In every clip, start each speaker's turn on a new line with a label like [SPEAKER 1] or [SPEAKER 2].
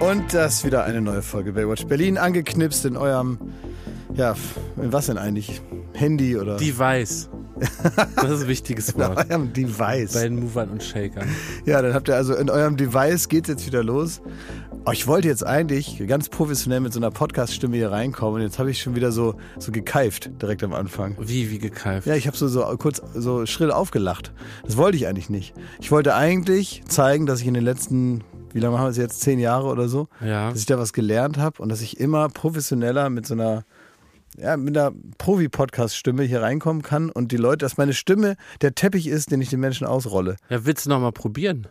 [SPEAKER 1] Und das ist wieder eine neue Folge Baywatch Berlin angeknipst in eurem, ja, in was denn eigentlich? Handy oder
[SPEAKER 2] Device. Das ist ein wichtiges
[SPEAKER 1] in
[SPEAKER 2] Wort.
[SPEAKER 1] eurem Device.
[SPEAKER 2] Bei den Movern und Shakern.
[SPEAKER 1] Ja, dann habt ihr also in eurem Device geht's jetzt wieder los. Oh, ich wollte jetzt eigentlich ganz professionell mit so einer Podcast-Stimme hier reinkommen und jetzt habe ich schon wieder so, so gekeift direkt am Anfang.
[SPEAKER 2] Wie, wie gekeift.
[SPEAKER 1] Ja, ich habe so, so kurz so schrill aufgelacht. Das wollte ich eigentlich nicht. Ich wollte eigentlich zeigen, dass ich in den letzten, wie lange machen wir es jetzt, zehn Jahre oder so,
[SPEAKER 2] Ja.
[SPEAKER 1] dass ich da was gelernt habe und dass ich immer professioneller mit so einer, ja, mit einer Profi-Podcast-Stimme hier reinkommen kann und die Leute, dass meine Stimme der Teppich ist, den ich den Menschen ausrolle.
[SPEAKER 2] Ja, willst du nochmal probieren?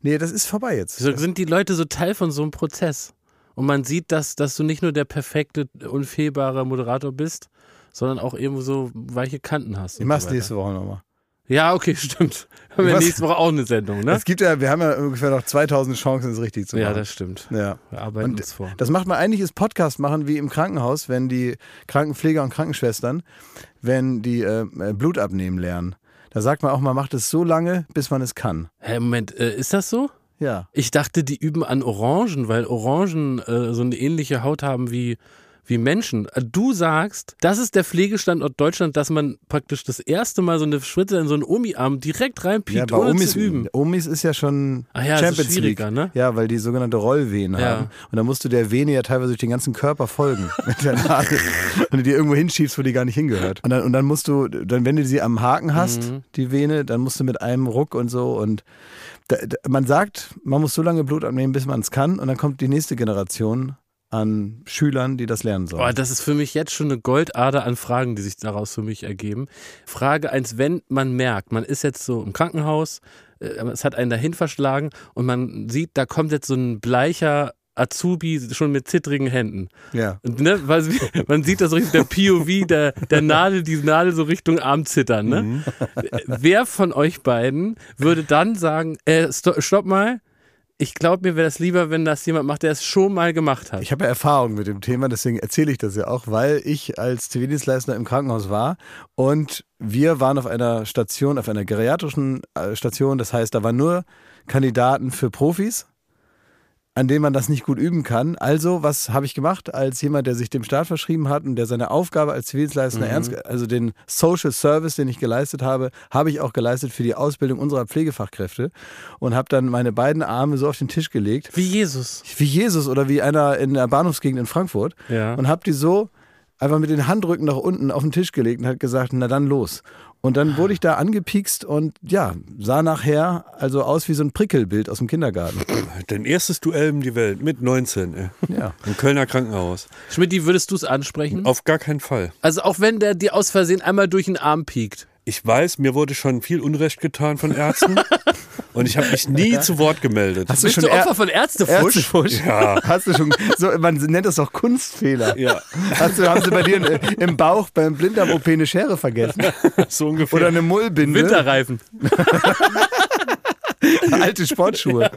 [SPEAKER 1] Nee, das ist vorbei jetzt.
[SPEAKER 2] Wieso sind die Leute so Teil von so einem Prozess? Und man sieht, dass, dass du nicht nur der perfekte, unfehlbare Moderator bist, sondern auch irgendwo so weiche Kanten hast.
[SPEAKER 1] Ich
[SPEAKER 2] und
[SPEAKER 1] mach's
[SPEAKER 2] so weiter.
[SPEAKER 1] nächste Woche nochmal.
[SPEAKER 2] Ja, okay, stimmt. Haben wir
[SPEAKER 1] Was?
[SPEAKER 2] nächste Woche auch eine Sendung, ne?
[SPEAKER 1] Es gibt ja, wir haben ja ungefähr noch 2000 Chancen, es richtig zu machen.
[SPEAKER 2] Ja, das stimmt.
[SPEAKER 1] ja.
[SPEAKER 2] Wir arbeiten uns vor.
[SPEAKER 1] Das macht man eigentlich ist Podcast machen wie im Krankenhaus, wenn die Krankenpfleger und Krankenschwestern, wenn die äh, äh, Blut abnehmen lernen. Da sagt man auch, man macht es so lange, bis man es kann.
[SPEAKER 2] Hä, Moment, äh, ist das so?
[SPEAKER 1] Ja.
[SPEAKER 2] Ich dachte, die üben an Orangen, weil Orangen äh, so eine ähnliche Haut haben wie, wie Menschen. Äh, Du sagst, das ist der Pflegestandort Deutschland, dass man praktisch das erste Mal so eine Schritte in so einen Omi-Arm direkt
[SPEAKER 1] Ja,
[SPEAKER 2] reinpiekt,
[SPEAKER 1] bei
[SPEAKER 2] ohne
[SPEAKER 1] Omis
[SPEAKER 2] zu üben.
[SPEAKER 1] Omis ist ja schon
[SPEAKER 2] Ach ja, es ist
[SPEAKER 1] Champions League.
[SPEAKER 2] schwieriger, ne?
[SPEAKER 1] Ja, weil die sogenannte Rollvenen
[SPEAKER 2] Ja.
[SPEAKER 1] haben. Und da musst du der Vene ja teilweise durch den ganzen Körper folgen mit der Nadel. Wenn du die irgendwo hinschiebst, wo die gar nicht hingehört. Und dann, und dann musst du, dann, wenn du sie am Haken hast,
[SPEAKER 2] Mhm.
[SPEAKER 1] die Vene, dann musst du mit einem Ruck und so. Und da, da, man sagt, man muss so lange Blut annehmen, bis man es kann. Und dann kommt die nächste Generation an Schülern, die das lernen sollen.
[SPEAKER 2] Boah, das ist für mich jetzt schon eine Goldader an Fragen, die sich daraus für mich ergeben. Frage eins, wenn man merkt, man ist jetzt so im Krankenhaus, äh, es hat einen dahin verschlagen und man sieht, da kommt jetzt so ein bleicher Azubi schon mit zittrigen Händen.
[SPEAKER 1] ja.
[SPEAKER 2] Und, ne, weil, sie- man sieht das so richtig, der POV, der, der Nadel, die Nadel so Richtung Arm zittern. Ne?
[SPEAKER 3] Mhm.
[SPEAKER 2] Wer von euch beiden würde dann sagen, äh, sto- stopp mal, ich glaube mir wäre das lieber, wenn das jemand macht, der es schon mal gemacht hat.
[SPEAKER 1] Ich habe ja Erfahrung mit dem Thema, deswegen erzähle ich das ja auch, weil ich als Zivildienstleister im Krankenhaus war und wir waren auf einer Station, auf einer geriatrischen äh, Station, das heißt, da waren nur Kandidaten für Profis, an denen man das nicht gut üben kann. Also, was habe ich gemacht als jemand, der sich dem Staat verschrieben hat und der seine Aufgabe als Zivildienstleister ernst, also den Social Service, den ich geleistet habe, habe ich auch geleistet für die Ausbildung unserer Pflegefachkräfte und habe dann meine beiden Arme so auf den Tisch gelegt
[SPEAKER 2] Wie Jesus.
[SPEAKER 1] wie Jesus oder wie einer in der Bahnhofsgegend in Frankfurt
[SPEAKER 2] Ja.
[SPEAKER 1] und hab die so einfach mit den Handrücken nach unten auf den Tisch gelegt und hat gesagt, na dann los. Und dann wurde ich da angepiekst und ja, sah nachher also aus wie so ein Prickelbild aus dem Kindergarten.
[SPEAKER 3] Dein erstes Duell um die Welt mit 19 ey.
[SPEAKER 1] Ja.
[SPEAKER 3] im Kölner Krankenhaus.
[SPEAKER 2] Schmidti, würdest du es ansprechen?
[SPEAKER 3] Auf gar keinen Fall.
[SPEAKER 2] Also auch wenn der dir aus Versehen einmal durch den Arm piekt.
[SPEAKER 3] Ich weiß, mir wurde schon viel Unrecht getan von Ärzten und ich habe mich nie zu Wort gemeldet.
[SPEAKER 1] Hast
[SPEAKER 2] Bist
[SPEAKER 1] schon
[SPEAKER 2] du Opfer
[SPEAKER 1] Ä-
[SPEAKER 2] von Ärztefusch?
[SPEAKER 1] Ärztefusch.
[SPEAKER 3] Ja.
[SPEAKER 1] Hast du schon, so, man nennt das auch Kunstfehler.
[SPEAKER 3] Ja,
[SPEAKER 1] Hast du, haben sie bei dir in- im Bauch beim Blinddarm-OP eine Schere vergessen?
[SPEAKER 3] so ungefähr. ne?
[SPEAKER 1] Oder eine Mullbinde?
[SPEAKER 2] Winterreifen.
[SPEAKER 1] Alte Sportschuhe.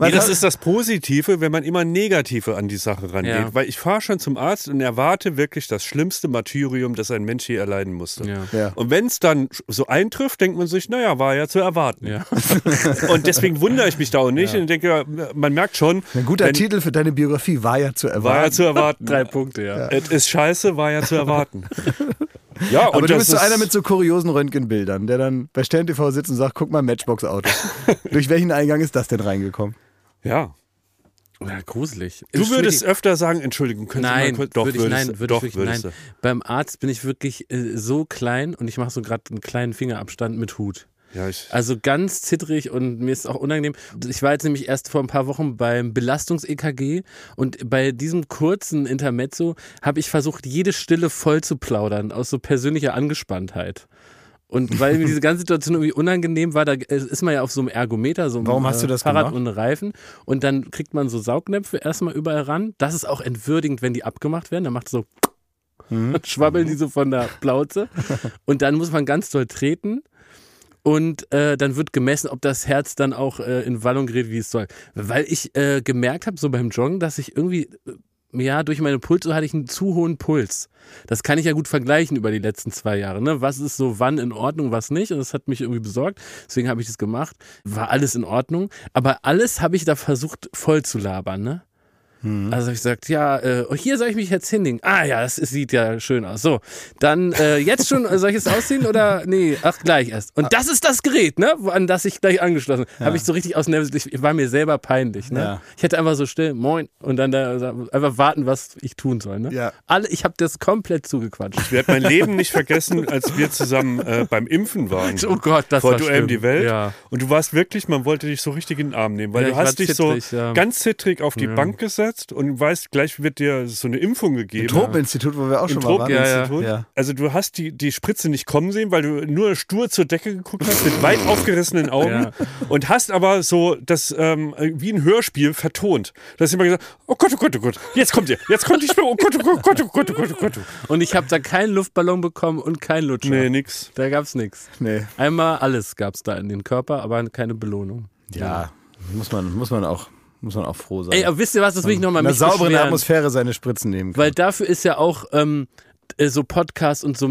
[SPEAKER 3] Nee, das ist das Positive, wenn man immer Negative an die Sache rangeht.
[SPEAKER 2] Ja.
[SPEAKER 3] Weil ich fahre schon zum Arzt und erwarte wirklich das schlimmste Martyrium, das ein Mensch je erleiden musste.
[SPEAKER 2] Ja.
[SPEAKER 1] Ja.
[SPEAKER 3] Und wenn es dann so eintrifft, denkt man sich, naja, war ja zu erwarten.
[SPEAKER 2] Ja.
[SPEAKER 3] Und deswegen wundere ich mich da auch nicht und denke, ja, man merkt schon,
[SPEAKER 1] Ein guter
[SPEAKER 3] wenn-
[SPEAKER 1] Titel für deine Biografie war ja zu erwarten.
[SPEAKER 3] war ja zu erwarten.
[SPEAKER 2] Drei Punkte, ja.
[SPEAKER 3] Es ist scheiße, war ja zu erwarten. ja, und
[SPEAKER 1] Aber du
[SPEAKER 3] das
[SPEAKER 1] bist so
[SPEAKER 3] ist-
[SPEAKER 1] einer mit so kuriosen Röntgenbildern, der dann bei Stern TV sitzt und sagt, guck mal, Matchbox-Auto. Durch welchen Eingang ist das denn reingekommen?
[SPEAKER 3] Ja.
[SPEAKER 2] Ja, gruselig.
[SPEAKER 3] Du würdest
[SPEAKER 2] Schmidti-
[SPEAKER 3] öfter sagen, Entschuldigung, können Sie
[SPEAKER 2] Nein,
[SPEAKER 3] mal kurz.
[SPEAKER 2] würde ich,
[SPEAKER 3] würdest
[SPEAKER 2] nein,
[SPEAKER 3] du.
[SPEAKER 2] würde
[SPEAKER 3] doch,
[SPEAKER 2] ich, wirklich-
[SPEAKER 3] würdest
[SPEAKER 2] nein. Beim Arzt bin ich wirklich äh, so klein und ich mache so gerade einen kleinen Fingerabstand mit Hut.
[SPEAKER 3] du. Ja, ich,
[SPEAKER 2] Also ganz zittrig und mir ist auch unangenehm. Ich war jetzt nämlich erst vor ein paar Wochen beim Belastungs-EKG und bei diesem kurzen Intermezzo habe ich versucht, jede Stille voll zu plaudern aus so persönlicher Angespanntheit. Und weil mir diese ganze Situation irgendwie unangenehm war, da ist man ja auf so einem Ergometer, so einem äh,
[SPEAKER 1] Warum hast du das
[SPEAKER 2] Fahrrad
[SPEAKER 1] gemacht?
[SPEAKER 2] ohne Reifen. Und dann kriegt man so Saugnäpfe erstmal überall ran. Das ist auch entwürdigend, wenn die abgemacht werden. Dann macht es so
[SPEAKER 1] Mhm.
[SPEAKER 2] dann schwabbeln die so von der Plauze. Und dann muss man ganz doll treten. Und äh, dann wird gemessen, ob das Herz dann auch äh, in Wallung gerät, wie es soll. Weil ich äh, gemerkt habe, so beim Joggen, dass ich irgendwie, äh, ja, durch meine Pulse hatte ich einen zu hohen Puls. Das kann ich ja gut vergleichen über die letzten zwei Jahre. Ne? Was ist so wann in Ordnung, was nicht? Und das hat mich irgendwie besorgt. Deswegen habe ich das gemacht. War alles in Ordnung. Aber alles habe ich da versucht voll zu labern. Ne? Also habe ich gesagt, ja, äh, hier soll ich mich jetzt hinlegen. Ah ja, das ist, sieht ja schön aus. So, dann äh, jetzt schon äh, soll ich es ausziehen oder nee, ach gleich erst. Und das ist das Gerät, ne, wo- an das ich gleich angeschlossen habe. Habe ich so richtig aus Nervos, ich war mir selber peinlich, ne?
[SPEAKER 1] Ja.
[SPEAKER 2] Ich hätte einfach so still, moin und dann da, da- einfach warten, was ich tun soll, ne?
[SPEAKER 1] Ja.
[SPEAKER 2] Alle, ich habe das komplett zugequatscht.
[SPEAKER 3] Ich werde mein Leben nicht vergessen, als wir zusammen äh, beim Impfen waren.
[SPEAKER 2] Oh Gott, das
[SPEAKER 3] vor
[SPEAKER 2] war
[SPEAKER 3] Duell um
[SPEAKER 2] schlimm.
[SPEAKER 3] die Welt.
[SPEAKER 2] Ja.
[SPEAKER 3] Und du warst wirklich, man wollte dich so richtig in den Arm nehmen, weil
[SPEAKER 2] Ja,
[SPEAKER 3] du
[SPEAKER 2] ich
[SPEAKER 3] hast
[SPEAKER 2] war
[SPEAKER 3] dich so
[SPEAKER 2] zittrig, ja.
[SPEAKER 3] ganz zittrig auf die Bank gesetzt und weißt, gleich wird dir so eine Impfung gegeben.
[SPEAKER 1] Tropeninstitut, wo wir auch schon
[SPEAKER 3] Im
[SPEAKER 1] mal waren.
[SPEAKER 3] Tropeninstitut.
[SPEAKER 1] Ja, ja. Ja.
[SPEAKER 3] Also du hast die, die Spritze nicht kommen sehen, weil du nur stur zur Decke geguckt hast mit weit aufgerissenen Augen
[SPEAKER 2] Ja.
[SPEAKER 3] und hast aber so das ähm, wie ein Hörspiel vertont. Du hast immer gesagt, oh Gott, oh Gott, oh Gott, jetzt kommt ihr, jetzt kommt die Spritze, oh Gott, oh Gott, oh Gott, oh Gott, oh Gott, oh Gott.
[SPEAKER 2] Und ich habe da keinen Luftballon bekommen und keinen Lutscher.
[SPEAKER 3] Nee, nix.
[SPEAKER 2] Da gab's nichts.
[SPEAKER 1] Nee.
[SPEAKER 2] Einmal alles gab's da in den Körper, aber keine Belohnung.
[SPEAKER 1] ja, muss man, muss man auch, muss man auch froh sein.
[SPEAKER 2] Ey, aber wisst ihr was, das will ich nochmal
[SPEAKER 1] in einer
[SPEAKER 2] mit
[SPEAKER 1] sauberen Atmosphäre seine Spritzen nehmen kann.
[SPEAKER 2] Weil dafür ist ja auch ähm, äh, so Podcast und so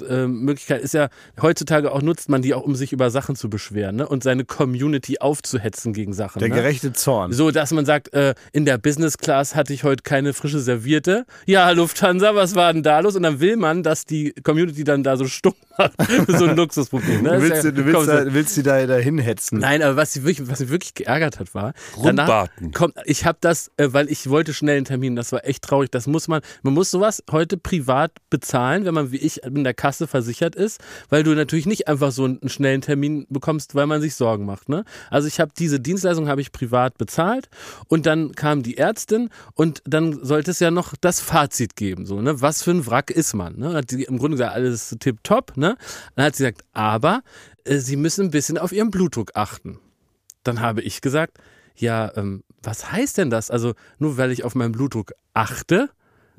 [SPEAKER 2] Mitteilungsmöglichkeit ist ja heutzutage auch nutzt man die auch, um sich über Sachen zu beschweren ne? und seine Community aufzuhetzen gegen Sachen.
[SPEAKER 1] der
[SPEAKER 2] ne?
[SPEAKER 1] gerechte Zorn.
[SPEAKER 2] So, dass man sagt, äh, in der Business Class hatte ich heute keine frische Serviette. Ja, Lufthansa, was war denn da los? Und dann will man, dass die Community dann da so stumm macht. so ein Luxusproblem. Ne?
[SPEAKER 1] Du
[SPEAKER 2] Ist
[SPEAKER 1] willst,
[SPEAKER 2] ja,
[SPEAKER 1] du willst,
[SPEAKER 2] komm, so-
[SPEAKER 1] da, willst die da, da hinhetzen.
[SPEAKER 2] Nein, aber was sie wirklich, was sie wirklich geärgert hat, war. danach
[SPEAKER 3] Rumbarten.
[SPEAKER 2] Kommt, ich habe das, äh, weil ich wollte schnell einen Termin. Das war echt traurig. Das muss man, man muss sowas heute privat bezahlen, wenn man wie ich in der Kasse versichert ist, weil du natürlich nicht einfach so einen schnellen Termin bekommst, weil man sich Sorgen macht. Ne? Also ich habe diese Dienstleistung habe ich privat bezahlt und dann kam die Ärztin und dann sollte es ja noch das Fazit geben, so ne, was für ein Wrack ist man? Ne? Hat sie im Grunde gesagt alles tipptopp. Ne? Dann hat sie gesagt, aber äh, Sie müssen ein bisschen auf Ihren Blutdruck achten. Dann habe ich gesagt, ja, ähm, was heißt denn das? Also nur weil ich auf meinen Blutdruck achte,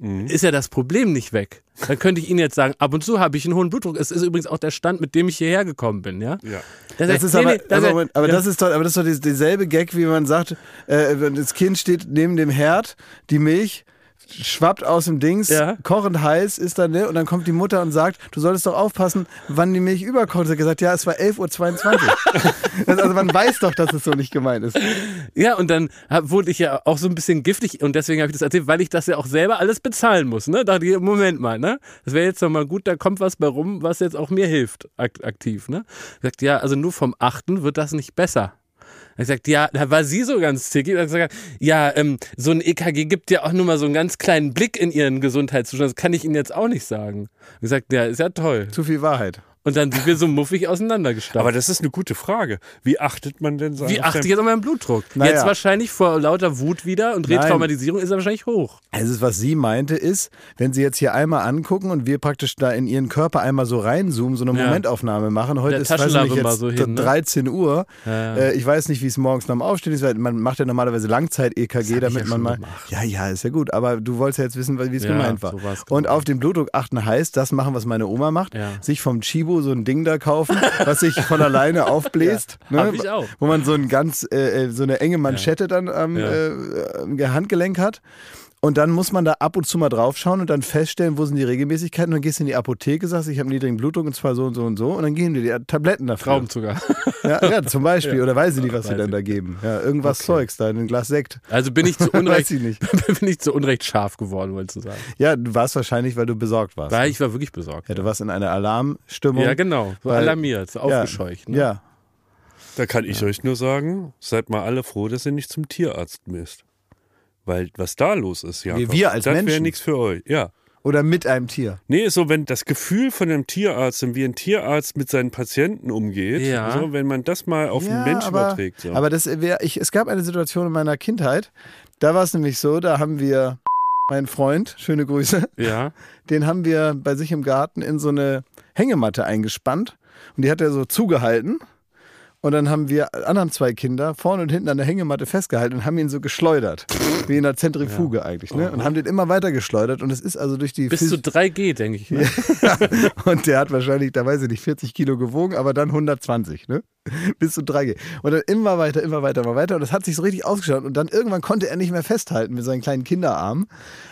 [SPEAKER 1] Mhm.
[SPEAKER 2] ist ja das Problem nicht weg. Dann könnte ich Ihnen jetzt sagen, ab und zu habe ich einen hohen Blutdruck. Es ist übrigens auch der Stand, mit dem ich hierher gekommen bin, ja?
[SPEAKER 3] Ja.
[SPEAKER 1] Das ist aber, aber, Moment, aber das ist doch, aber das ist doch die- dieselbe Gag, wie man sagt, äh, wenn das Kind steht neben dem Herd, die Milch schwappt aus dem Dings,
[SPEAKER 2] Ja.
[SPEAKER 1] kochend heiß ist dann, ne? Und dann kommt die Mutter und sagt, du solltest doch aufpassen, wann die Milch überkocht. Sie hat gesagt, ja, es war 11.22 Uhr. das, also man weiß doch, dass es so nicht gemeint ist.
[SPEAKER 2] Ja, und dann hab, wurde ich ja auch so ein bisschen giftig und deswegen habe ich das erzählt, weil ich das ja auch selber alles bezahlen muss. Ne? Dachte ich, Moment mal, ne? Das wäre jetzt nochmal gut, da kommt was bei rum, was jetzt auch mir hilft, ak aktiv. Ne? Sagt, ja, also nur vom Achten wird das nicht besser. Er sagt, ja, da war sie so ganz zickig. Er sagt, ja, ähm, so ein EKG gibt ja auch nur mal so einen ganz kleinen Blick in ihren Gesundheitszustand. Das kann ich Ihnen jetzt auch nicht sagen. Ich sagt, ja, ist ja toll.
[SPEAKER 1] Zu viel Wahrheit.
[SPEAKER 2] Und dann sind wir so muffig auseinandergestanden.
[SPEAKER 3] Aber das ist eine gute Frage. Wie achtet man denn so
[SPEAKER 2] Wie
[SPEAKER 3] auf
[SPEAKER 2] achte ich
[SPEAKER 3] sein-
[SPEAKER 2] jetzt auf um meinen Blutdruck?
[SPEAKER 1] Naja.
[SPEAKER 2] Jetzt wahrscheinlich vor lauter Wut wieder und
[SPEAKER 1] Nein.
[SPEAKER 2] Retraumatisierung ist er wahrscheinlich hoch.
[SPEAKER 1] Also was sie meinte ist, wenn sie jetzt hier einmal angucken und wir praktisch da in ihren Körper einmal so reinzoomen, so eine
[SPEAKER 2] Ja.
[SPEAKER 1] Momentaufnahme machen. Heute
[SPEAKER 2] Der
[SPEAKER 1] ist weiß ich
[SPEAKER 2] Taschenlampe
[SPEAKER 1] nicht,
[SPEAKER 2] mal
[SPEAKER 1] jetzt
[SPEAKER 2] so hin, ne?
[SPEAKER 1] 13 Uhr.
[SPEAKER 2] Ja, ja.
[SPEAKER 1] Äh, ich weiß nicht, wie es morgens nach dem Aufstehen ist, weil man macht ja normalerweise Langzeit-EKG, damit
[SPEAKER 2] ja
[SPEAKER 1] man
[SPEAKER 2] schon
[SPEAKER 1] mal...
[SPEAKER 2] gemacht.
[SPEAKER 1] Ja, ja, ist ja gut, aber du wolltest ja jetzt wissen, wie es
[SPEAKER 2] Ja,
[SPEAKER 1] gemeint war.
[SPEAKER 2] so war's
[SPEAKER 1] und
[SPEAKER 2] gemeint.
[SPEAKER 1] auf den Blutdruck achten heißt, das machen, was meine Oma macht,
[SPEAKER 2] Ja.
[SPEAKER 1] sich vom Chibo so ein Ding da kaufen, was sich von alleine aufbläst. ne?
[SPEAKER 2] Hab ich auch.
[SPEAKER 1] Wo man so, ein ganz, äh, äh, so eine enge Manschette dann am
[SPEAKER 2] Ja.
[SPEAKER 1] äh, äh, Handgelenk hat. Und dann muss man da ab und zu mal draufschauen und dann feststellen, wo sind die Regelmäßigkeiten. Und dann gehst du in die Apotheke, sagst, ich habe niedrigen Blutdruck und zwar so und so und so. Und dann geben die dir Tabletten dafür.
[SPEAKER 2] Traumzucker.
[SPEAKER 1] Ja, ja zum Beispiel. Oder weiß ich nicht, was sie
[SPEAKER 2] Weiß
[SPEAKER 1] dann
[SPEAKER 2] ich
[SPEAKER 1] da geben. Ja, irgendwas Zeugs da, ein Glas Sekt.
[SPEAKER 2] Also bin ich zu
[SPEAKER 1] Weiß
[SPEAKER 2] Unrecht,
[SPEAKER 1] ich nicht.
[SPEAKER 2] bin ich zu Unrecht scharf geworden, wolltest du sagen.
[SPEAKER 1] Ja, du warst wahrscheinlich, weil du besorgt warst.
[SPEAKER 2] Weil ich war wirklich besorgt.
[SPEAKER 1] Ja, du warst in einer Alarmstimmung.
[SPEAKER 2] Ja, genau. So
[SPEAKER 1] Weil-
[SPEAKER 2] alarmiert, so aufgescheucht.
[SPEAKER 1] Ja.
[SPEAKER 2] Ne?
[SPEAKER 1] ja.
[SPEAKER 3] Da kann ich euch nur sagen, seid mal alle froh, dass ihr nicht zum Tierarzt müsst. Weil was da los ist, ja.
[SPEAKER 1] Wir- wir als
[SPEAKER 3] das wäre
[SPEAKER 1] Menschen.
[SPEAKER 3] nichts für euch. Ja.
[SPEAKER 1] Oder mit einem Tier.
[SPEAKER 3] Nee, ist so, wenn das Gefühl von einem Tierarzt und wie ein Tierarzt mit seinen Patienten umgeht,
[SPEAKER 2] Ja.
[SPEAKER 3] so, wenn man das mal auf einen Menschen
[SPEAKER 1] aber,
[SPEAKER 3] überträgt. So.
[SPEAKER 1] aber das wär, ich, es gab eine Situation in meiner Kindheit, da war es nämlich so, da haben wir meinen Freund, schöne Grüße,
[SPEAKER 2] Ja.
[SPEAKER 1] den haben wir bei sich im Garten in so eine Hängematte eingespannt und die hat er so zugehalten. Und dann haben wir anderen zwei Kinder vorne und hinten an der Hängematte festgehalten und haben ihn so geschleudert. Wie in einer Zentrifuge eigentlich. Ne? Und haben den immer weiter geschleudert. Und es ist also durch die
[SPEAKER 2] Oh. Bis zu
[SPEAKER 1] Phys-
[SPEAKER 2] 3G, denke ich. Ne?
[SPEAKER 1] Und der hat wahrscheinlich, da weiß ich nicht, 40 Kilo gewogen, aber dann 120. Ne? bis zu 3G. Und dann immer weiter, immer weiter, immer weiter. Und das hat sich so richtig ausgeschaut. Und dann irgendwann konnte er nicht mehr festhalten mit seinen kleinen Kinderarmen.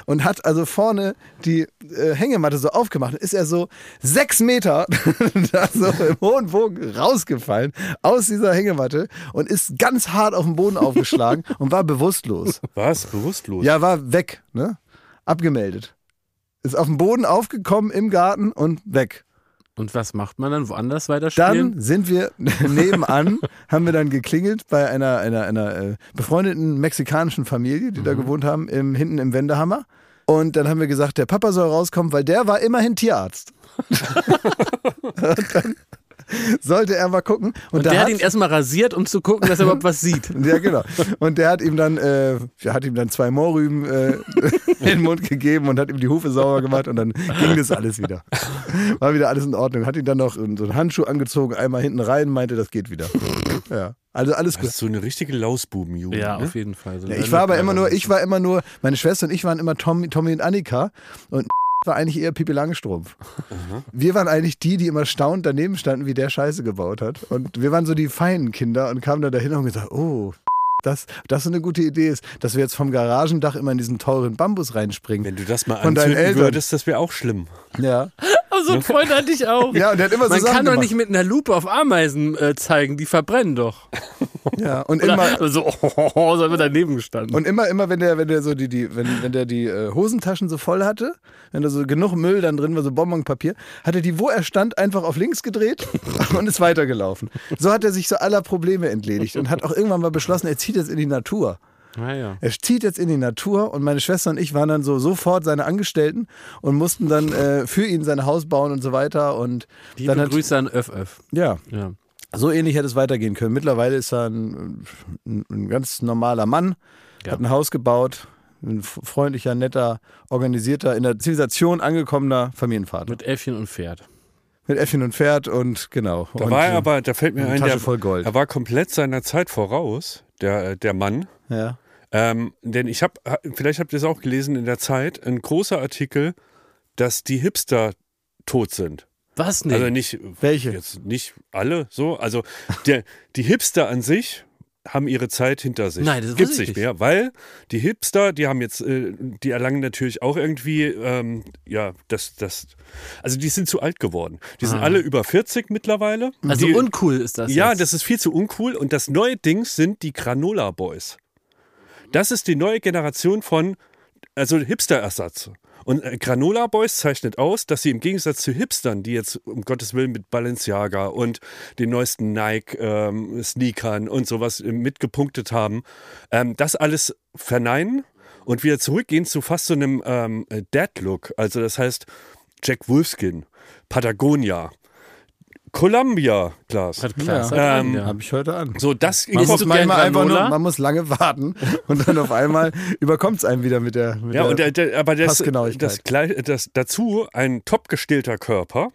[SPEAKER 1] Und hat also vorne die äh, Hängematte so aufgemacht. Und ist er so sechs Meter da so im hohen Bogen rausgefallen aus dieser Hängematte und ist ganz hart auf den Boden aufgeschlagen und war bewusstlos.
[SPEAKER 3] Was? Bewusstlos?
[SPEAKER 1] Ja, war weg, ne? Abgemeldet. Ist auf den Boden aufgekommen im Garten und weg.
[SPEAKER 2] Und was macht man dann? Woanders weiter
[SPEAKER 1] Dann
[SPEAKER 2] spielen?
[SPEAKER 1] sind wir nebenan, haben wir dann geklingelt bei einer, einer, einer äh, befreundeten mexikanischen Familie, die da
[SPEAKER 2] Mhm.
[SPEAKER 1] gewohnt haben, im, hinten im Wendehammer. Und dann haben wir gesagt, der Papa soll rauskommen, weil der war immerhin Tierarzt. und dann sollte er mal gucken. Und,
[SPEAKER 2] und
[SPEAKER 1] da
[SPEAKER 2] der hat
[SPEAKER 1] hat-
[SPEAKER 2] ihn erstmal rasiert, um zu gucken, dass er überhaupt was sieht.
[SPEAKER 1] ja, genau. Und der hat ihm dann, äh, der hat ihm dann zwei Mohrrüben äh, in den Mund gegeben und hat ihm die Hufe sauber gemacht und dann ging das alles wieder. War wieder alles in Ordnung. Hat ihn dann noch ähm, so einen Handschuh angezogen, einmal hinten rein, meinte, das geht wieder. Ja. Also alles
[SPEAKER 3] Das
[SPEAKER 1] gut.
[SPEAKER 3] ist so eine richtige Lausbubenjugend.
[SPEAKER 2] Ja,
[SPEAKER 3] ne?
[SPEAKER 2] auf jeden Fall. So
[SPEAKER 1] Ja,
[SPEAKER 2] eine
[SPEAKER 1] ich war aber immer
[SPEAKER 2] Rennbahn.
[SPEAKER 1] nur, ich war immer nur, meine Schwester und ich waren immer Tommy, Tommy und Annika und war eigentlich eher Pippi Langstrumpf.
[SPEAKER 2] Mhm.
[SPEAKER 1] Wir waren eigentlich die, die immer staunend daneben standen, wie der Scheiße gebaut hat. Und wir waren so die feinen Kinder und kamen da dahin und haben gesagt, oh, das, das ist eine gute Idee ist, dass wir jetzt vom Garagendach immer in diesen teuren Bambus reinspringen.
[SPEAKER 3] Wenn du das mal
[SPEAKER 1] Von deinen
[SPEAKER 3] anzünden
[SPEAKER 1] Eltern.
[SPEAKER 3] würdest, das wäre auch schlimm.
[SPEAKER 1] Ja.
[SPEAKER 2] Aber so ein Freund hatte ich auch.
[SPEAKER 1] Ja, und der hat immer so
[SPEAKER 2] Man
[SPEAKER 1] Sachen
[SPEAKER 2] kann doch
[SPEAKER 1] gemacht.
[SPEAKER 2] nicht mit einer Lupe auf Ameisen äh, zeigen, die verbrennen doch.
[SPEAKER 1] ja. Und
[SPEAKER 2] Oder
[SPEAKER 1] immer,
[SPEAKER 2] so, oh, oh, oh, so haben wir daneben gestanden.
[SPEAKER 1] Und immer, immer, wenn der, wenn der so die, die, wenn, wenn der die äh, Hosentaschen so voll hatte, wenn da so genug Müll dann drin war, so Bonbonpapier, hat er die, wo er stand, einfach auf links gedreht und ist weitergelaufen. So hat er sich so aller Probleme entledigt und hat auch irgendwann mal beschlossen, er zieht jetzt in die Natur.
[SPEAKER 2] naja.
[SPEAKER 1] Er zieht jetzt in die Natur und meine Schwester und ich waren dann so sofort seine Angestellten und mussten dann äh, für ihn sein Haus bauen und so weiter. Und
[SPEAKER 2] Liebe
[SPEAKER 1] dann hat,
[SPEAKER 2] Grüße an ÖffÖff.
[SPEAKER 1] ja,
[SPEAKER 2] Ja.
[SPEAKER 1] so ähnlich hätte es weitergehen können. Mittlerweile ist er ein, ein, ein ganz normaler Mann,
[SPEAKER 2] Ja.
[SPEAKER 1] hat ein Haus gebaut, ein f- freundlicher, netter, organisierter, in der Zivilisation angekommener Familienvater. Mit,
[SPEAKER 2] Mit Äffchen und Pferd.
[SPEAKER 1] Äffchen und Pferd und genau.
[SPEAKER 3] Da
[SPEAKER 1] und,
[SPEAKER 3] war
[SPEAKER 1] äh,
[SPEAKER 3] er aber, da fällt mir
[SPEAKER 1] eine
[SPEAKER 3] ein,
[SPEAKER 1] Tasche
[SPEAKER 3] der,
[SPEAKER 1] voll Gold.
[SPEAKER 3] er war komplett seiner Zeit voraus, der, äh, der Mann.
[SPEAKER 1] Ja.
[SPEAKER 3] Ähm, denn ich habe, vielleicht habt ihr es auch gelesen in der Zeit, ein großer Artikel, dass die Hipster tot sind.
[SPEAKER 2] Was nicht?
[SPEAKER 3] Also nicht
[SPEAKER 1] Welche?
[SPEAKER 3] jetzt nicht alle so. Also der, die Hipster an sich haben ihre Zeit hinter sich.
[SPEAKER 2] Nein, das
[SPEAKER 3] gibt's
[SPEAKER 2] wusste ich
[SPEAKER 3] nicht mehr, weil die Hipster, die haben jetzt, äh, die erlangen natürlich auch irgendwie, ähm, ja, das, das, also die sind zu alt geworden. Die sind
[SPEAKER 2] Ah.
[SPEAKER 3] alle über 40 mittlerweile.
[SPEAKER 2] also
[SPEAKER 3] die,
[SPEAKER 2] uncool ist das.
[SPEAKER 3] ja,
[SPEAKER 2] jetzt.
[SPEAKER 3] das ist viel zu uncool. Und das neue Ding sind die Granola Boys. Das ist die neue Generation von, also Hipster-Ersatz. Und äh, Granola Boys zeichnet aus, dass sie im Gegensatz zu Hipstern, die jetzt um Gottes Willen mit Balenciaga und den neuesten Nike-Sneakern und sowas äh, mitgepunktet haben, ähm, das alles verneinen und wieder zurückgehen zu fast so einem ähm, Dad-Look. Also das heißt Jack Wolfskin, Patagonia, Columbia, Glas.
[SPEAKER 2] Hat Klaas
[SPEAKER 1] Ja.
[SPEAKER 2] hat an,
[SPEAKER 3] Ähm,
[SPEAKER 2] ja.
[SPEAKER 1] Habe Hm, ich heute an.
[SPEAKER 3] So, das
[SPEAKER 1] Man
[SPEAKER 2] Isst
[SPEAKER 1] muss,
[SPEAKER 2] du
[SPEAKER 1] manchmal
[SPEAKER 2] gern
[SPEAKER 1] einfach
[SPEAKER 2] Granola?
[SPEAKER 1] nur, man muss lange warten und dann auf einmal überkommt es einen wieder mit der. Mit
[SPEAKER 3] Ja, und der, der, aber das,
[SPEAKER 1] Passgenauigkeit.
[SPEAKER 3] das, gleich- das dazu ein topgestählter Körper.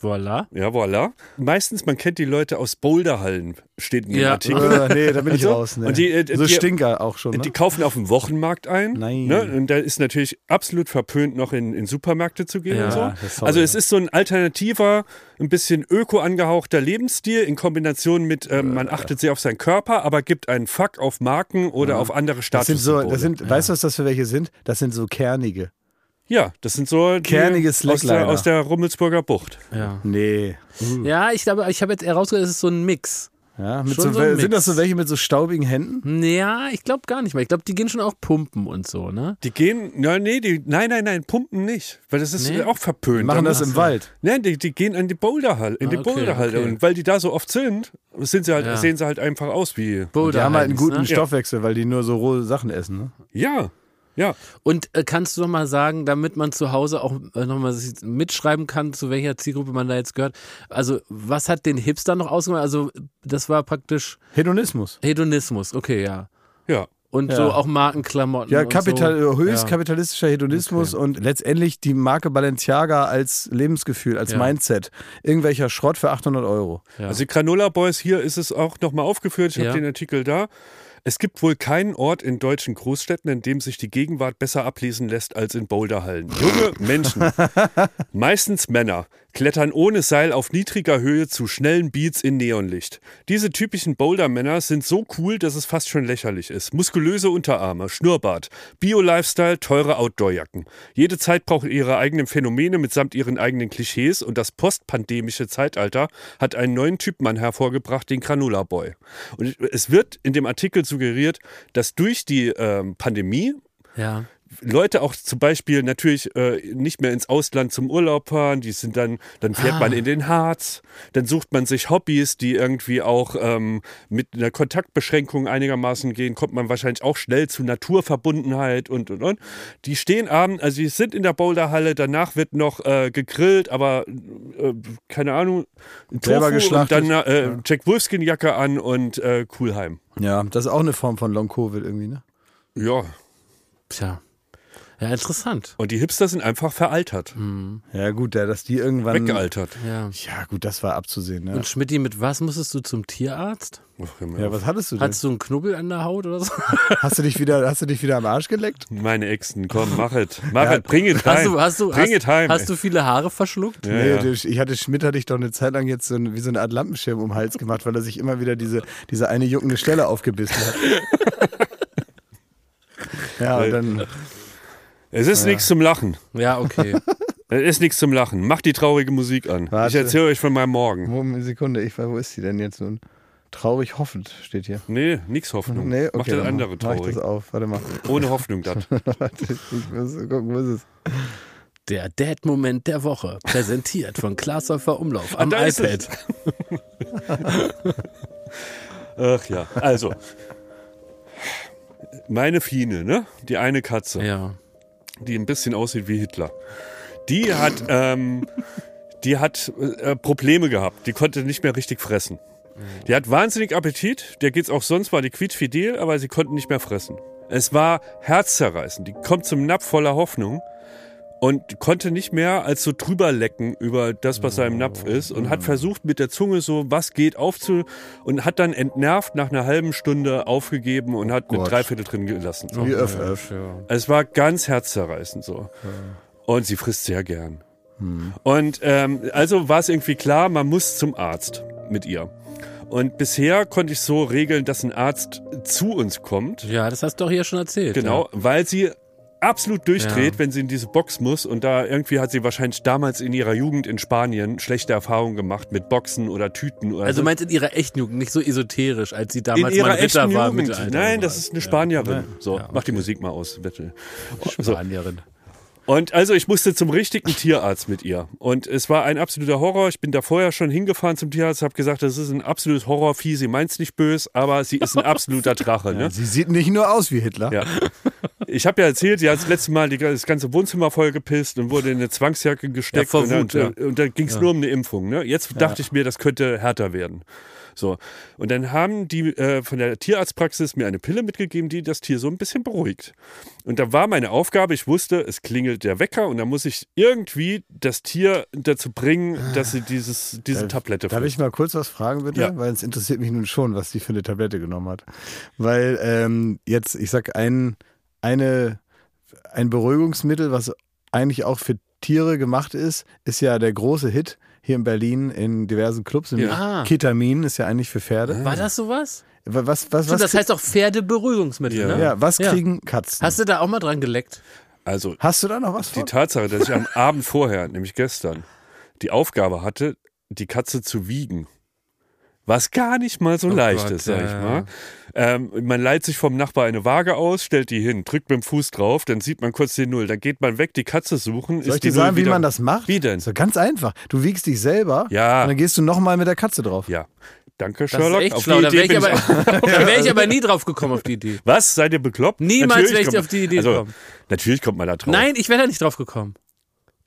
[SPEAKER 2] Voilà.
[SPEAKER 3] Ja, voilà. Meistens, man kennt die Leute aus Boulderhallen, steht in dem
[SPEAKER 2] Ja.
[SPEAKER 3] Artikel.
[SPEAKER 1] äh, nee, da bin ich
[SPEAKER 3] Also,
[SPEAKER 1] raus. Ne.
[SPEAKER 3] und die, äh,
[SPEAKER 1] so
[SPEAKER 3] die-
[SPEAKER 1] Stinker auch schon. Ne?
[SPEAKER 3] Die kaufen auf dem Wochenmarkt ein.
[SPEAKER 1] Nein.
[SPEAKER 3] Ne? Und da ist natürlich absolut verpönt, noch in, in Supermärkte zu gehen
[SPEAKER 2] Ja,
[SPEAKER 3] und so.
[SPEAKER 1] das ist
[SPEAKER 3] also
[SPEAKER 1] sauber.
[SPEAKER 3] es ist so ein alternativer, ein bisschen öko angehauchter Lebensstil in Kombination mit, ähm, man achtet sehr auf seinen Körper, aber gibt einen Fuck auf Marken oder auf andere
[SPEAKER 1] das sind so,
[SPEAKER 3] Statussymbole.
[SPEAKER 1] das sind, weißt du, was das für welche sind? Das sind so kernige.
[SPEAKER 3] ja, das sind so die
[SPEAKER 1] Kernige
[SPEAKER 3] aus der,
[SPEAKER 1] Slackliner.
[SPEAKER 3] aus der Rummelsburger Bucht.
[SPEAKER 2] Ja.
[SPEAKER 1] Nee.
[SPEAKER 2] Ja, ich glaube, ich habe jetzt herausgehört, es ist so ein Mix.
[SPEAKER 1] Ja, mit
[SPEAKER 2] Schon
[SPEAKER 1] so,
[SPEAKER 2] so ein
[SPEAKER 1] sind das so
[SPEAKER 2] Mix.
[SPEAKER 1] welche mit so staubigen Händen?
[SPEAKER 2] Ja, ich glaube gar nicht mehr. Ich glaube, die gehen schon auch pumpen und so, ne?
[SPEAKER 3] Die gehen, na, nee, die, nein, nein, nein, pumpen nicht, weil das ist
[SPEAKER 2] Nee?
[SPEAKER 3] auch verpönt.
[SPEAKER 1] Die machen das im Wald.
[SPEAKER 3] Nein, die, die gehen in die Boulderhalle, in
[SPEAKER 2] Ah,
[SPEAKER 3] die
[SPEAKER 2] okay,
[SPEAKER 3] Boulderhalle
[SPEAKER 2] okay.
[SPEAKER 3] und weil die da so oft sind, sind sie halt,
[SPEAKER 2] Ja.
[SPEAKER 3] sehen sie halt einfach aus wie,
[SPEAKER 1] Die haben halt einen
[SPEAKER 2] Boulderheims,
[SPEAKER 1] guten
[SPEAKER 2] ne?
[SPEAKER 1] Stoffwechsel, weil die nur so rohe Sachen essen. Ne?
[SPEAKER 3] ja, ja.
[SPEAKER 2] Und äh, kannst du noch mal sagen, damit man zu Hause auch äh, noch mal sich mitschreiben kann, zu welcher Zielgruppe man da jetzt gehört? Also, was hat den Hipster noch ausgemacht? Also, das war praktisch
[SPEAKER 1] Hedonismus.
[SPEAKER 2] Hedonismus. Okay, ja.
[SPEAKER 3] Ja,
[SPEAKER 2] Und
[SPEAKER 1] Ja.
[SPEAKER 2] so auch Markenklamotten.
[SPEAKER 1] Ja,
[SPEAKER 2] und
[SPEAKER 1] kapital, äh,
[SPEAKER 2] so.
[SPEAKER 1] höchst
[SPEAKER 2] Ja.
[SPEAKER 1] kapitalistischer Hedonismus und letztendlich die Marke Balenciaga als Lebensgefühl, als
[SPEAKER 2] Ja.
[SPEAKER 1] Mindset. Irgendwelcher Schrott für 800 Euro.
[SPEAKER 2] Ja.
[SPEAKER 3] Also die Granola Boys, hier ist es auch nochmal aufgeführt, ich
[SPEAKER 2] Ja.
[SPEAKER 3] habe den Artikel da. Es gibt wohl keinen Ort in deutschen Großstädten, in dem sich die Gegenwart besser ablesen lässt als in Boulderhallen. Junge Menschen, meistens Männer, klettern ohne Seil auf niedriger Höhe zu schnellen Beats in Neonlicht. Diese typischen Boulder-Männer sind so cool, dass es fast schon lächerlich ist. Muskulöse Unterarme, Schnurrbart, Bio-Lifestyle, teure Outdoor-Jacken. Jede Zeit braucht ihre eigenen Phänomene mitsamt ihren eigenen Klischees und das postpandemische Zeitalter hat einen neuen Typmann hervorgebracht, den Granula-Boy. Und es wird in dem Artikel suggeriert, dass durch die ähm, Pandemie
[SPEAKER 2] Ja.
[SPEAKER 3] Leute auch zum Beispiel natürlich äh, nicht mehr ins Ausland zum Urlaub fahren, die sind dann, dann fährt
[SPEAKER 1] Ah.
[SPEAKER 3] man in den Harz, dann sucht man sich Hobbys, die irgendwie auch ähm, mit einer Kontaktbeschränkung einigermaßen gehen, kommt man wahrscheinlich auch schnell zu Naturverbundenheit und und und. Die stehen abends, also die sind in der Boulderhalle, danach wird noch äh, gegrillt, aber äh, keine Ahnung,
[SPEAKER 1] Selber geschlachtet.
[SPEAKER 3] und dann äh, Jack Wolfskin-Jacke an und äh, Coolheim.
[SPEAKER 1] Ja, das ist auch eine Form von Long-Covid irgendwie, ne?
[SPEAKER 3] Ja.
[SPEAKER 2] Tja. Ja, interessant.
[SPEAKER 3] Und die Hipster sind einfach veraltert,
[SPEAKER 1] Mhm. Ja, gut, ja, dass die irgendwann.
[SPEAKER 3] weggealtert.
[SPEAKER 2] Ja.
[SPEAKER 1] Ja, gut, das war abzusehen, ne?
[SPEAKER 2] Und Schmidti, mit was musstest du zum Tierarzt?
[SPEAKER 3] Ach, immer.
[SPEAKER 1] Ja, was hattest du denn?
[SPEAKER 2] Hattest du einen Knubbel an der Haut oder so?
[SPEAKER 1] Hast du dich wieder, hast du dich wieder am Arsch geleckt?
[SPEAKER 3] Meine Exen, komm, mach it. Mach it, bring it heim.
[SPEAKER 2] Hast du, hast du,
[SPEAKER 3] bring
[SPEAKER 2] hast,
[SPEAKER 3] it heim.
[SPEAKER 2] hast du viele Haare verschluckt?
[SPEAKER 3] Ja,
[SPEAKER 1] nee,
[SPEAKER 3] ja.
[SPEAKER 1] der- ich hatte Schmidt hatte ich doch eine Zeit lang jetzt so ein, wie so eine Art Lampenschirm um den Hals gemacht, weil er sich immer wieder diese, diese eine juckende Stelle aufgebissen hat. ja, und dann
[SPEAKER 3] es ist nichts zum Lachen.
[SPEAKER 2] Ja, okay.
[SPEAKER 3] Es ist nichts zum Lachen. Mach die traurige Musik an.
[SPEAKER 1] Warte.
[SPEAKER 3] Ich erzähle euch von meinem Morgen.
[SPEAKER 1] Moment, Sekunde, ich war, wo ist sie denn jetzt nun? Traurig hoffend steht hier.
[SPEAKER 3] Nee, nix Hoffnung.
[SPEAKER 1] Nee, okay,
[SPEAKER 3] Mach das
[SPEAKER 1] dann
[SPEAKER 3] andere
[SPEAKER 1] mach ich
[SPEAKER 3] traurig.
[SPEAKER 1] das auf. Warte mal.
[SPEAKER 3] Ohne Hoffnung, das.
[SPEAKER 1] Warte, ich muss gucken, wo ist es?
[SPEAKER 2] Der Dad-Moment der Woche, präsentiert von Glashäufer Umlauf am
[SPEAKER 3] Ah, da ist
[SPEAKER 2] iPad.
[SPEAKER 3] Ach ja, also. Meine Fiene, ne? Die eine Katze.
[SPEAKER 2] Ja.
[SPEAKER 3] die ein bisschen aussieht wie Hitler. Die hat, ähm, die hat äh, Probleme gehabt. Die konnte nicht mehr richtig fressen. Die hat wahnsinnig Appetit. Der geht's auch sonst, war die quietschfidel, aber sie konnte nicht mehr fressen. Es war herzzerreißend. Die kommt zum Napf voller Hoffnung und konnte nicht mehr als so drüber lecken über das, was da im Napf ist und hat versucht mit der Zunge so, was geht, aufzu und hat dann entnervt nach einer halben Stunde aufgegeben und hat mit
[SPEAKER 1] Gott.
[SPEAKER 3] Dreiviertel drin gelassen.
[SPEAKER 1] Wie öff, öff.
[SPEAKER 3] Es war ganz herzzerreißend so. Und sie frisst sehr gern. Und ähm, also war es irgendwie klar, man muss zum Arzt mit ihr. Und bisher konnte ich so regeln, dass ein Arzt zu uns kommt.
[SPEAKER 2] Ja, das hast du doch hier schon erzählt.
[SPEAKER 3] Genau, weil sie absolut durchdreht,
[SPEAKER 2] Ja.
[SPEAKER 3] wenn sie in diese Box muss. Und da irgendwie hat sie wahrscheinlich damals in ihrer Jugend in Spanien schlechte Erfahrungen gemacht mit Boxen oder Tüten oder
[SPEAKER 2] Also
[SPEAKER 3] so.
[SPEAKER 2] meinst du in ihrer echten Jugend, nicht so esoterisch, als sie
[SPEAKER 3] In
[SPEAKER 2] damals mal
[SPEAKER 3] ihrer
[SPEAKER 2] Ritter
[SPEAKER 3] echten
[SPEAKER 2] war?
[SPEAKER 3] Jugend.
[SPEAKER 2] Mittelalter
[SPEAKER 3] Nein,
[SPEAKER 2] war.
[SPEAKER 3] das ist eine Spanierin. So,
[SPEAKER 2] Ja,
[SPEAKER 3] mach die Musik mal aus, Wettel. So,
[SPEAKER 2] Spanierin.
[SPEAKER 3] Und also ich musste zum richtigen Tierarzt mit ihr. Und es war ein absoluter Horror. Ich bin da vorher schon hingefahren zum Tierarzt, habe gesagt, das ist ein absolutes Horrorvieh. Sie meint's nicht böse, aber sie ist ein absoluter Drache. Ne?
[SPEAKER 1] Sie sieht nicht nur aus wie Hitler.
[SPEAKER 3] Ja. Ich habe ja erzählt, sie hat das letzte Mal die, das ganze Wohnzimmer vollgepisst und wurde in eine Zwangsjacke
[SPEAKER 2] Ja,
[SPEAKER 3] gesteckt.
[SPEAKER 2] vor
[SPEAKER 3] und dann,
[SPEAKER 2] Wut, ja.
[SPEAKER 3] und dann ging es nur um eine Impfung. Ne? Jetzt dachte ich mir, das könnte härter werden. So. Und dann haben die äh, von der Tierarztpraxis mir eine Pille mitgegeben, die das Tier so ein bisschen beruhigt. Und da war meine Aufgabe, ich wusste, es klingelt der Wecker und da muss ich irgendwie das Tier dazu bringen, dass sie dieses, diese Tablette
[SPEAKER 1] Darf ich mal kurz was fragen, bitte?
[SPEAKER 3] Ja.
[SPEAKER 1] Weil es interessiert mich nun schon, was die für eine Tablette genommen hat. Weil ähm, jetzt, ich sag, ein, eine, ein Beruhigungsmittel, was eigentlich auch für Tiere gemacht ist, ist ja der große Hit hier in Berlin in diversen Clubs. nämlich
[SPEAKER 2] Ah.
[SPEAKER 1] Ketamin ist ja eigentlich für Pferde.
[SPEAKER 2] War das sowas?
[SPEAKER 1] Was, was, was,
[SPEAKER 2] Stimmt, das
[SPEAKER 1] krie-
[SPEAKER 2] heißt auch Pferdeberuhigungsmittel,
[SPEAKER 3] Ja.
[SPEAKER 2] ne?
[SPEAKER 1] ja, was
[SPEAKER 2] Ja.
[SPEAKER 1] kriegen Katzen?
[SPEAKER 2] Hast du da auch mal dran geleckt?
[SPEAKER 3] Also
[SPEAKER 1] Hast du da noch was
[SPEAKER 3] die
[SPEAKER 1] von?
[SPEAKER 3] Tatsache, dass ich am Abend vorher, nämlich gestern, die Aufgabe hatte, die Katze zu wiegen. Was gar nicht mal so leicht
[SPEAKER 2] Oh Gott,
[SPEAKER 3] ist, sag ich
[SPEAKER 2] ja,
[SPEAKER 3] mal. Ähm, man leiht sich vom Nachbar eine Waage aus, stellt die hin, drückt mit dem Fuß drauf, dann sieht man kurz die Null. Dann geht man weg, die Katze suchen.
[SPEAKER 1] Soll ich
[SPEAKER 3] ist die
[SPEAKER 1] dir sagen,
[SPEAKER 3] Null
[SPEAKER 1] wie
[SPEAKER 3] wieder-
[SPEAKER 1] man das macht?
[SPEAKER 3] Wie denn?
[SPEAKER 1] So ganz einfach. Du wiegst dich selber
[SPEAKER 3] Ja.
[SPEAKER 1] und dann gehst du nochmal mit der Katze drauf.
[SPEAKER 3] Ja. Danke,
[SPEAKER 2] Das
[SPEAKER 3] Sherlock.
[SPEAKER 2] ist echt
[SPEAKER 3] Auf
[SPEAKER 2] schlau.
[SPEAKER 3] die
[SPEAKER 2] Da wäre
[SPEAKER 3] Idee
[SPEAKER 2] ich,
[SPEAKER 3] bin
[SPEAKER 2] aber-
[SPEAKER 3] ich auch-
[SPEAKER 2] da wär ich aber nie drauf gekommen auf die Idee.
[SPEAKER 3] Was? Seid ihr bekloppt?
[SPEAKER 2] Niemals
[SPEAKER 3] Natürlich
[SPEAKER 2] wär ich
[SPEAKER 3] kommt-
[SPEAKER 2] auf die Idee
[SPEAKER 3] also,
[SPEAKER 2] gekommen.
[SPEAKER 3] Natürlich kommt man da drauf.
[SPEAKER 2] Nein, ich wäre da nicht drauf gekommen.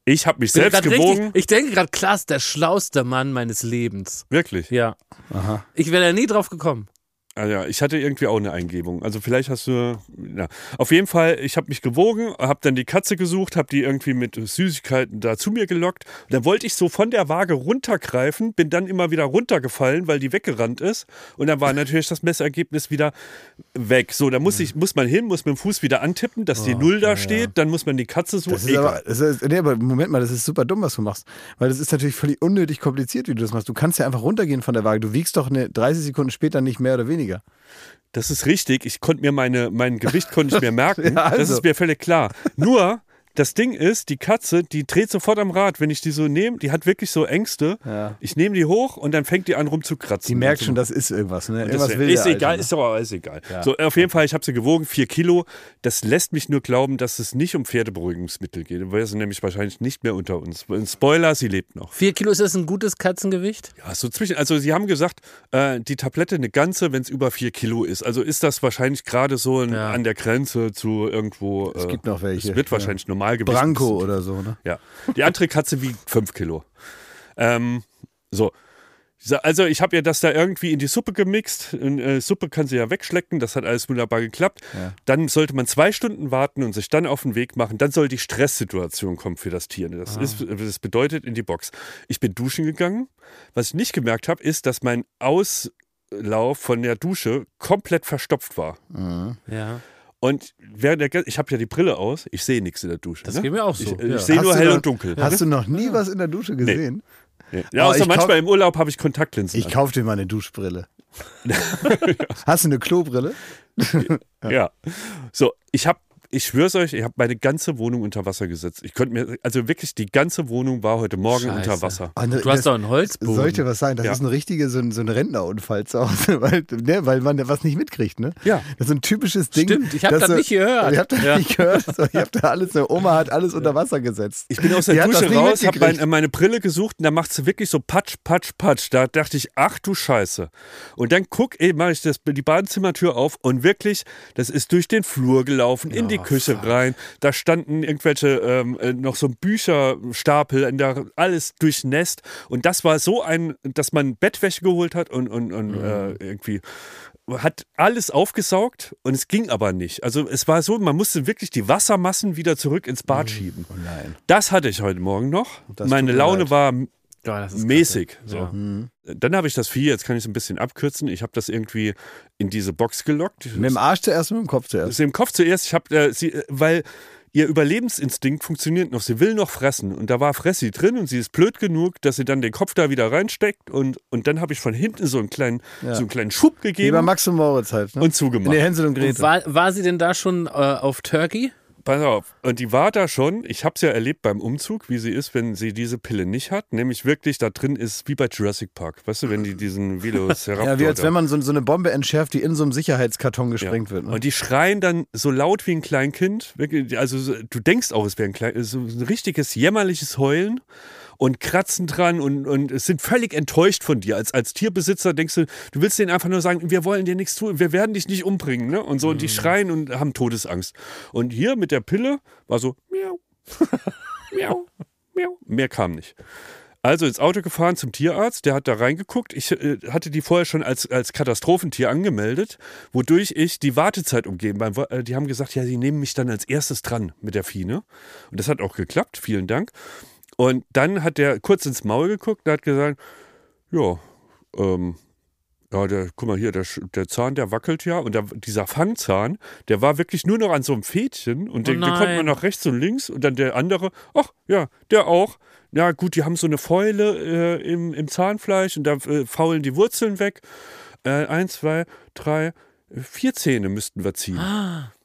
[SPEAKER 3] Ich habe mich
[SPEAKER 2] Bin
[SPEAKER 3] selbst
[SPEAKER 2] grad
[SPEAKER 3] gewogen.
[SPEAKER 2] richtig, ich denke gerade, Klaas, der schlauste Mann meines Lebens.
[SPEAKER 3] Wirklich.
[SPEAKER 2] Ja. Ich wäre da nie drauf gekommen.
[SPEAKER 3] Ah ja, ich hatte irgendwie auch eine Eingebung. Also vielleicht hast du. Ja. Auf jeden Fall, ich habe mich gewogen, habe dann die Katze gesucht, habe die irgendwie mit Süßigkeiten da zu mir gelockt. Und dann wollte ich so von der Waage runtergreifen, bin dann immer wieder runtergefallen, weil die weggerannt ist. Und dann war natürlich das Messergebnis wieder weg. So, da muss
[SPEAKER 1] Hm.
[SPEAKER 3] ich, muss man hin, muss mit dem Fuß wieder antippen, dass die Null da steht, dann muss man die Katze suchen.
[SPEAKER 1] Oh, Das ist
[SPEAKER 3] Egal.
[SPEAKER 1] aber, das ist, nee, aber Moment mal, das ist super dumm, was du machst. Weil das ist natürlich völlig unnötig kompliziert, wie du das machst. Du kannst ja einfach runtergehen von der Waage. Du wiegst doch eine 30 Sekunden später nicht mehr oder weniger.
[SPEAKER 3] Das ist richtig. Ich konnte mir meine, mein Gewicht konnte ich mir merken.
[SPEAKER 1] Ja, also.
[SPEAKER 3] Das ist mir völlig klar. Nur, das Ding ist, die Katze, die dreht sofort am Rad. Wenn ich die so nehme, die hat wirklich so Ängste.
[SPEAKER 1] Ja.
[SPEAKER 3] Ich nehme die hoch und dann fängt die an rumzukratzen.
[SPEAKER 1] Die merkt schon, das ist irgendwas. Ne?
[SPEAKER 3] Das
[SPEAKER 1] Irgendwas
[SPEAKER 3] wär-
[SPEAKER 1] will
[SPEAKER 3] ist
[SPEAKER 1] der
[SPEAKER 3] egal,
[SPEAKER 1] Alte, ne?
[SPEAKER 3] ist aber alles egal. So, auf jeden Fall, ich habe sie gewogen, 4 Kilo. Das lässt mich nur glauben, dass es nicht um Pferdeberuhigungsmittel geht. Dann wäre sie nämlich wahrscheinlich nicht mehr unter uns. Spoiler, sie lebt noch.
[SPEAKER 2] Vier Kilo ist das ein gutes Katzengewicht?
[SPEAKER 3] Ja, so zwischen, also sie haben gesagt, äh, die Tablette eine ganze, wenn es über 4 Kilo ist. Also ist das wahrscheinlich gerade so ein,
[SPEAKER 2] Ja.
[SPEAKER 3] an der Grenze zu irgendwo. Es
[SPEAKER 1] gibt noch welche,
[SPEAKER 3] Es wird
[SPEAKER 1] ja.
[SPEAKER 3] wahrscheinlich normal gewesen.
[SPEAKER 1] Branko oder so. Ne?
[SPEAKER 3] Ja. Die andere Katze wiegt 5 Kilo. Ähm, so. Sa- Also ich habe ihr das da irgendwie in die Suppe gemixt. Und, äh, Suppe kann sie ja wegschlecken, das hat alles wunderbar geklappt. Dann sollte man zwei Stunden warten und sich dann auf den Weg machen. Dann soll die Stresssituation kommen für das Tier. Das, ist, das bedeutet in die Box. Ich bin duschen gegangen. Was ich nicht gemerkt habe, ist, dass mein Auslauf von der Dusche komplett verstopft war.
[SPEAKER 2] Ja.
[SPEAKER 3] Und während der, Ge- ich habe ja die Brille aus, ich sehe nichts in der Dusche.
[SPEAKER 2] Das
[SPEAKER 3] ne?
[SPEAKER 2] geht mir auch so,
[SPEAKER 3] Ich,
[SPEAKER 2] ja.
[SPEAKER 3] ich sehe
[SPEAKER 1] Hast
[SPEAKER 3] nur
[SPEAKER 1] du
[SPEAKER 3] hell
[SPEAKER 1] noch-
[SPEAKER 3] und dunkel.
[SPEAKER 1] Hast du noch nie was in der Dusche gesehen?
[SPEAKER 3] Ja, ja
[SPEAKER 1] Aber
[SPEAKER 3] außer
[SPEAKER 1] ich
[SPEAKER 3] manchmal
[SPEAKER 1] kauf-
[SPEAKER 3] im Urlaub habe ich Kontaktlinsen.
[SPEAKER 1] Ich kauf dir mal eine Duschbrille. Hast du eine Klobrille?
[SPEAKER 3] an. Ja. So, ich habe, ich schwör's euch, ich habe meine ganze Wohnung unter Wasser gesetzt. Ich könnte mir, also wirklich, die ganze Wohnung war heute Morgen
[SPEAKER 2] Scheiße.
[SPEAKER 3] unter Wasser.
[SPEAKER 1] Oh, ne,
[SPEAKER 2] Du hast
[SPEAKER 1] das-
[SPEAKER 2] doch einen Holzboden.
[SPEAKER 1] Soll ich dir was sagen? Das
[SPEAKER 3] Ja.
[SPEAKER 1] ist ein richtiger, so ein, so ein Rentnerunfall zu Hause, weil, ne, weil man da was nicht mitkriegt, ne?
[SPEAKER 3] Ja.
[SPEAKER 1] Das ist so ein typisches Ding.
[SPEAKER 2] Stimmt, ich hab
[SPEAKER 1] dass
[SPEAKER 2] das
[SPEAKER 1] so-
[SPEAKER 2] nicht gehört.
[SPEAKER 1] Ich hab das
[SPEAKER 2] Ja.
[SPEAKER 1] nicht gehört. So, ich hab da alles, meine Oma hat alles unter Wasser gesetzt.
[SPEAKER 3] Ich bin aus
[SPEAKER 1] Die
[SPEAKER 3] der
[SPEAKER 1] hat das
[SPEAKER 3] Dusche
[SPEAKER 1] nicht
[SPEAKER 3] raus, habe
[SPEAKER 1] mitgekriegt.
[SPEAKER 3] mein, meine Brille gesucht und da macht sie wirklich so patsch, patsch, patsch. Da dachte ich, ach du Scheiße. Und dann guck, ey, mache ich das, die Badezimmertür auf und wirklich, das ist durch den Flur gelaufen, in die Küche rein. Da standen irgendwelche, ähm, äh, noch so ein Bücherstapel, in der alles durchnässt. Und das war so ein, dass man Bettwäsche geholt hat und, und, und
[SPEAKER 1] Mhm.
[SPEAKER 3] äh, irgendwie hat alles aufgesaugt und es ging aber nicht. Also es war so, man musste wirklich die Wassermassen wieder zurück ins Bad
[SPEAKER 1] Mhm.
[SPEAKER 3] schieben.
[SPEAKER 1] Oh Nein.
[SPEAKER 3] Das hatte ich heute Morgen noch.
[SPEAKER 1] Das
[SPEAKER 3] Meine
[SPEAKER 1] tut mir
[SPEAKER 3] Laune
[SPEAKER 1] leid.
[SPEAKER 3] war m-
[SPEAKER 2] Ja, das ist
[SPEAKER 3] mäßig.
[SPEAKER 2] Kacke.
[SPEAKER 3] So.
[SPEAKER 2] Ja.
[SPEAKER 3] Dann habe ich das Vieh, jetzt kann ich es ein bisschen abkürzen. Ich habe das irgendwie in diese Box gelockt.
[SPEAKER 1] Mit dem Arsch zuerst und mit dem Kopf
[SPEAKER 3] Das
[SPEAKER 1] zuerst.
[SPEAKER 3] ist im Kopf zuerst. Ich habe äh, sie, äh, weil ihr Überlebensinstinkt funktioniert noch. Sie will noch fressen und da war Fressi drin und sie ist blöd genug, dass sie dann den Kopf da wieder reinsteckt und und dann habe ich von hinten so einen kleinen so einen kleinen Schub
[SPEAKER 1] Wie bei
[SPEAKER 3] gegeben
[SPEAKER 1] Max und Moritz halt. Ne?
[SPEAKER 3] und zugemacht.
[SPEAKER 1] nee, Hänsel und
[SPEAKER 2] Und
[SPEAKER 1] Gretel.
[SPEAKER 2] war, war sie denn da schon äh, auf Turkey?
[SPEAKER 3] Pass auf, und die war da schon, ich habe es ja erlebt beim Umzug, wie sie ist, wenn sie diese Pille nicht hat, nämlich wirklich da drin ist, wie bei Jurassic Park, weißt du, wenn die diesen Velociraptor...
[SPEAKER 1] Ja, wie als
[SPEAKER 3] da-
[SPEAKER 1] wenn man so, so eine Bombe entschärft, die in so einem Sicherheitskarton gesprengt wird. Ne?
[SPEAKER 3] Und die schreien dann so laut wie ein Kleinkind, wirklich, also so- du denkst auch, es wäre ein, klein, so ein richtiges jämmerliches Heulen und kratzen dran und, und es sind völlig enttäuscht von dir. Als, als Tierbesitzer denkst du, du willst denen einfach nur sagen, wir wollen dir nichts tun, wir werden dich nicht umbringen, ne? Und so, und die
[SPEAKER 1] Mhm.
[SPEAKER 3] schreien und haben Todesangst. Und hier mit der Pille war so, miau, miau, miau. Mehr kam nicht. Also ins Auto gefahren zum Tierarzt, der hat da reingeguckt. Ich äh, hatte die vorher schon als, als Katastrophentier angemeldet, wodurch ich die Wartezeit umgeben. Beim, Wa- äh, die haben gesagt, ja, sie nehmen mich dann als erstes dran mit der Fiene. Und das hat auch geklappt, vielen Dank. Und dann hat der kurz ins Maul geguckt und hat gesagt, ja, ähm, ja, der, guck mal hier, der, Sch- der Zahn, der wackelt ja. Und der, dieser Fangzahn, der war wirklich nur noch an so einem Fädchen. Und den, den konnte man
[SPEAKER 2] nein.
[SPEAKER 3] nach rechts und links. Und dann der andere, ach ja, der auch. Ja, gut, die haben so eine Fäule äh, im, im Zahnfleisch und da äh, faulen die Wurzeln weg. Äh, eins, zwei, drei, vier Zähne müssten wir ziehen.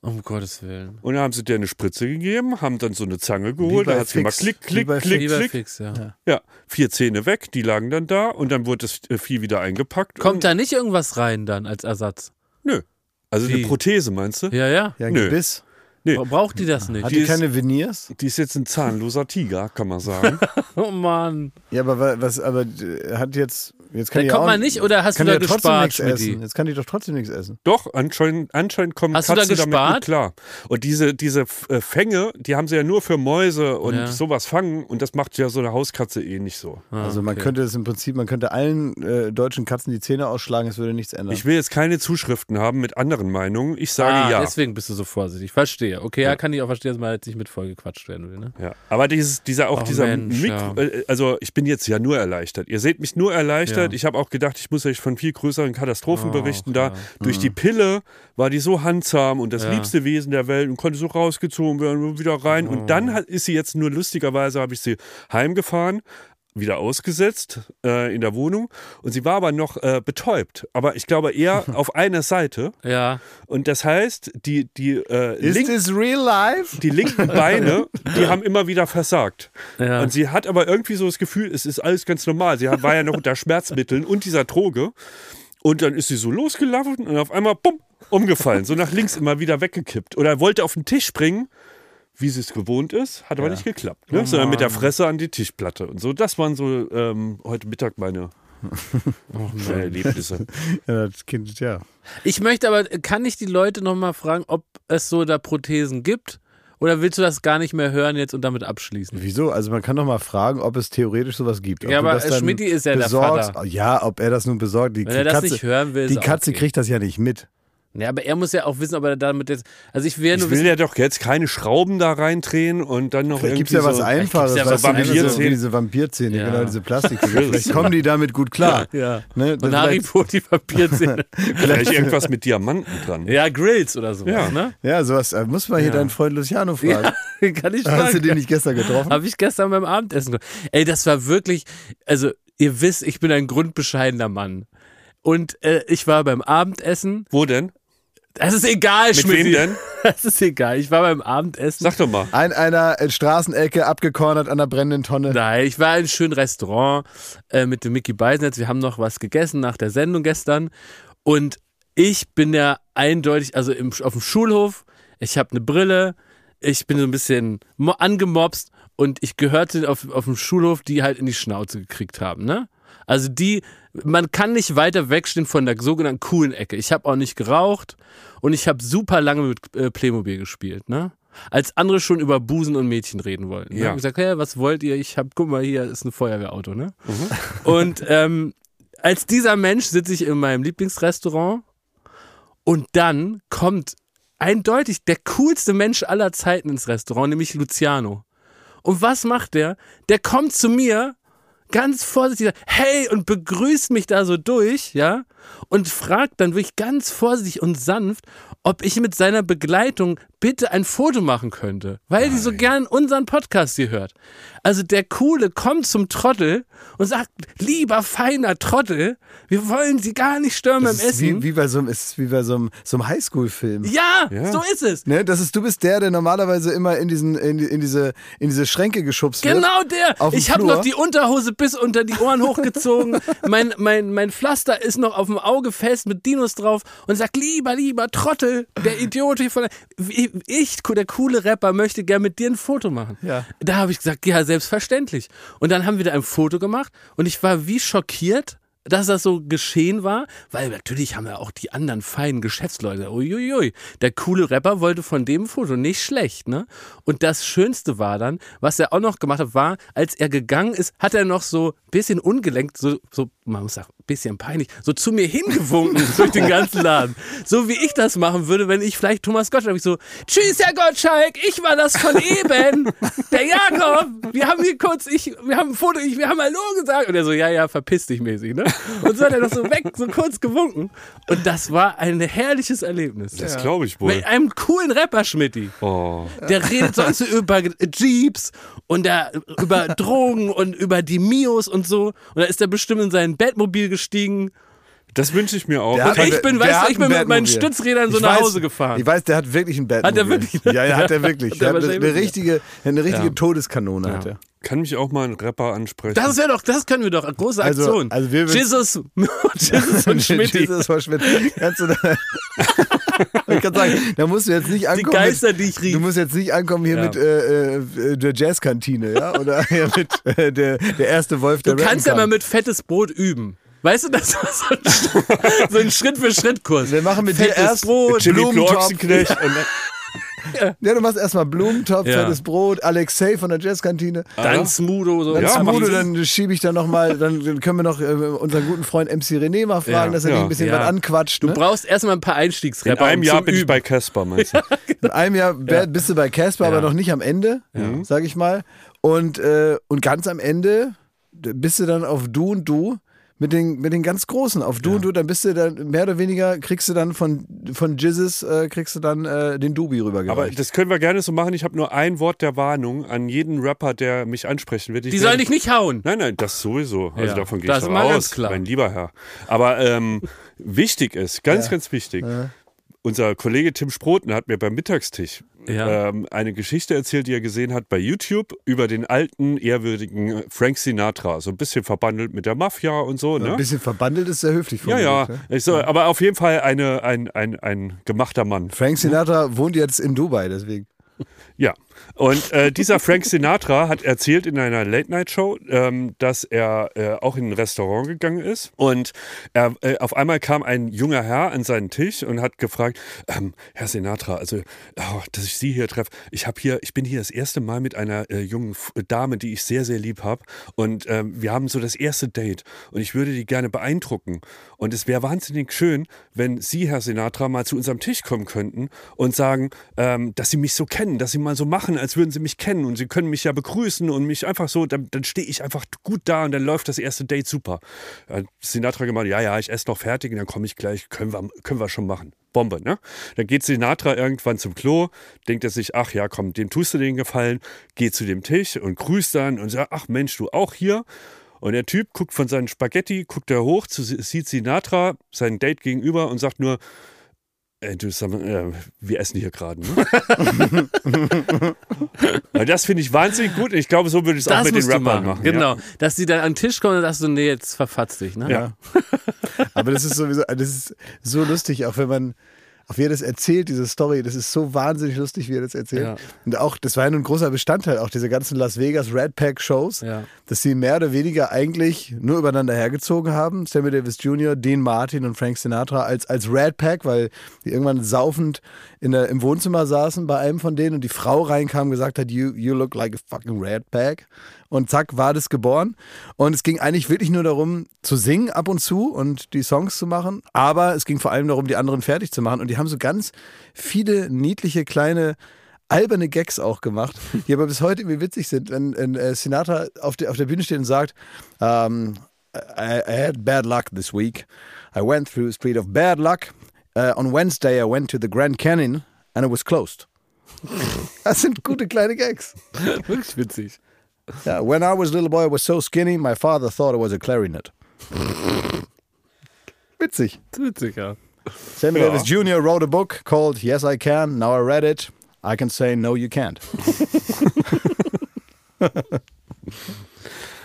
[SPEAKER 2] Um Gottes Willen.
[SPEAKER 3] Und dann haben sie dir eine Spritze gegeben, haben dann so eine Zange geholt,
[SPEAKER 1] bei
[SPEAKER 3] da hat sie mal
[SPEAKER 1] Fix.
[SPEAKER 3] klick,
[SPEAKER 1] Wie
[SPEAKER 3] klick,
[SPEAKER 1] bei
[SPEAKER 3] klick,
[SPEAKER 2] Lieber
[SPEAKER 3] klick.
[SPEAKER 2] fix, ja.
[SPEAKER 3] Ja, vier Zähne weg, die lagen dann da und dann wurde das äh, Vieh wieder eingepackt.
[SPEAKER 2] Kommt
[SPEAKER 3] und,
[SPEAKER 2] da nicht irgendwas rein dann als Ersatz?
[SPEAKER 3] Nö. Also
[SPEAKER 2] Wie?
[SPEAKER 3] eine Prothese, meinst du?
[SPEAKER 2] Ja, ja.
[SPEAKER 1] ja, ein
[SPEAKER 3] Nö.
[SPEAKER 1] Gebiss.
[SPEAKER 3] Nee.
[SPEAKER 2] Bra- Braucht die das
[SPEAKER 1] Hat
[SPEAKER 2] nicht?
[SPEAKER 1] die
[SPEAKER 3] ist-
[SPEAKER 1] keine Veneers?
[SPEAKER 3] Die ist jetzt ein zahnloser Tiger, kann man sagen.
[SPEAKER 2] Oh Mann.
[SPEAKER 1] Ja, aber wa- was, aber äh, hat jetzt, Jetzt kann
[SPEAKER 2] Dann
[SPEAKER 1] die
[SPEAKER 2] kommt
[SPEAKER 1] auch-
[SPEAKER 2] man nicht oder hast du
[SPEAKER 1] kann
[SPEAKER 2] da
[SPEAKER 1] die ja trotzdem
[SPEAKER 2] gespart,
[SPEAKER 1] nichts essen.
[SPEAKER 2] Schmidti?
[SPEAKER 1] Jetzt kann die doch trotzdem nichts essen.
[SPEAKER 3] Doch, anscheinend, anscheinend kommen
[SPEAKER 2] Hast du da
[SPEAKER 3] Katzen damit
[SPEAKER 2] gespart?
[SPEAKER 3] gut klar. Und diese, diese äh, Fänge, die haben sie ja nur für Mäuse und
[SPEAKER 2] Ja.
[SPEAKER 3] sowas fangen. Und das macht ja so eine Hauskatze eh nicht so.
[SPEAKER 2] Ah,
[SPEAKER 1] Also man
[SPEAKER 2] okay.
[SPEAKER 1] könnte es im Prinzip, man könnte allen äh, deutschen Katzen die Zähne ausschlagen, es würde nichts ändern.
[SPEAKER 3] Ich will jetzt keine Zuschriften haben mit anderen Meinungen. Ich sage
[SPEAKER 2] ah,
[SPEAKER 3] ja.
[SPEAKER 2] deswegen bist du so vorsichtig. Verstehe. Okay, ja, kann ich auch verstehen, dass man jetzt nicht mit vollgequatscht werden will. Ne?
[SPEAKER 3] Ja, aber dieses, dieser auch
[SPEAKER 2] Ach,
[SPEAKER 3] dieser
[SPEAKER 2] Mensch,
[SPEAKER 3] Mikro,
[SPEAKER 2] ja.
[SPEAKER 3] äh, also ich bin jetzt ja nur erleichtert. Ihr seht mich nur erleichtert.
[SPEAKER 2] Ja.
[SPEAKER 3] Ich habe auch gedacht, ich muss euch von viel größeren Katastrophen
[SPEAKER 2] Ach,
[SPEAKER 3] berichten. Da
[SPEAKER 2] ja. Hm.
[SPEAKER 3] durch die Pille war die so handsam und das
[SPEAKER 2] Ja.
[SPEAKER 3] liebste Wesen der Welt und konnte so rausgezogen werden und wieder rein. Und
[SPEAKER 2] Hm.
[SPEAKER 3] dann hat, ist sie jetzt nur lustigerweise habe ich sie heimgefahren. Wieder ausgesetzt äh, in der Wohnung und sie war aber noch äh, betäubt, aber ich glaube eher auf einer Seite
[SPEAKER 2] Ja.
[SPEAKER 3] und das heißt, die, die, äh,
[SPEAKER 1] Ist
[SPEAKER 3] link,
[SPEAKER 1] es real life?
[SPEAKER 3] die linken Beine, die haben immer wieder versagt.
[SPEAKER 2] ja.
[SPEAKER 3] Und sie hat aber irgendwie so das Gefühl, es ist alles ganz normal. Sie hat- war ja noch unter Schmerzmitteln und dieser Droge. Und dann ist sie so losgelaufen und auf einmal, bumm, umgefallen. So nach links immer wieder weggekippt. Oder wollte auf den Tisch springen, wie sie es gewohnt ist, hat aber nicht geklappt.
[SPEAKER 2] Oh
[SPEAKER 3] Ne? Sondern mit der Fresse an die Tischplatte und so. Das waren so ähm, heute Mittag meine
[SPEAKER 2] Oh
[SPEAKER 3] äh, Erlebnisse.
[SPEAKER 1] Ja, das Kind, ja.
[SPEAKER 2] Ich möchte aber, kann ich die Leute nochmal fragen, ob es so da Prothesen gibt? Oder willst du das gar nicht mehr hören jetzt und damit abschließen?
[SPEAKER 1] Wieso? Also man kann doch mal fragen, ob es theoretisch sowas gibt. Ob
[SPEAKER 2] Ja,
[SPEAKER 1] du
[SPEAKER 2] aber
[SPEAKER 1] das dann
[SPEAKER 2] Schmidti ist ja der
[SPEAKER 1] besorgst.
[SPEAKER 2] Vater.
[SPEAKER 1] Ja, ob er das nun besorgt. Die
[SPEAKER 2] Wenn er das
[SPEAKER 1] Katze,
[SPEAKER 2] nicht hören will, ist
[SPEAKER 1] die
[SPEAKER 2] auch
[SPEAKER 1] Katze
[SPEAKER 2] okay.
[SPEAKER 1] kriegt das ja nicht mit.
[SPEAKER 2] Ja, aber er muss ja auch wissen, ob er damit jetzt. Also ich will ja nur
[SPEAKER 3] Ich will
[SPEAKER 2] wissen.
[SPEAKER 3] ja doch jetzt keine Schrauben da reindrehen und dann noch
[SPEAKER 1] Vielleicht
[SPEAKER 3] irgendwie
[SPEAKER 1] gibt es ja was
[SPEAKER 3] so
[SPEAKER 1] Einfaches,
[SPEAKER 2] gibt's ja
[SPEAKER 1] weißt
[SPEAKER 2] was
[SPEAKER 1] du, wie diese,
[SPEAKER 3] Vampir-Zähne.
[SPEAKER 1] wie diese Vampirzähne,
[SPEAKER 2] Ja.
[SPEAKER 1] genau, diese Plastikzähne. Vielleicht kommen die damit gut klar.
[SPEAKER 2] Ja.
[SPEAKER 1] Ne,
[SPEAKER 2] Und
[SPEAKER 1] vielleicht-
[SPEAKER 2] Haribo die Papierzähne.
[SPEAKER 3] Vielleicht irgendwas mit Diamanten dran.
[SPEAKER 2] ja, Grills oder sowas,
[SPEAKER 3] Ja.
[SPEAKER 2] ne?
[SPEAKER 1] Ja, sowas äh, muss man hier deinen Freund Luciano fragen.
[SPEAKER 2] kann
[SPEAKER 1] Hast du
[SPEAKER 2] ich fragen.
[SPEAKER 1] den nicht gestern getroffen?
[SPEAKER 2] Habe ich gestern beim Abendessen. ge- Ey, das war wirklich, also ihr wisst, ich bin ein grundbescheidener Mann. Und äh, ich war beim Abendessen.
[SPEAKER 3] Wo denn?
[SPEAKER 2] Das ist egal,
[SPEAKER 3] Mit
[SPEAKER 2] Schmidti.
[SPEAKER 3] wem denn?
[SPEAKER 2] Das ist egal. Ich war beim Abendessen.
[SPEAKER 3] Sag doch mal.
[SPEAKER 1] An einer äh, Straßenecke, abgekornert an der brennenden Tonne.
[SPEAKER 2] Nein, ich war in einem schönen Restaurant äh, mit dem Mickey Beisenherz. Wir haben noch was gegessen nach der Sendung gestern. Und ich bin ja eindeutig, also im, auf dem Schulhof, ich habe eine Brille, ich bin so ein bisschen mo- angemobst und ich gehörte auf, auf dem Schulhof, die halt in die Schnauze gekriegt haben, ne? Also die, man kann nicht weiter wegstehen von der sogenannten coolen Ecke. Ich habe auch nicht geraucht und ich habe super lange mit äh, Playmobil gespielt, ne? Als andere schon über Busen und Mädchen reden wollten. Ne?
[SPEAKER 3] Ja.
[SPEAKER 2] Ich hab gesagt, hey, was wollt ihr? Ich hab, guck mal, hier ist ein Feuerwehrauto, ne? Und ähm, als dieser Mensch sitze ich in meinem Lieblingsrestaurant und dann kommt eindeutig der coolste Mensch aller Zeiten ins Restaurant, nämlich Luciano. Und was macht der? Der kommt zu mir ganz vorsichtig, sagt, hey, und begrüßt mich da so durch, ja, und fragt dann wirklich ganz vorsichtig und sanft, ob ich mit seiner Begleitung bitte ein Foto machen könnte, weil die so gern unseren Podcast hier hört. Also der Coole kommt zum Trottel und sagt, lieber feiner Trottel, wir wollen Sie gar nicht stören
[SPEAKER 1] Das
[SPEAKER 2] beim
[SPEAKER 1] ist wie,
[SPEAKER 2] Essen.
[SPEAKER 1] wie bei so einem, ist wie bei so einem, so einem Highschool-Film.
[SPEAKER 2] ja,
[SPEAKER 3] Ja.
[SPEAKER 2] so ist es.
[SPEAKER 1] Ne, das ist, du bist der, der normalerweise immer in, diesen, in, die- in, diese, in diese Schränke geschubst wird.
[SPEAKER 2] Genau der.
[SPEAKER 1] Auf dem
[SPEAKER 2] ich habe
[SPEAKER 1] Flur.
[SPEAKER 2] noch die Unterhose bis unter die Ohren hochgezogen. mein, mein, mein Pflaster ist noch auf dem Auge fest mit Dinos drauf und sagt, lieber, lieber Trottel, der Idiot hier von der, Wie- ich, der coole Rapper, möchte gern mit dir ein Foto machen.
[SPEAKER 1] Ja.
[SPEAKER 2] Da habe ich gesagt, ja, selbstverständlich. Und dann haben wir da ein Foto gemacht und ich war wie schockiert. Dass das so geschehen war, weil natürlich haben ja auch die anderen feinen Geschäftsleute. Uiuiui. Der coole Rapper wollte von dem Foto nicht schlecht, ne? Und das Schönste war dann, was er auch noch gemacht hat, war, als er gegangen ist, hat er noch so ein bisschen ungelenkt, so, so, man muss sagen, ein bisschen peinlich, so zu mir hingewunken durch den ganzen Laden. So wie ich das machen würde, wenn ich vielleicht Thomas Gottschalk, ich so, tschüss, Herr Gottschalk, ich war das von eben. Der Jakob, wir haben hier kurz, ich, wir haben ein Foto, ich, wir haben Hallo gesagt. Und er so, ja, ja, verpiss dich mäßig, ne? Und so hat er noch so weg, so kurz gewunken. Und das war ein herrliches Erlebnis.
[SPEAKER 3] Das glaube ich wohl.
[SPEAKER 2] Mit einem coolen Rapper, Schmidti.
[SPEAKER 3] Oh.
[SPEAKER 2] Der redet sonst so über Jeeps und da, über Drogen und über die Mios und so. Und da ist er bestimmt in sein Bettmobil gestiegen.
[SPEAKER 3] Das wünsche ich mir auch.
[SPEAKER 1] Der hat
[SPEAKER 2] ich
[SPEAKER 1] ein-
[SPEAKER 2] bin,
[SPEAKER 1] der
[SPEAKER 2] weißt du,
[SPEAKER 1] hat
[SPEAKER 2] ich bin
[SPEAKER 1] ein
[SPEAKER 2] mit meinen
[SPEAKER 1] Batmobil.
[SPEAKER 2] Stützrädern so
[SPEAKER 1] Ich
[SPEAKER 2] nach
[SPEAKER 1] weiß-
[SPEAKER 2] Hause gefahren.
[SPEAKER 1] Ich weiß, der hat wirklich ein Batmobil.
[SPEAKER 2] wirklich?
[SPEAKER 1] Ja, ja, hat er wirklich. Der
[SPEAKER 2] Der
[SPEAKER 1] hat eine,
[SPEAKER 2] wahrscheinlich-
[SPEAKER 1] eine richtige, eine richtige
[SPEAKER 2] Ja.
[SPEAKER 1] Todeskanone hat er.
[SPEAKER 3] Kann mich auch mal ein Rapper ansprechen.
[SPEAKER 2] Das wäre doch, das können wir doch. Große
[SPEAKER 1] Also-
[SPEAKER 2] Aktion.
[SPEAKER 1] also wir würden-
[SPEAKER 2] Jesus, Jesus und Schmidti.
[SPEAKER 1] Jesus war Schmidt. Kannst du da, ich kann sagen, da musst du jetzt nicht ankommen.
[SPEAKER 2] Geister,
[SPEAKER 1] mit,
[SPEAKER 2] die ich rief.
[SPEAKER 1] Du musst jetzt nicht ankommen hier mit äh, äh, der Jazzkantine, ja? Oder hier mit äh, der, der erste Wolf, der
[SPEAKER 2] Du kannst ja
[SPEAKER 1] rappen
[SPEAKER 2] mal
[SPEAKER 1] kann.
[SPEAKER 2] mit fettes Brot üben. Weißt du, das war so ein, so ein Schritt-für-Schritt-Kurs.
[SPEAKER 1] Wir machen mit dir
[SPEAKER 2] Fettes
[SPEAKER 1] erst
[SPEAKER 2] Brot,
[SPEAKER 3] Jimmy
[SPEAKER 1] Blumentopf.
[SPEAKER 3] Ochsenknecht und dann-
[SPEAKER 1] Ja, du machst erstmal Blumentopf,
[SPEAKER 2] Ja. Ah.
[SPEAKER 1] fettes Brot, Alexei von der Jazzkantine.
[SPEAKER 2] Dann Smudo. So.
[SPEAKER 1] Dann
[SPEAKER 3] Ja,
[SPEAKER 1] ja,
[SPEAKER 3] mach
[SPEAKER 1] Smudo,
[SPEAKER 3] das.
[SPEAKER 1] dann schiebe ich da nochmal, dann dann können wir noch äh, unseren guten Freund MC René mal fragen,
[SPEAKER 2] Ja,
[SPEAKER 1] dass er dich
[SPEAKER 3] ja,
[SPEAKER 1] ein bisschen
[SPEAKER 2] ja.
[SPEAKER 1] was anquatscht.
[SPEAKER 2] Du
[SPEAKER 1] Ne?
[SPEAKER 2] brauchst erstmal ein paar
[SPEAKER 3] in
[SPEAKER 2] Einstiegsrapper.
[SPEAKER 3] einem
[SPEAKER 2] um
[SPEAKER 3] Jahr
[SPEAKER 2] zum
[SPEAKER 3] bin ich
[SPEAKER 2] Üben.
[SPEAKER 3] bei Casper, meinst du?
[SPEAKER 1] In einem Jahr wär- bist du bei Casper, aber
[SPEAKER 2] Ja.
[SPEAKER 1] noch nicht am Ende, sag ich mal. Und, äh, und ganz am Ende bist du dann auf Du und Du mit den, mit den ganz Großen. Auf Du und Du, dann bist du dann mehr oder weniger, kriegst du dann von, von Jizzes, äh, kriegst du dann äh, den Dubi
[SPEAKER 3] Aber
[SPEAKER 1] rübergereicht.
[SPEAKER 3] das können wir gerne so machen. Ich habe nur ein Wort der Warnung an jeden Rapper, der mich ansprechen wird. Ich
[SPEAKER 2] Die
[SPEAKER 3] werde-
[SPEAKER 2] sollen dich nicht hauen.
[SPEAKER 3] Nein, nein, das sowieso. Also
[SPEAKER 2] Ja,
[SPEAKER 3] davon gehe
[SPEAKER 2] das
[SPEAKER 3] ich
[SPEAKER 2] ist
[SPEAKER 3] doch
[SPEAKER 2] mal
[SPEAKER 3] aus,
[SPEAKER 2] ganz klar.
[SPEAKER 3] mein lieber Herr. Aber ähm, wichtig ist, ganz, ganz wichtig, unser Kollege Tim Sproten hat mir beim Mittagstisch
[SPEAKER 2] Ja.
[SPEAKER 3] ähm, eine Geschichte erzählt, die er gesehen hat bei YouTube über den alten, ehrwürdigen Frank Sinatra. So ein bisschen verbandelt mit der Mafia und so. Ne?
[SPEAKER 1] Ein bisschen verbandelt ist sehr höflich von
[SPEAKER 3] Ja, ja.
[SPEAKER 1] Ne?
[SPEAKER 3] Ich so, aber auf jeden Fall eine, ein, ein, ein gemachter Mann.
[SPEAKER 1] Frank Sinatra wohnt jetzt in Dubai, deswegen.
[SPEAKER 3] Ja. Und äh, dieser Frank Sinatra hat erzählt in einer Late-Night-Show, ähm, dass er äh, auch in ein Restaurant gegangen ist. Und er, äh, auf einmal kam ein junger Herr an seinen Tisch und hat gefragt: ähm, Herr Sinatra, also, oh, dass ich Sie hier treffe. Ich, hab hier, ich bin hier das erste Mal mit einer äh, jungen F Dame, die ich sehr, sehr lieb habe. Und ähm, wir haben so das erste Date. Und ich würde die gerne beeindrucken. Und es wäre wahnsinnig schön, wenn Sie, Herr Sinatra, mal zu unserem Tisch kommen könnten und sagen, ähm, dass Sie mich so kennen, dass Sie mal so machen, als würden Sie mich kennen. Und Sie können mich ja begrüßen und mich einfach so, dann, dann stehe ich einfach gut da und dann läuft das erste Date super. Äh, Hat Sinatra gemeint, ja, ja, ich esse noch fertig und dann komme ich gleich, können wir, können wir schon machen. Bombe, ne? Dann geht Sinatra irgendwann zum Klo, denkt er sich, ach ja, komm, dem tust du den Gefallen, geht zu dem Tisch und grüßt dann und sagt, ach Mensch, du auch hier. Und der Typ guckt von seinen Spaghetti, guckt er hoch, zu, sieht Sinatra, sein Date gegenüber und sagt nur, Ey, du, sag mal, äh, wir essen hier gerade. Ne? Und das finde ich wahnsinnig gut. und Ich glaube, so würde ich es auch
[SPEAKER 2] Das
[SPEAKER 3] mit den
[SPEAKER 2] musst du
[SPEAKER 3] Rappern machen.
[SPEAKER 2] machen. Genau. Dass die dann an den Tisch kommen und sagst du, nee, jetzt verfatzt dich. Ne?
[SPEAKER 3] Ja. Ja.
[SPEAKER 1] Aber das ist sowieso, das ist so lustig, auch wenn man, auch wie er das erzählt, diese Story, das ist so wahnsinnig lustig, wie er das erzählt.
[SPEAKER 2] Ja.
[SPEAKER 1] Und auch, das war ja nun ein großer Bestandteil, auch diese ganzen Las Vegas Red Pack Shows,
[SPEAKER 2] Ja.
[SPEAKER 1] dass sie mehr oder weniger eigentlich nur übereinander hergezogen haben. Sammy Davis Jr., Dean Martin und Frank Sinatra als, als Red Pack, weil die irgendwann saufend in der, im Wohnzimmer saßen bei einem von denen und die Frau reinkam und gesagt hat, you, you look like a fucking Red Pack. Und zack, war das geboren. Und es ging eigentlich wirklich nur darum, zu singen ab und zu und die Songs zu machen. Aber es ging vor allem darum, die anderen fertig zu machen. Und die haben so ganz viele niedliche kleine alberne Gags auch gemacht, die aber bis heute irgendwie witzig sind. Wenn, wenn äh, Sinatra auf der, auf der Bühne steht und sagt, ähm, I, I had bad luck this week. I went through a street of bad luck. Uh, on Wednesday I went to the Grand Canyon and it was closed. Das sind gute kleine Gags.
[SPEAKER 2] Wirklich witzig.
[SPEAKER 1] Ja, when I was a little boy, I was so skinny, my father thought I was a clarinet. Witzig.
[SPEAKER 2] Witzig, ja.
[SPEAKER 1] Sammy
[SPEAKER 3] Ja.
[SPEAKER 1] Davis Jr. wrote a book called Yes I Can. Now I read it. I can say no you can't.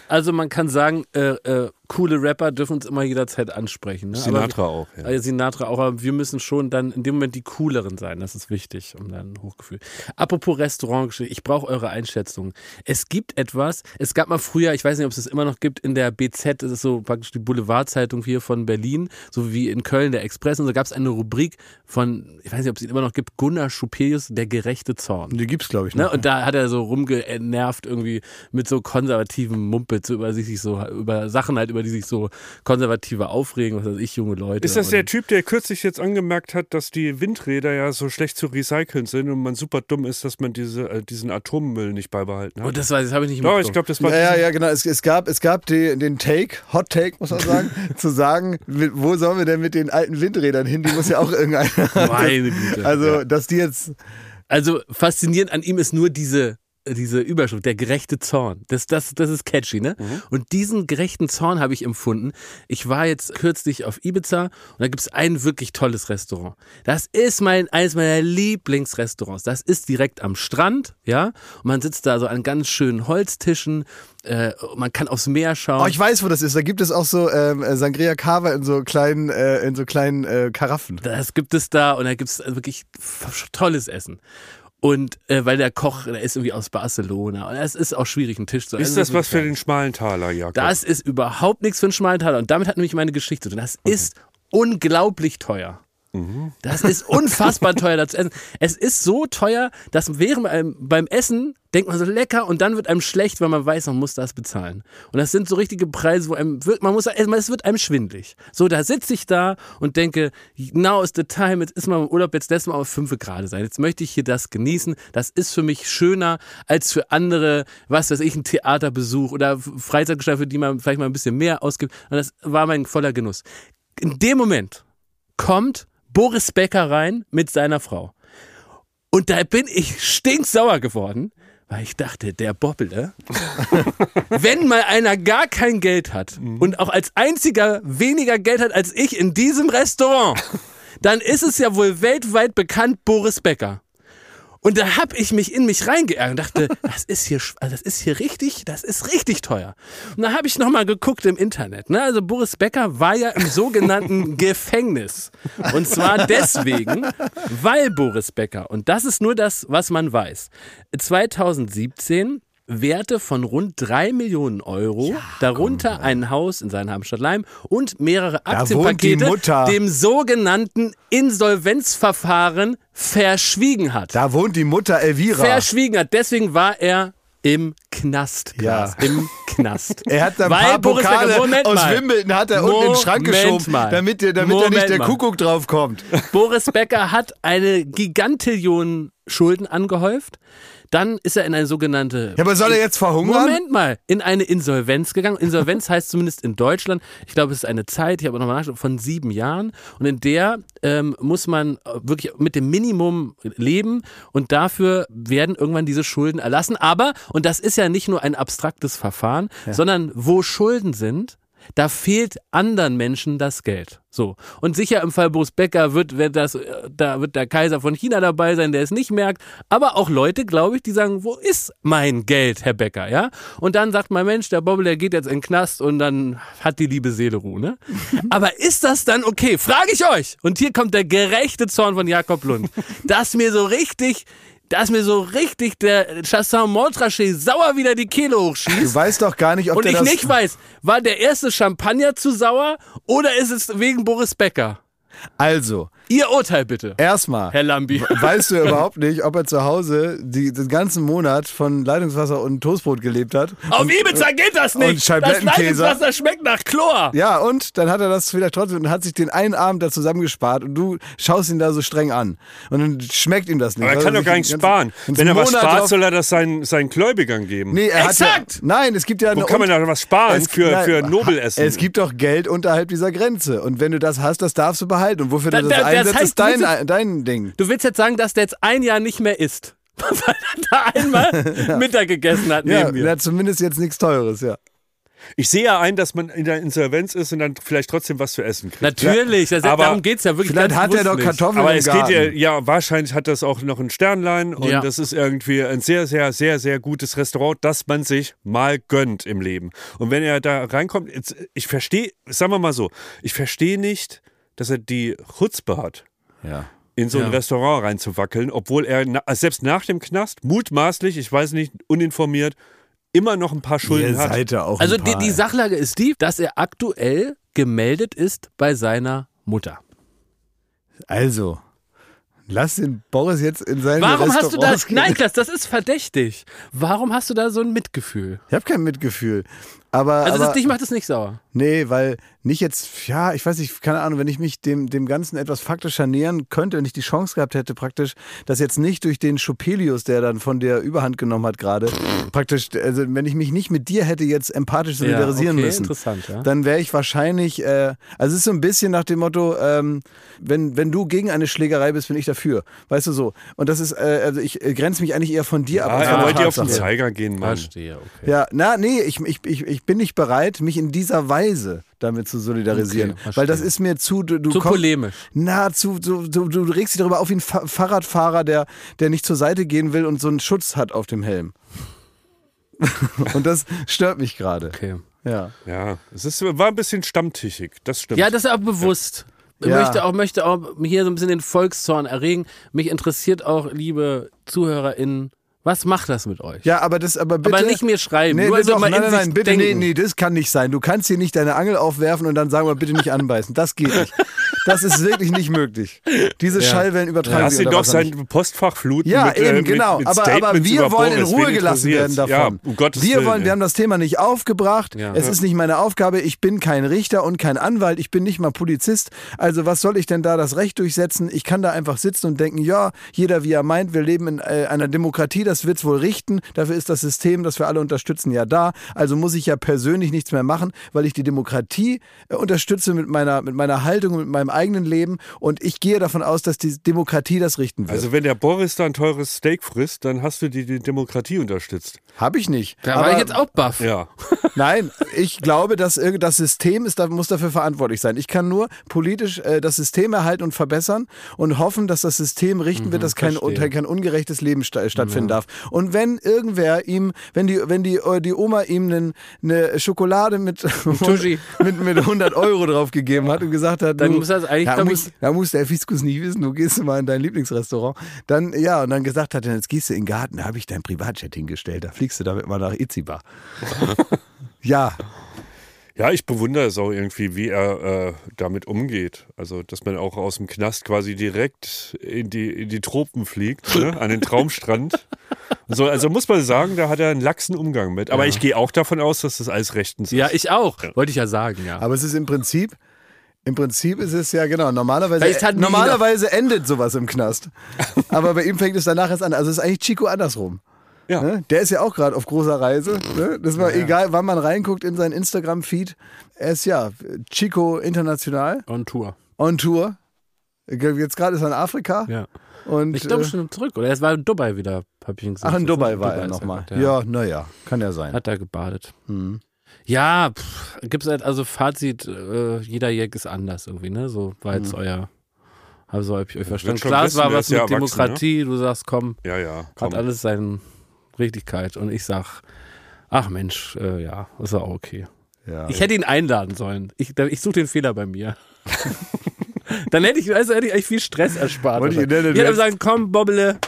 [SPEAKER 2] Also man kann sagen, äh, äh, coole Rapper dürfen uns immer jederzeit ansprechen. Ne?
[SPEAKER 3] Sinatra
[SPEAKER 2] aber,
[SPEAKER 3] auch, ja.
[SPEAKER 2] Äh, Sinatra auch, aber wir müssen schon dann in dem Moment die cooleren sein. Das ist wichtig, um dann ein Hochgefühl. Apropos Restaurant, ich brauche eure Einschätzung. Es gibt etwas, es gab mal früher, ich weiß nicht, ob es das immer noch gibt, in der BZ, das ist so praktisch die Boulevardzeitung hier von Berlin, so wie in Köln der Express und so gab es eine Rubrik von, ich weiß nicht, ob es ihn immer noch gibt, Gunnar Schupelius, der gerechte Zorn.
[SPEAKER 1] Die gibt's glaube ich
[SPEAKER 2] Ne? Und da hat er so rumgenervt irgendwie mit so konservativen Mumpitz so über sich, sich so über Sachen halt, über die sich so Konservative aufregen, was weiß ich, junge Leute.
[SPEAKER 3] Ist das
[SPEAKER 2] Und-
[SPEAKER 3] der Typ, der kürzlich jetzt angemerkt hat, dass die Windräder ja so schlecht zu recyceln sind und man super dumm ist, dass man diese, äh, diesen Atommüll nicht beibehalten
[SPEAKER 2] Und
[SPEAKER 3] hat?
[SPEAKER 2] Oh, das weiß ich, habe ich nicht
[SPEAKER 3] Doch,
[SPEAKER 2] mehr.
[SPEAKER 3] ich glaube, das war.
[SPEAKER 1] Ja, ja, ja, genau. Es, es gab, es gab die, den Take, Hot Take, muss man sagen, zu sagen, mit- wo sollen wir denn mit den alten Windrädern hin? Die muss ja auch irgendeiner.
[SPEAKER 2] Meine Güte.
[SPEAKER 1] Also,
[SPEAKER 2] Ja.
[SPEAKER 1] dass die jetzt.
[SPEAKER 2] also faszinierend an ihm ist nur diese diese Überschrift, der gerechte Zorn. Das, das, das ist catchy, ne?
[SPEAKER 1] Mhm.
[SPEAKER 2] Und diesen gerechten Zorn habe ich empfunden. Ich war jetzt kürzlich auf Ibiza und da gibt es ein wirklich tolles Restaurant. Das ist mein, eines meiner Lieblingsrestaurants. Das ist direkt am Strand, ja? Und man sitzt da so an ganz schönen Holztischen, äh, man kann aufs Meer schauen.
[SPEAKER 1] Oh, ich weiß, wo das ist. Da gibt es auch so ähm, äh, Sangria Cava in so kleinen, äh, in so kleinen äh, Karaffen.
[SPEAKER 2] Das gibt es da und da gibt es wirklich f- tolles Essen. Und äh, weil der Koch, der ist irgendwie aus Barcelona. Und es ist auch schwierig, einen Tisch zu also
[SPEAKER 3] Ist das was für den schmalen Taler, Jakob?
[SPEAKER 2] Das ist überhaupt nichts für einen schmalen Taler. Und damit hat nämlich meine Geschichte zu tun. Das ist unglaublich teuer. Das ist unfassbar teuer, da zu essen. Es ist so teuer, dass während einem, beim Essen denkt man so lecker und dann wird einem schlecht, weil man weiß, man muss das bezahlen. Und das sind so richtige Preise, wo einem wird, man muss, es wird einem schwindlig. So, da sitze ich da und denke, now is the time, jetzt ist man im Urlaub, jetzt lässt man auf 5 Grad sein. Jetzt möchte ich hier das genießen. Das ist für mich schöner als für andere, was weiß ich, ein Theaterbesuch oder Freizeitgestaltung, für die man vielleicht mal ein bisschen mehr ausgibt. Und das war mein voller Genuss. In dem Moment, kommt Boris Becker rein mit seiner Frau. Und da bin ich stinksauer geworden, weil ich dachte, der Bobbele, wenn mal einer gar kein Geld hat und auch als einziger weniger Geld hat als ich in diesem Restaurant, dann ist es ja wohl weltweit bekannt Boris Becker. Und da hab ich mich in mich reingeärgert und dachte, das ist hier, sch- also das ist hier richtig, das ist richtig teuer. Und da hab ich nochmal geguckt im Internet. Ne? Also Boris Becker war ja im sogenannten Gefängnis. Und zwar deswegen, weil Boris Becker, und das ist nur das, was man weiß, 2017 Werte von rund drei Millionen Euro, darunter ein Haus in Seinheim-Stadt-Leim und mehrere
[SPEAKER 1] wohnt die
[SPEAKER 2] Aktienpakete
[SPEAKER 1] Mutter.
[SPEAKER 2] dem sogenannten Insolvenzverfahren verschwiegen hat
[SPEAKER 1] Da wohnt die Mutter Elvira.
[SPEAKER 2] verschwiegen hat. Deswegen war er im Knast. Klaas.
[SPEAKER 1] Ja.
[SPEAKER 2] Im Knast.
[SPEAKER 1] Er hat da ein
[SPEAKER 2] Weil
[SPEAKER 1] paar
[SPEAKER 2] Boris Becker-
[SPEAKER 1] Pokale
[SPEAKER 2] Moment
[SPEAKER 1] aus
[SPEAKER 2] mal.
[SPEAKER 1] Wimbledon hat er unten in den Schrank
[SPEAKER 2] Moment
[SPEAKER 1] geschoben,
[SPEAKER 2] mal.
[SPEAKER 1] damit, der- damit da
[SPEAKER 2] Moment
[SPEAKER 1] nicht der
[SPEAKER 2] mal.
[SPEAKER 1] Kuckuck draufkommt.
[SPEAKER 2] Boris Becker hat eine Gigantillion Schulden angehäuft. Dann ist er in eine sogenannte.
[SPEAKER 1] Ja, aber soll er jetzt verhungern?
[SPEAKER 2] Moment mal, in eine Insolvenz gegangen. Insolvenz heißt zumindest in Deutschland, ich glaube, es ist eine Zeit, ich habe nochmal nachgeschaut, von sieben Jahren. Und in der ähm, muss man äh, wirklich mit dem Minimum leben und dafür werden irgendwann diese Schulden erlassen. Aber, und das ist ja nicht nur ein abstraktes Verfahren, sondern wo Schulden sind, da fehlt anderen Menschen das Geld. So. Und sicher im Fall Boris Becker wird, wird das, äh, da wird der Kaiser von China dabei sein, der es nicht merkt. Aber auch Leute, glaube ich, die sagen, wo ist mein Geld, Herr Becker, ja? Und dann sagt mein Mensch, der Bobbel, der geht jetzt in den Knast und dann hat die liebe Seele Ruhe, ne? Aber ist das dann okay? Frage ich euch. Und hier kommt der gerechte Zorn von Jakob Lund. Dass mir so richtig, dass mir so richtig der Chassin Montrachet sauer wieder die Kehle hochschießt.
[SPEAKER 1] Du weißt doch gar nicht, ob
[SPEAKER 2] Und
[SPEAKER 1] der
[SPEAKER 2] ich
[SPEAKER 1] das...
[SPEAKER 2] nicht weiß, war der erste Champagner zu sauer oder ist es wegen Boris Becker?
[SPEAKER 1] Also,
[SPEAKER 2] Ihr Urteil bitte,
[SPEAKER 1] erstmal...
[SPEAKER 2] Herr Lambi.
[SPEAKER 1] Weißt du ja überhaupt nicht, ob er zu Hause die, den ganzen Monat von Leitungswasser und Toastbrot gelebt hat?
[SPEAKER 2] Auf Ibiza geht das
[SPEAKER 1] und
[SPEAKER 2] nicht. das
[SPEAKER 1] Scheiblettenkäse.
[SPEAKER 2] Leitungswasser schmeckt nach Chlor.
[SPEAKER 1] Ja, und dann hat er das vielleicht trotzdem und hat sich den einen Abend da zusammengespart und du schaust ihn da so streng an. Und dann schmeckt ihm das nicht.
[SPEAKER 3] Aber er
[SPEAKER 1] weil
[SPEAKER 3] kann doch
[SPEAKER 1] sich
[SPEAKER 3] gar nicht
[SPEAKER 1] den ganzen-
[SPEAKER 3] sparen.
[SPEAKER 1] ganzen
[SPEAKER 3] Wenn er was
[SPEAKER 1] Monat
[SPEAKER 3] spart,
[SPEAKER 1] drauf-
[SPEAKER 3] soll er das seinen, seinen Gläubigern geben.
[SPEAKER 1] Nee, er Hat
[SPEAKER 2] Exakt!
[SPEAKER 1] ja, nein, es gibt ja eine
[SPEAKER 3] Wo kann man da was sparen
[SPEAKER 1] Es-
[SPEAKER 3] für,
[SPEAKER 1] nein,
[SPEAKER 3] für Nobelessen?
[SPEAKER 1] Es gibt doch Geld unterhalb dieser Grenze. Und wenn du das hast, das darfst du behalten. Und wofür
[SPEAKER 2] Da-
[SPEAKER 1] du
[SPEAKER 2] da-
[SPEAKER 1] das
[SPEAKER 2] das
[SPEAKER 1] einsetzt,
[SPEAKER 2] heißt,
[SPEAKER 1] ist dein,
[SPEAKER 2] du
[SPEAKER 1] dein Ding.
[SPEAKER 2] Du willst jetzt sagen, dass der jetzt ein Jahr nicht mehr isst, weil er da einmal Mittag gegessen hat
[SPEAKER 1] Ja,
[SPEAKER 2] neben mir.
[SPEAKER 1] na, zumindest jetzt nichts Teures, ja.
[SPEAKER 3] ich sehe ja ein, dass man in der Insolvenz ist und dann vielleicht trotzdem was zu essen kriegt.
[SPEAKER 2] Natürlich, das,
[SPEAKER 3] Aber
[SPEAKER 2] darum geht's ja wirklich.
[SPEAKER 1] Vielleicht
[SPEAKER 2] ganz
[SPEAKER 1] hat er
[SPEAKER 2] bewusst
[SPEAKER 1] doch
[SPEAKER 2] nicht.
[SPEAKER 1] Kartoffeln
[SPEAKER 3] Aber
[SPEAKER 1] im
[SPEAKER 3] es geht
[SPEAKER 1] Garten.
[SPEAKER 3] ja, ja, wahrscheinlich hat das auch noch ein Sternlein und
[SPEAKER 2] Ja.
[SPEAKER 3] das ist irgendwie ein sehr, sehr, sehr, sehr gutes Restaurant, das man sich mal gönnt im Leben. Und wenn er da reinkommt, jetzt, ich verstehe, sagen wir mal so, ich verstehe nicht, dass er die Chutzpe hat.
[SPEAKER 1] ja.
[SPEAKER 3] in so ein
[SPEAKER 2] Ja.
[SPEAKER 3] Restaurant reinzuwackeln, obwohl er na, also selbst nach dem Knast mutmaßlich, ich weiß nicht, uninformiert, immer noch ein paar Schulden
[SPEAKER 1] Ihr
[SPEAKER 3] hat.
[SPEAKER 1] seid ja auch
[SPEAKER 2] Also
[SPEAKER 1] ein
[SPEAKER 2] die,
[SPEAKER 1] paar,
[SPEAKER 2] die Sachlage ist die, dass er aktuell gemeldet ist bei seiner Mutter.
[SPEAKER 1] Also, lass den Boris jetzt in seinem
[SPEAKER 2] Warum hast du das?
[SPEAKER 1] Restaurant-
[SPEAKER 2] Nein, Klaas, das ist verdächtig. Warum hast du da so ein Mitgefühl?
[SPEAKER 1] Ich habe kein Mitgefühl. Aber,
[SPEAKER 2] Also
[SPEAKER 1] aber
[SPEAKER 2] das, dich macht es nicht sauer.
[SPEAKER 1] nee, weil nicht jetzt, ja, ich weiß nicht, keine Ahnung, wenn ich mich dem, dem Ganzen etwas faktischer nähern könnte, wenn ich die Chance gehabt hätte, praktisch, das jetzt nicht durch den Schopelius, der dann von der Überhand genommen hat gerade, praktisch, also wenn ich mich nicht mit dir hätte jetzt empathisch solidarisieren
[SPEAKER 2] okay,
[SPEAKER 1] müssen,
[SPEAKER 2] interessant, ja.
[SPEAKER 1] dann wäre ich wahrscheinlich, äh, also es ist so ein bisschen nach dem Motto, ähm, wenn, wenn du gegen eine Schlägerei bist, bin ich dafür. Weißt du so. Und das ist, äh, also ich äh, grenze mich eigentlich eher von dir ab.
[SPEAKER 3] Ah,
[SPEAKER 1] als von
[SPEAKER 3] er
[SPEAKER 1] der
[SPEAKER 3] wollte dir auf den
[SPEAKER 1] Tatsache.
[SPEAKER 3] Zeiger gehen, Mann.
[SPEAKER 2] Verstehe, okay.
[SPEAKER 1] Ja, na, nee, ich, ich, ich, ich bin nicht bereit, mich in dieser Weise damit zu solidarisieren.
[SPEAKER 2] Okay, verstehe.
[SPEAKER 1] weil das ist mir zu. Du, du
[SPEAKER 2] Zu
[SPEAKER 1] komm-
[SPEAKER 2] polemisch.
[SPEAKER 1] Na, zu, du, du, du regst dich darüber auf wie ein Fa Fahrradfahrer, der, der nicht zur Seite gehen will und so einen Schutz hat auf dem Helm. und das stört mich gerade.
[SPEAKER 2] Okay.
[SPEAKER 1] Ja.
[SPEAKER 3] Ja, es ist, war ein bisschen stammtischig, das stimmt.
[SPEAKER 2] Ja, das ist aber bewusst.
[SPEAKER 1] Ja.
[SPEAKER 2] möchte, auch, möchte auch hier so ein bisschen den Volkszorn erregen. Mich interessiert auch, liebe ZuhörerInnen, was macht das mit euch?
[SPEAKER 1] Ja, aber das, aber bitte.
[SPEAKER 2] Aber nicht mir schreiben,
[SPEAKER 1] Nee,
[SPEAKER 2] nur
[SPEAKER 1] nee,
[SPEAKER 2] also
[SPEAKER 1] doch,
[SPEAKER 2] mal
[SPEAKER 1] nein, nein,
[SPEAKER 2] in sich
[SPEAKER 1] nein, bitte, nee,
[SPEAKER 2] denken.
[SPEAKER 1] nee, das kann nicht sein. Du kannst hier nicht deine Angel aufwerfen und dann sagen wir, bitte nicht anbeißen. Das geht nicht. Das ist wirklich nicht möglich. Diese Schallwellen übertragen
[SPEAKER 3] Lass
[SPEAKER 1] sich
[SPEAKER 3] ihn
[SPEAKER 1] unter
[SPEAKER 3] doch
[SPEAKER 1] Wasser nicht.
[SPEAKER 3] sein Postfach fluten.
[SPEAKER 1] Ja,
[SPEAKER 3] mit, äh,
[SPEAKER 1] eben,
[SPEAKER 3] mit,
[SPEAKER 1] genau.
[SPEAKER 3] Mit
[SPEAKER 1] aber,
[SPEAKER 3] Statements
[SPEAKER 1] aber wir
[SPEAKER 3] über
[SPEAKER 1] wollen
[SPEAKER 3] Pornos.
[SPEAKER 1] in Ruhe
[SPEAKER 3] Wen
[SPEAKER 1] gelassen werden
[SPEAKER 3] interessiert's?
[SPEAKER 1] davon.
[SPEAKER 3] Ja, um Gottes
[SPEAKER 1] wir
[SPEAKER 3] Willen.
[SPEAKER 1] wollen, wir haben das Thema nicht aufgebracht.
[SPEAKER 2] Ja.
[SPEAKER 1] Es ist nicht meine Aufgabe. Ich bin kein Richter und kein Anwalt. Ich bin nicht mal Polizist. Also was soll ich denn da das Recht durchsetzen? Ich kann da einfach sitzen und denken, ja, jeder wie er meint, wir leben in äh, einer Demokratie, das wird's wohl richten. Dafür ist das System, das wir alle unterstützen, ja da. Also muss ich ja persönlich nichts mehr machen, weil ich die Demokratie äh, unterstütze mit meiner, mit meiner Haltung, und mit meinem eigenen Leben. Und ich gehe davon aus, dass die Demokratie das richten wird.
[SPEAKER 3] Also wenn der Boris da ein teures Steak frisst, dann hast du die, die Demokratie unterstützt.
[SPEAKER 1] Habe ich nicht.
[SPEAKER 2] Da war ich jetzt auch baff.
[SPEAKER 3] Ja.
[SPEAKER 1] Nein, ich glaube, dass irgend- das System ist, da- muss dafür verantwortlich sein. Ich kann nur politisch äh, das System erhalten und verbessern und hoffen, dass das System richten wird, dass kein,
[SPEAKER 2] Mhm, verstehe.
[SPEAKER 1] kein ungerechtes Leben sta stattfinden darf. Und wenn irgendwer ihm, wenn die, wenn die, äh, die Oma ihm eine ne Schokolade mit,
[SPEAKER 2] Tuschi.
[SPEAKER 1] mit, mit 100 Euro drauf gegeben hat und gesagt hat,
[SPEAKER 2] Dann
[SPEAKER 1] du,
[SPEAKER 2] muss das eigentlich-
[SPEAKER 1] da
[SPEAKER 2] dann
[SPEAKER 1] muss,
[SPEAKER 2] muss-
[SPEAKER 1] da muss der Fiskus nie wissen, du gehst mal in dein Lieblingsrestaurant. Dann, ja, und dann gesagt hat, jetzt gehst du in den Garten, da habe ich dein Privatjet hingestellt, da fliegst du damit mal nach Itzibach. Ja,
[SPEAKER 3] Ja, ich bewundere es auch irgendwie, wie er äh, damit umgeht. Also, dass man auch aus dem Knast quasi direkt in die, in die Tropen fliegt, ne? an den Traumstrand. So, also muss man sagen, da hat er einen laxen Umgang mit. Aber ich gehe auch davon aus, dass das alles rechtens
[SPEAKER 2] Ja,
[SPEAKER 3] ist.
[SPEAKER 2] ich auch. Wollte ich ja sagen, ja.
[SPEAKER 1] aber es ist im Prinzip, im Prinzip ist es ja genau, normalerweise,
[SPEAKER 2] Vielleicht hatten die ihn
[SPEAKER 1] normalerweise endet sowas im Knast. Aber bei ihm fängt es danach erst an. Also es ist eigentlich Chico andersrum.
[SPEAKER 3] Ja.
[SPEAKER 1] Ne? Der ist ja auch gerade auf großer Reise. Ne? Das war egal, wann man reinguckt in seinen Instagram-Feed. Er ist ja Chico international,
[SPEAKER 2] On Tour.
[SPEAKER 1] on Tour. Jetzt gerade ist er in Afrika.
[SPEAKER 2] Ja.
[SPEAKER 1] Und,
[SPEAKER 2] Ich glaube
[SPEAKER 1] äh,
[SPEAKER 2] schon zurück. Oder es war in Dubai wieder, hab ich ihm gesagt.
[SPEAKER 1] Ach, in
[SPEAKER 2] Das
[SPEAKER 1] Dubai
[SPEAKER 2] ist-
[SPEAKER 1] war er
[SPEAKER 2] ist
[SPEAKER 1] nochmal.
[SPEAKER 2] gerade,
[SPEAKER 1] Ja, naja, kann ja sein.
[SPEAKER 2] Hat da gebadet.
[SPEAKER 1] Hm.
[SPEAKER 2] Ja, pff, gibt's halt, also Fazit, äh, jeder Jack ist anders irgendwie, ne? So war
[SPEAKER 1] Hm.
[SPEAKER 2] jetzt euer, also hab ich euch verstanden.
[SPEAKER 3] schon
[SPEAKER 2] Klar, es
[SPEAKER 3] wissen,
[SPEAKER 2] war
[SPEAKER 3] wer
[SPEAKER 2] was
[SPEAKER 3] ist ja
[SPEAKER 2] mit
[SPEAKER 3] erwachsen,
[SPEAKER 2] Demokratie, du sagst, komm,
[SPEAKER 3] Ja, ja.
[SPEAKER 2] hat
[SPEAKER 3] Komm.
[SPEAKER 2] alles seine Richtigkeit. Und ich sag, ach Mensch, äh, ja, ist ja auch okay.
[SPEAKER 1] Ja.
[SPEAKER 2] Ich hätte ihn einladen sollen. Ich, ich suche den Fehler bei mir. dann hätte ich, also hätte ich eigentlich viel Stress erspart. Also,
[SPEAKER 1] Wollte ich- ne, ne,
[SPEAKER 2] ich
[SPEAKER 1] du
[SPEAKER 2] hätte
[SPEAKER 1] hättest-
[SPEAKER 2] sagen, komm, Bobble,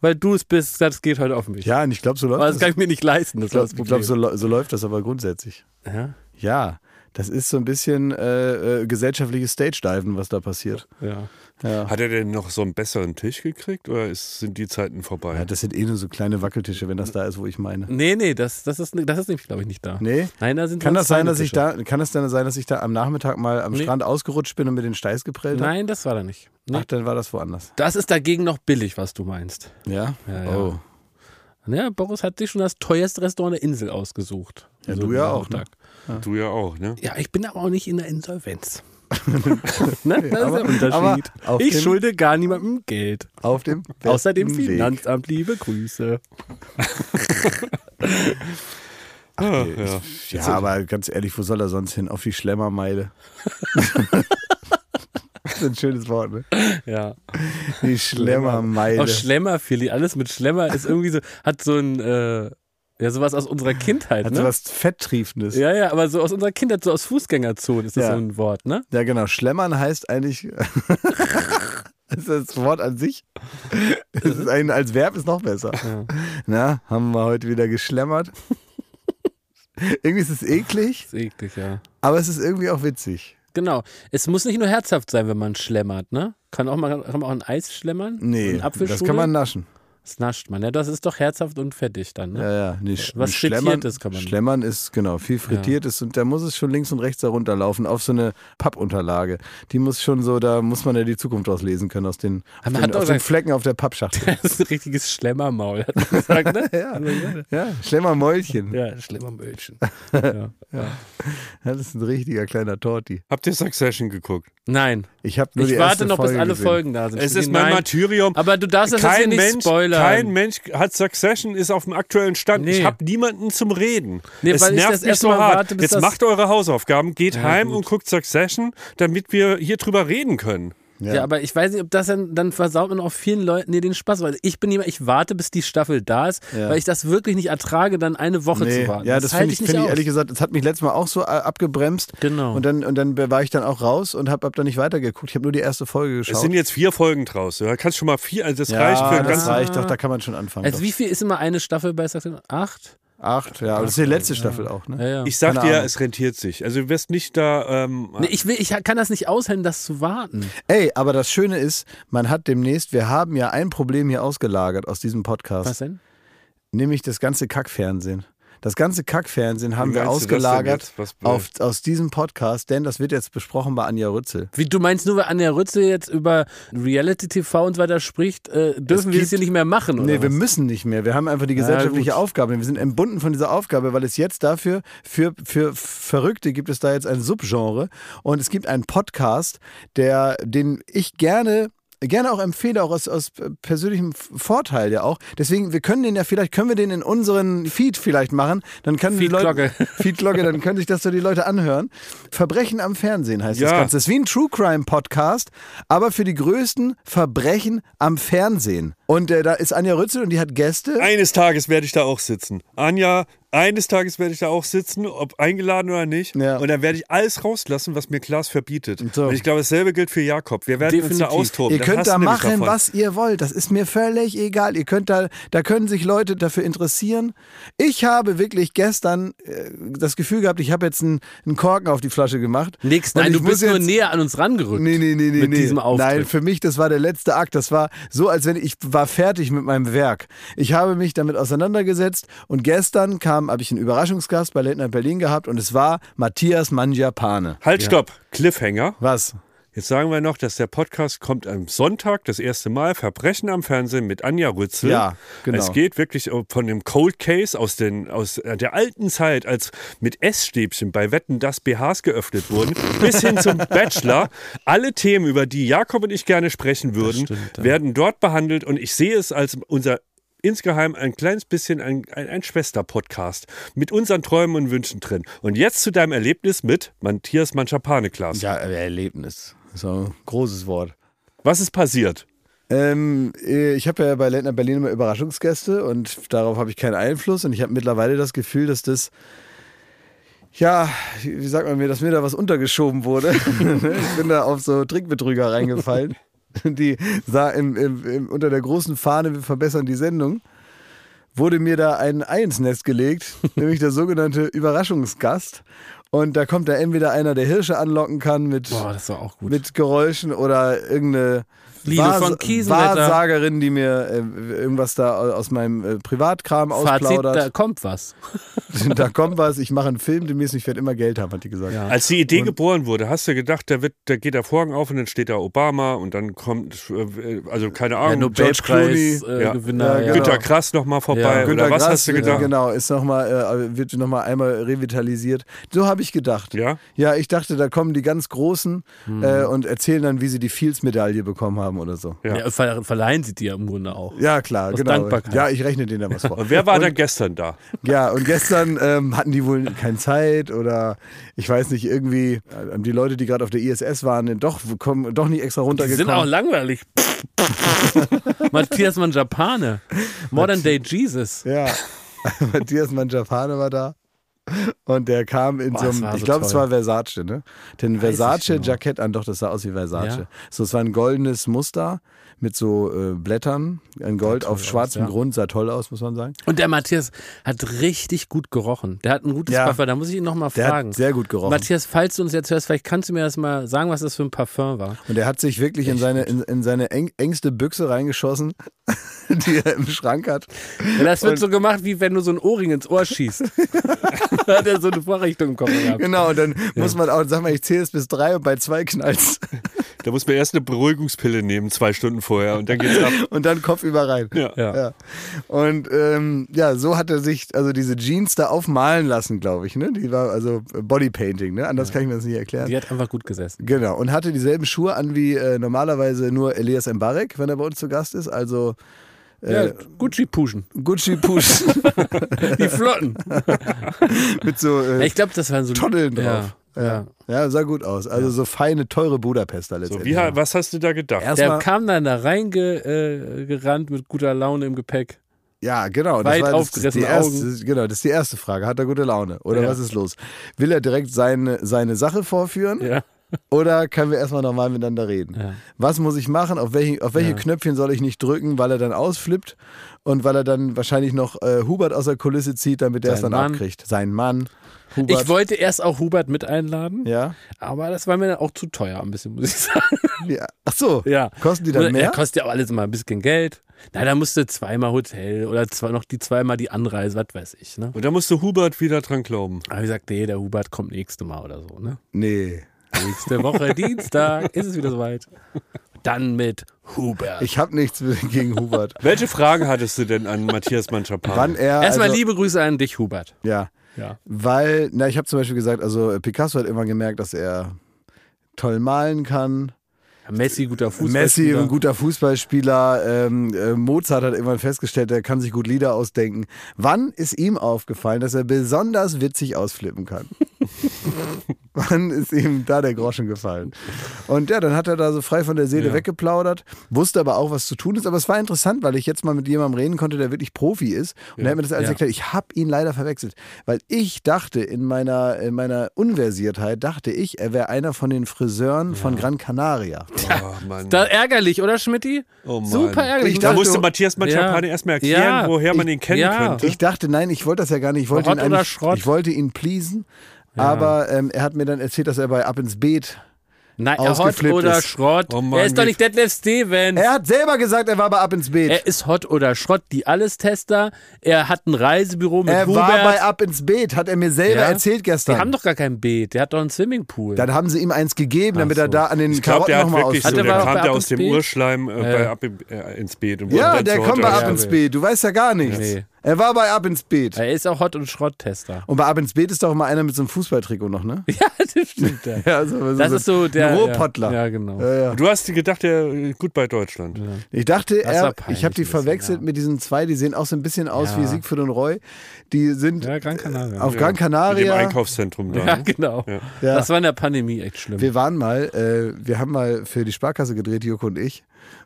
[SPEAKER 2] weil du es bist, das geht heute auf mich.
[SPEAKER 1] ja, und ich glaube, so
[SPEAKER 2] Aber
[SPEAKER 1] läuft
[SPEAKER 2] das
[SPEAKER 1] das.
[SPEAKER 2] kann ich mir nicht leisten, das
[SPEAKER 1] Ich glaube,
[SPEAKER 2] ist das
[SPEAKER 1] glaub,
[SPEAKER 2] Problem.
[SPEAKER 1] so, lo- so läuft das aber grundsätzlich.
[SPEAKER 2] ja?
[SPEAKER 1] Ja, das ist so ein bisschen äh, äh, gesellschaftliches Stage-Diven, was da passiert.
[SPEAKER 2] Ja.
[SPEAKER 1] Ja.
[SPEAKER 3] Hat er denn noch so einen besseren Tisch gekriegt oder ist, sind die Zeiten vorbei?
[SPEAKER 1] das sind eh nur so kleine Wackeltische, wenn das da ist, wo ich meine.
[SPEAKER 2] Nee, nee, das, das ist, das ist nämlich, glaube ich, nicht da.
[SPEAKER 1] Nee?
[SPEAKER 2] Nein, da sind
[SPEAKER 1] Kann
[SPEAKER 2] nur
[SPEAKER 1] das sein, dass
[SPEAKER 2] Zweite
[SPEAKER 1] ich da, kann es denn sein, dass ich da am Nachmittag mal am
[SPEAKER 2] Nee.
[SPEAKER 1] Strand ausgerutscht bin und mir den Steiß
[SPEAKER 2] Tische.
[SPEAKER 1] geprellt habe?
[SPEAKER 2] Nein, das war da nicht. Nee.
[SPEAKER 1] Ach, dann war das woanders.
[SPEAKER 2] Das ist dagegen noch billig, was du meinst.
[SPEAKER 1] Ja?
[SPEAKER 2] Ja, ja.
[SPEAKER 1] Oh.
[SPEAKER 2] Ja, Boris hat sich schon das teuerste Restaurant der Insel ausgesucht.
[SPEAKER 1] Ja, du ja
[SPEAKER 2] am
[SPEAKER 1] auch, ne?
[SPEAKER 2] Nachmittag.
[SPEAKER 3] Du ja auch, ne?
[SPEAKER 2] Ja, ich bin aber auch nicht in der Insolvenz. ne? Das
[SPEAKER 1] aber-
[SPEAKER 2] ist der Unterschied.
[SPEAKER 1] aber auf
[SPEAKER 2] Ich
[SPEAKER 1] dem-
[SPEAKER 2] schulde gar niemandem Geld.
[SPEAKER 1] Auf dem
[SPEAKER 2] Außer dem
[SPEAKER 1] besten Weg.
[SPEAKER 2] Finanzamt, liebe Grüße.
[SPEAKER 3] Ah, ja.
[SPEAKER 1] Ja, aber ganz ehrlich, wo soll er sonst hin? Auf die Schlemmermeile. das ist ein schönes Wort, ne?
[SPEAKER 2] Ja.
[SPEAKER 1] Die
[SPEAKER 2] Auch
[SPEAKER 1] Schlemmermeile.
[SPEAKER 2] Schlemmer, Philly. Alles mit Schlemmer ist irgendwie so, hat so ein, äh, ja, sowas aus unserer Kindheit,
[SPEAKER 1] Hat
[SPEAKER 2] ne?
[SPEAKER 1] so was Fetttriefendes.
[SPEAKER 2] Ja, ja, aber so aus unserer Kindheit, so aus Fußgängerzonen ist das
[SPEAKER 1] Ja.
[SPEAKER 2] so ein Wort, ne?
[SPEAKER 1] Ja, genau. Schlemmern heißt eigentlich. Das ist das Wort an sich. Das ist ein, als Verb ist noch besser. Na, haben wir heute wieder geschlemmert. irgendwie ist es eklig,
[SPEAKER 2] Ist eklig, ja.
[SPEAKER 1] aber es ist irgendwie auch witzig.
[SPEAKER 2] Genau. Es muss nicht nur herzhaft sein, wenn man schlemmert, ne? Kann, auch mal, kann man auch ein Eis schlemmern?
[SPEAKER 1] Nee,
[SPEAKER 2] Ein
[SPEAKER 1] das kann man naschen.
[SPEAKER 2] Das nascht man. Ja, das ist doch herzhaft und fertig dann, ne?
[SPEAKER 1] Ja, ja. Nee, sch-
[SPEAKER 2] Was
[SPEAKER 1] Schlemmern-
[SPEAKER 2] Frittiertes kann man-
[SPEAKER 1] Schlemmern ist, genau, viel Frittiertes und da muss es schon links und rechts darunter laufen auf so eine Pappunterlage. Die muss schon so, da muss man ja die Zukunft draus lesen können aus den, auf
[SPEAKER 2] man
[SPEAKER 1] den,
[SPEAKER 2] hat doch
[SPEAKER 1] aus den
[SPEAKER 2] gesagt-
[SPEAKER 1] Flecken auf der Pappschachtel.
[SPEAKER 2] Das ist ein richtiges Schlemmermaul, hat man gesagt, ne?
[SPEAKER 1] Ja, ja, Schlemmermäulchen.
[SPEAKER 2] Ja, Schlemmermölchen.
[SPEAKER 1] Das ist ein richtiger kleiner Torti.
[SPEAKER 3] Habt ihr Succession geguckt?
[SPEAKER 2] Nein.
[SPEAKER 1] Ich habe nur die
[SPEAKER 2] Ich warte
[SPEAKER 1] erste
[SPEAKER 2] noch,
[SPEAKER 1] Folge
[SPEAKER 2] bis alle
[SPEAKER 1] gesehen.
[SPEAKER 2] Folgen da sind.
[SPEAKER 3] Es ist mein
[SPEAKER 2] Nein.
[SPEAKER 3] Martyrium.
[SPEAKER 2] Aber du darfst das jetzt hier
[SPEAKER 3] kein
[SPEAKER 2] nicht
[SPEAKER 3] Mensch,
[SPEAKER 2] spoilern.
[SPEAKER 3] kein Mensch hat Succession, ist auf dem aktuellen Stand.
[SPEAKER 2] Nee.
[SPEAKER 3] Ich habe niemanden zum Reden.
[SPEAKER 2] Nee,
[SPEAKER 3] es
[SPEAKER 2] weil ich
[SPEAKER 3] nervt
[SPEAKER 2] das
[SPEAKER 3] mich
[SPEAKER 2] erst
[SPEAKER 3] so
[SPEAKER 2] mal
[SPEAKER 3] hart.
[SPEAKER 2] warte, bis
[SPEAKER 3] Jetzt
[SPEAKER 2] das-
[SPEAKER 3] macht eure Hausaufgaben, geht heim
[SPEAKER 2] gut.
[SPEAKER 3] und guckt Succession, damit wir hier drüber reden können.
[SPEAKER 2] Ja. aber ich weiß nicht, ob das dann, dann versaut man auch vielen Leuten nee, den Spaß, weil ich bin jemand, ich warte, bis die Staffel da ist,
[SPEAKER 1] Ja.
[SPEAKER 2] weil ich das wirklich nicht ertrage, dann eine Woche zu warten.
[SPEAKER 1] Ja, das,
[SPEAKER 2] halte
[SPEAKER 1] finde ich, finde ich
[SPEAKER 2] aus.
[SPEAKER 1] ehrlich gesagt, das hat mich letztes Mal auch so äh, abgebremst.
[SPEAKER 2] Genau.
[SPEAKER 1] Und dann, und dann war ich dann auch raus und habe hab dann nicht weitergeguckt. Ich habe nur die erste Folge geschaut.
[SPEAKER 3] Es sind jetzt vier Folgen draus. Da kannst schon mal vier, also das
[SPEAKER 1] ja,
[SPEAKER 3] reicht für den
[SPEAKER 1] das
[SPEAKER 3] ganzen.
[SPEAKER 1] reicht doch, da kann man schon anfangen.
[SPEAKER 2] also
[SPEAKER 1] doch.
[SPEAKER 2] wie viel ist immer eine Staffel bei Sachsen? Acht?
[SPEAKER 1] Acht, ja, aber das ist die letzte Staffel auch,
[SPEAKER 2] Ja,
[SPEAKER 1] ne?
[SPEAKER 2] ja.
[SPEAKER 3] Ich sag
[SPEAKER 1] Keine
[SPEAKER 3] dir,
[SPEAKER 1] Ahnung.
[SPEAKER 3] es rentiert sich. Also du wirst nicht da. Ähm,
[SPEAKER 2] nee, ich, will, ich kann das nicht aushalten, das zu warten.
[SPEAKER 1] Ey, aber das Schöne ist, man hat demnächst, wir haben ja ein Problem hier ausgelagert aus diesem Podcast,
[SPEAKER 2] Was denn?
[SPEAKER 1] nämlich das ganze Kackfernsehen. Das ganze Kackfernsehen haben
[SPEAKER 3] Wie
[SPEAKER 1] wir
[SPEAKER 3] meinst du das denn
[SPEAKER 1] ausgelagert
[SPEAKER 3] jetzt? Was-
[SPEAKER 1] auf, aus diesem Podcast, denn das wird jetzt besprochen bei Anja Rützel.
[SPEAKER 2] Wie, du meinst nur, weil Anja Rützel jetzt über Reality-TV und so weiter spricht, äh, dürfen wir
[SPEAKER 1] gibt-
[SPEAKER 2] es hier nicht mehr machen, oder
[SPEAKER 1] Nee, wir
[SPEAKER 2] was?
[SPEAKER 1] müssen nicht mehr. Wir haben einfach die gesellschaftliche
[SPEAKER 2] gut.
[SPEAKER 1] Aufgabe. Wir sind entbunden von dieser Aufgabe, weil es jetzt dafür, für, für Verrückte gibt es da jetzt ein Subgenre. Und es gibt einen Podcast, der, den ich gerne gerne auch empfehle, auch aus, aus persönlichem Vorteil ja auch. Deswegen, wir können den ja vielleicht, können wir den in unseren Feed vielleicht machen, dann können die Leute...
[SPEAKER 2] Feed-Glocke.
[SPEAKER 1] Feedglocke, dann können sich das so die Leute anhören. Verbrechen am Fernsehen heißt das
[SPEAKER 3] Ja.
[SPEAKER 1] Ganze. Das ist wie ein True Crime Podcast, aber für die größten Verbrechen am Fernsehen. Und äh, da ist Anja Rützel und die hat Gäste.
[SPEAKER 3] Eines Tages werde ich da auch sitzen. Anja, eines Tages werde ich da auch sitzen, ob eingeladen oder nicht.
[SPEAKER 1] Ja.
[SPEAKER 3] Und dann werde ich alles rauslassen, was mir Klaas verbietet.
[SPEAKER 1] So.
[SPEAKER 3] Und ich glaube, dasselbe gilt für Jakob. Wir werden uns oh, da
[SPEAKER 2] Definitiv.
[SPEAKER 3] austoben.
[SPEAKER 1] Ihr
[SPEAKER 3] Dann
[SPEAKER 1] könnt
[SPEAKER 3] hast du
[SPEAKER 1] da
[SPEAKER 3] nämlich
[SPEAKER 1] machen,
[SPEAKER 3] davon.
[SPEAKER 1] was ihr wollt. Das ist mir völlig egal. Ihr könnt da, da können sich Leute dafür interessieren. Ich habe wirklich gestern äh, das Gefühl gehabt, ich habe jetzt einen, einen Korken auf die Flasche gemacht.
[SPEAKER 2] Nix,
[SPEAKER 1] Und
[SPEAKER 2] nein,
[SPEAKER 1] ich
[SPEAKER 2] du
[SPEAKER 1] muss
[SPEAKER 2] bist nur
[SPEAKER 1] jetzt-
[SPEAKER 2] näher an uns rangerückt.
[SPEAKER 1] Nee, nee, nee, nee.
[SPEAKER 2] Mit
[SPEAKER 1] nee.
[SPEAKER 2] diesem Auftritt.
[SPEAKER 1] Nein, für mich, das war der letzte Akt. Das war so, als wenn ich, ich war fertig mit meinem Werk. Ich habe mich damit auseinandergesetzt und gestern kam, habe ich einen Überraschungsgast bei Late Night Berlin gehabt und es war Matthias Mangiapane.
[SPEAKER 3] Halt, stopp. Cliffhanger.
[SPEAKER 1] Was?
[SPEAKER 3] Jetzt sagen wir noch, dass der Podcast kommt am Sonntag das erste Mal. Verbrechen am Fernsehen mit Anja Rützel.
[SPEAKER 1] Ja, genau.
[SPEAKER 3] Es geht wirklich um, von dem Cold Case aus, den, aus äh, der alten Zeit, als mit Essstäbchen bei Wetten, dass BHs geöffnet wurden, bis hin zum Bachelor. Alle Themen, über die Jakob und ich gerne sprechen würden, werden dort behandelt. Und ich sehe es als unser insgeheim ein kleines bisschen ein, ein, ein Schwester-Podcast mit unseren Träumen und Wünschen drin. Und jetzt zu deinem Erlebnis mit Matthias Manchapane-Klaas.
[SPEAKER 1] Ja, Erlebnis. So ein großes Wort.
[SPEAKER 3] Was ist passiert?
[SPEAKER 1] Ähm, äh, ich habe ja bei Late Night Berlin immer Überraschungsgäste und darauf habe ich keinen Einfluss und ich habe mittlerweile das Gefühl, dass das ja, wie sagt man mir, dass mir da was untergeschoben wurde. ich bin da auf so Trickbetrüger reingefallen. Die sah im, im, im, unter der großen Fahne, wir verbessern die Sendung, wurde mir da ein Ei ins Nest gelegt, nämlich der sogenannte Überraschungsgast. Und da kommt da entweder einer, der Hirsche anlocken kann mit
[SPEAKER 2] Boah, das war auch gut.
[SPEAKER 1] mit Geräuschen oder irgendeine
[SPEAKER 2] Liebe von Kiesenwetter.
[SPEAKER 1] Wahrsagerin, die mir äh, irgendwas da aus meinem äh, Privatkram
[SPEAKER 2] Fazit, da
[SPEAKER 1] ausplaudert.
[SPEAKER 2] kommt was.
[SPEAKER 1] Da, kommt was, ich mache einen Film demnächst, und ich werde immer Geld haben, hat die gesagt.
[SPEAKER 2] Ja.
[SPEAKER 3] Als die Idee geboren wurde, hast du gedacht, da, wird, da geht der Vorhang auf und dann steht da Obama und dann kommt, äh, also keine
[SPEAKER 2] Der
[SPEAKER 3] Ahnung, George Clooney, ja.
[SPEAKER 2] Nobelpreis-Gewinner.
[SPEAKER 1] Ja,
[SPEAKER 2] äh, ja.
[SPEAKER 1] genau.
[SPEAKER 3] Günter Krass nochmal vorbei
[SPEAKER 2] Ja.
[SPEAKER 3] oder
[SPEAKER 1] Günter
[SPEAKER 3] was
[SPEAKER 1] Grass
[SPEAKER 3] hast du
[SPEAKER 1] wird-
[SPEAKER 3] gedacht?
[SPEAKER 1] Genau, ist noch mal, äh, wird nochmal einmal revitalisiert. So habe ich gedacht.
[SPEAKER 3] Ja?
[SPEAKER 1] Ja, ich dachte, da kommen die ganz Großen
[SPEAKER 2] Hm.
[SPEAKER 1] äh, und erzählen dann, wie sie die Fields-Medaille bekommen haben oder so.
[SPEAKER 3] Ja.
[SPEAKER 2] Ja, ver verleihen sie dir im Grunde auch.
[SPEAKER 1] Ja, klar,
[SPEAKER 2] Aus
[SPEAKER 1] genau.
[SPEAKER 2] Dankbarkeit.
[SPEAKER 1] Ja, ich rechne denen da was vor.
[SPEAKER 3] Und wer war dann gestern da?
[SPEAKER 1] Ja, und gestern ähm, hatten die wohl keine Zeit oder ich weiß nicht, irgendwie äh, die Leute, die gerade auf der ISS waren, doch, kommen, doch nicht extra
[SPEAKER 2] Die sind auch
[SPEAKER 1] runtergekommen.
[SPEAKER 2] langweilig. Matthias Mann Japane. Modern Day Jesus.
[SPEAKER 1] ja, Matthias Mangiapane war da und der kam in
[SPEAKER 2] Boah,
[SPEAKER 1] so
[SPEAKER 2] das
[SPEAKER 1] einem,
[SPEAKER 2] war
[SPEAKER 1] ich
[SPEAKER 2] so
[SPEAKER 1] glaube, es
[SPEAKER 2] toll.
[SPEAKER 1] war Versace, ne? Den
[SPEAKER 2] Weiß ich genau.
[SPEAKER 1] Versace-Jackett an, doch, das sah aus wie Versace.
[SPEAKER 2] Ja.
[SPEAKER 1] So, es war ein goldenes Muster mit so äh, Blättern, ein Gold auf
[SPEAKER 2] aus,
[SPEAKER 1] schwarzem
[SPEAKER 2] ja.
[SPEAKER 1] Grund, sah toll aus, muss man sagen.
[SPEAKER 2] Und der Matthias hat richtig gut gerochen. Der hat ein gutes
[SPEAKER 1] Ja.
[SPEAKER 2] Parfum. Da muss ich ihn nochmal
[SPEAKER 1] Der
[SPEAKER 2] fragen.
[SPEAKER 1] hat sehr gut gerochen.
[SPEAKER 2] Matthias, falls du uns jetzt hörst, vielleicht kannst du mir das mal sagen, was das für ein Parfum war.
[SPEAKER 1] Und er hat sich wirklich in seine, in, in seine eng, engste Büchse reingeschossen, die er im Schrank hat.
[SPEAKER 2] Ja, das wird so gemacht, wie wenn du so ein Ohrring ins Ohr schießt. da hat er so eine Vorrichtung im Kopf gehabt.
[SPEAKER 1] Genau, und dann muss man auch, sag mal, ich zähle es bis drei und bei zwei knallt's.
[SPEAKER 3] Da muss man erst eine Beruhigungspille nehmen, zwei Stunden vorher und dann geht's ab.
[SPEAKER 1] Und dann Kopf über rein.
[SPEAKER 3] Ja.
[SPEAKER 2] Ja.
[SPEAKER 1] Ja. Und ähm, ja, so hat er sich also diese Jeans da aufmalen lassen, glaube ich. Ne? Die war also Bodypainting, ne? Anders kann ich mir das nicht erklären.
[SPEAKER 2] Die hat einfach gut gesessen.
[SPEAKER 1] Genau, und hatte dieselben Schuhe an wie äh, normalerweise nur Elias Mbarek, wenn er bei uns zu Gast ist. Also
[SPEAKER 2] Ja, Gucci-Puschen.
[SPEAKER 1] Gucci Push
[SPEAKER 2] Die Flotten.
[SPEAKER 1] mit so. Äh,
[SPEAKER 2] Ich glaube, das waren so
[SPEAKER 1] Tunneln
[SPEAKER 2] ja.
[SPEAKER 1] äh, drauf. Ja. ja, sah gut aus. Also so feine, teure Budapester
[SPEAKER 3] So,
[SPEAKER 1] letztendlich.
[SPEAKER 3] wie, halt ha- Was hast du da gedacht?
[SPEAKER 1] Erst-
[SPEAKER 2] Der
[SPEAKER 1] Mal-
[SPEAKER 2] kam dann da reingerannt äh, gerannt mit guter Laune im Gepäck.
[SPEAKER 1] Ja, genau. das
[SPEAKER 2] Weit
[SPEAKER 1] war das,
[SPEAKER 2] aufgerissene
[SPEAKER 1] die erste,
[SPEAKER 2] Augen.
[SPEAKER 1] Genau, das ist die erste Frage. Hat er gute Laune? Oder
[SPEAKER 2] Ja.
[SPEAKER 1] was ist los? Will er direkt seine, seine Sache vorführen?
[SPEAKER 2] Ja.
[SPEAKER 1] Oder können wir erstmal normal miteinander reden?
[SPEAKER 2] Ja.
[SPEAKER 1] Was muss ich machen? Auf welche, auf welche
[SPEAKER 2] Ja.
[SPEAKER 1] Knöpfchen soll ich nicht drücken, weil er dann ausflippt und weil er dann wahrscheinlich noch äh, Hubert aus der Kulisse zieht, damit der es
[SPEAKER 2] Sein
[SPEAKER 1] dann
[SPEAKER 2] Mann.
[SPEAKER 1] abkriegt? Sein Mann. Hubert.
[SPEAKER 2] Ich wollte erst auch Hubert mit einladen,
[SPEAKER 1] ja?
[SPEAKER 2] aber das war mir dann auch zu teuer ein bisschen, muss ich sagen.
[SPEAKER 1] ja. Ach so.
[SPEAKER 2] Ja.
[SPEAKER 1] Kosten die dann
[SPEAKER 2] Oder-
[SPEAKER 1] mehr?
[SPEAKER 2] Ja, kostet ja auch alles immer ein bisschen Geld. Na, da musste zweimal Hotel oder zwei, noch die zweimal die Anreise, was weiß ich. Ne?
[SPEAKER 3] Und da musste Hubert wieder dran glauben.
[SPEAKER 2] Aber ich sagte, nee, der Hubert kommt nächste Mal oder so. Ne?
[SPEAKER 1] nee.
[SPEAKER 2] Nächste Woche, Dienstag, ist es wieder soweit. Dann mit Hubert.
[SPEAKER 1] Ich habe nichts gegen Hubert.
[SPEAKER 3] Welche Fragen hattest du denn an Matthias Manchapane?
[SPEAKER 1] Wann er.
[SPEAKER 2] Erstmal
[SPEAKER 1] also,
[SPEAKER 2] liebe Grüße an dich, Hubert.
[SPEAKER 1] Ja.
[SPEAKER 2] Ja.
[SPEAKER 1] Weil, na, ich habe zum Beispiel gesagt, also äh, Picasso hat immer gemerkt, dass er toll malen kann.
[SPEAKER 2] Messi, guter Fußball.
[SPEAKER 1] Messi, ein guter Fußballspieler. Ähm, äh, Mozart hat irgendwann festgestellt, er kann sich gut Lieder ausdenken. Wann ist ihm aufgefallen, dass er besonders witzig ausflippen kann? Wann ist ihm da der Groschen gefallen? Und ja, dann hat er da so frei von der Seele
[SPEAKER 3] Ja.
[SPEAKER 1] weggeplaudert, wusste aber auch, was zu tun ist. Aber es war interessant, weil ich jetzt mal mit jemandem reden konnte, der wirklich Profi ist. Und er hat mir das alles
[SPEAKER 2] Ja.
[SPEAKER 1] erklärt. Ich habe ihn leider verwechselt, weil ich dachte, in meiner, in meiner Unversiertheit, dachte ich, er wäre einer von den Friseuren von Gran Canaria.
[SPEAKER 3] Oh, Mann.
[SPEAKER 2] Da ärgerlich, oder Schmidti?
[SPEAKER 3] Oh Mann.
[SPEAKER 2] Super ärgerlich.
[SPEAKER 1] Ich
[SPEAKER 3] da
[SPEAKER 1] dachte-
[SPEAKER 3] musste Matthias Manchapane
[SPEAKER 2] Ja.
[SPEAKER 3] erstmal erklären,
[SPEAKER 2] Ja.
[SPEAKER 3] woher man
[SPEAKER 2] Ich-
[SPEAKER 3] ihn kennen
[SPEAKER 2] ja.
[SPEAKER 3] könnte.
[SPEAKER 1] Ich dachte, nein, ich wollte das ja gar nicht. Ich wollte
[SPEAKER 2] Rott
[SPEAKER 1] ihn
[SPEAKER 2] oder
[SPEAKER 1] eigentlich-
[SPEAKER 2] Schrott?
[SPEAKER 1] Ich wollte ihn pleasen. Aber ähm, er hat mir dann erzählt, dass er bei Ab ins Beet.
[SPEAKER 2] Nein, Hot
[SPEAKER 1] ausgeflippt
[SPEAKER 2] oder
[SPEAKER 1] ist.
[SPEAKER 2] Schrott.
[SPEAKER 3] Oh Mann,
[SPEAKER 2] er ist doch
[SPEAKER 3] wie-
[SPEAKER 2] nicht Detlef Stevens.
[SPEAKER 1] Er hat selber gesagt, er war bei Ab ins Beet.
[SPEAKER 2] Er ist Hot oder Schrott, die Allestester. Er hat ein Reisebüro mit
[SPEAKER 1] Er
[SPEAKER 2] Hubert.
[SPEAKER 1] war bei Ab ins Beet, hat er mir selber
[SPEAKER 2] Ja.
[SPEAKER 1] erzählt
[SPEAKER 2] die haben
[SPEAKER 1] gestern.
[SPEAKER 2] doch gar kein Beet, der hat doch einen Swimmingpool.
[SPEAKER 1] Dann haben sie ihm eins gegeben, damit er
[SPEAKER 2] so.
[SPEAKER 1] da an den
[SPEAKER 3] Ich glaube,
[SPEAKER 1] Karotten
[SPEAKER 3] der hat
[SPEAKER 1] nochmal
[SPEAKER 3] wirklich so,
[SPEAKER 2] Hat er
[SPEAKER 3] der
[SPEAKER 1] aussieht.
[SPEAKER 2] bei- bei
[SPEAKER 3] kam
[SPEAKER 2] Ab
[SPEAKER 3] da aus
[SPEAKER 2] ins
[SPEAKER 3] dem
[SPEAKER 2] Beet?
[SPEAKER 3] Urschleim äh,
[SPEAKER 2] Ja.
[SPEAKER 3] bei ab im, äh, ins Beet. Und wurde
[SPEAKER 1] Ja,
[SPEAKER 3] dann
[SPEAKER 1] der
[SPEAKER 3] zu
[SPEAKER 1] kommt
[SPEAKER 3] Hot
[SPEAKER 1] bei
[SPEAKER 3] oder
[SPEAKER 1] Ab ins Beet. Du weißt ja gar nichts.
[SPEAKER 2] Nee.
[SPEAKER 1] Er war bei Ab ins Beet.
[SPEAKER 2] er ist auch Hot- und Schrott-Tester.
[SPEAKER 1] Und bei Ab ins Beet ist doch mal einer mit so einem Fußballtrikot noch, ne?
[SPEAKER 2] Ja, das stimmt. Ja.
[SPEAKER 1] Ja, so, so,
[SPEAKER 2] Das ist so der.
[SPEAKER 1] Also ein
[SPEAKER 2] ja.
[SPEAKER 1] Ruhrpottler.
[SPEAKER 2] Ja, genau.
[SPEAKER 1] Ja, ja.
[SPEAKER 3] Also, Du hast dir gedacht, der äh, gut bei Deutschland.
[SPEAKER 1] Ich dachte,
[SPEAKER 2] Das
[SPEAKER 1] er,
[SPEAKER 2] war peinlich
[SPEAKER 1] ich habe die
[SPEAKER 2] ein bisschen,
[SPEAKER 1] verwechselt
[SPEAKER 2] ja.
[SPEAKER 1] mit diesen zwei, die sehen auch so ein bisschen aus
[SPEAKER 2] Ja.
[SPEAKER 1] wie Siegfried und Roy. Die sind
[SPEAKER 2] Ja, Gran Canaria.
[SPEAKER 1] auf Gran
[SPEAKER 3] Mit dem
[SPEAKER 1] Canaria.
[SPEAKER 3] Einkaufszentrum da.
[SPEAKER 2] ja,
[SPEAKER 3] ne?
[SPEAKER 2] genau.
[SPEAKER 3] Ja.
[SPEAKER 1] Ja.
[SPEAKER 2] Das war in der Pandemie echt schlimm.
[SPEAKER 1] Wir waren mal, äh, wir haben mal für die Sparkasse gedreht, Joko und ich.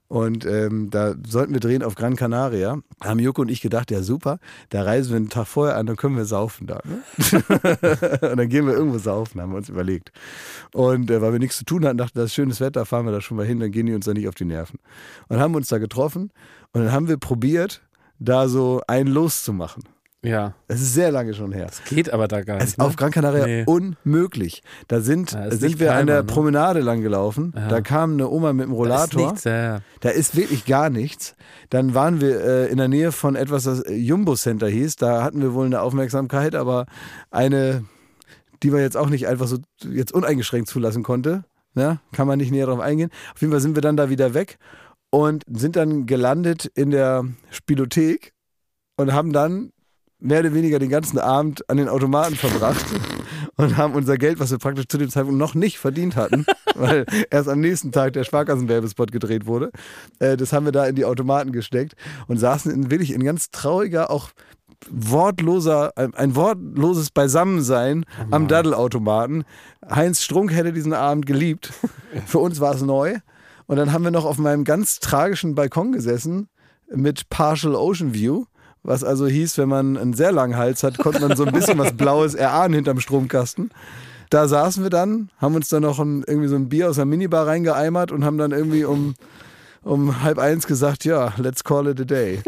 [SPEAKER 1] Und ähm, da sollten wir drehen auf Gran Canaria. Haben Joko und ich gedacht, ja super, da reisen wir einen Tag vorher an, dann können wir saufen da. Ne? und dann gehen wir irgendwo saufen, haben wir uns überlegt. Und äh, weil wir nichts zu tun hatten, dachten, das ist schönes Wetter, fahren wir da schon mal hin, dann gehen die uns da nicht auf die Nerven. Und haben uns da getroffen und dann haben wir probiert, da so ein Los zu machen.
[SPEAKER 2] ja.
[SPEAKER 1] Es ist sehr lange schon her.
[SPEAKER 2] Das geht aber da gar nicht. ne?
[SPEAKER 1] Auf Gran Canaria
[SPEAKER 2] Nee.
[SPEAKER 1] unmöglich. Da sind,
[SPEAKER 2] Ja, ist
[SPEAKER 1] sind
[SPEAKER 2] nicht
[SPEAKER 1] wir an
[SPEAKER 2] Palma,
[SPEAKER 1] der
[SPEAKER 2] ne?
[SPEAKER 1] Promenade lang gelaufen. Da kam eine Oma mit dem
[SPEAKER 2] Da ist
[SPEAKER 1] Rollator.
[SPEAKER 2] nichts, ja, ja.
[SPEAKER 1] Da ist wirklich gar nichts. Dann waren wir äh, in der Nähe von etwas, das äh, Jumbo Center hieß. Da hatten wir wohl eine Aufmerksamkeit, aber eine, die man jetzt auch nicht einfach so jetzt uneingeschränkt zulassen konnte. Ne? Kann man nicht näher drauf eingehen. Auf jeden Fall sind wir dann da wieder weg und sind dann gelandet in der Spielothek und haben dann mehr oder weniger den ganzen Abend an den Automaten verbracht und haben unser Geld, was wir praktisch zu dem Zeitpunkt noch nicht verdient hatten, weil erst am nächsten Tag der Sparkassenwerbespot gedreht wurde, äh, das haben wir da in die Automaten gesteckt und saßen in, wirklich in ganz trauriger, auch wortloser, ein, ein wortloses Beisammensein
[SPEAKER 2] Oh
[SPEAKER 1] am Daddelautomaten. Heinz Strunk hätte diesen Abend geliebt. Für uns war es neu. Und dann haben wir noch auf meinem ganz tragischen Balkon gesessen mit Partial Ocean View. Was also hieß, wenn man einen sehr langen Hals hat, konnte man so ein bisschen was Blaues erahnen hinterm Stromkasten. Da saßen wir dann, haben uns dann noch ein, irgendwie so ein Bier aus der Minibar reingeeimert und haben dann irgendwie um, um halb eins gesagt, ja, let's call it a day.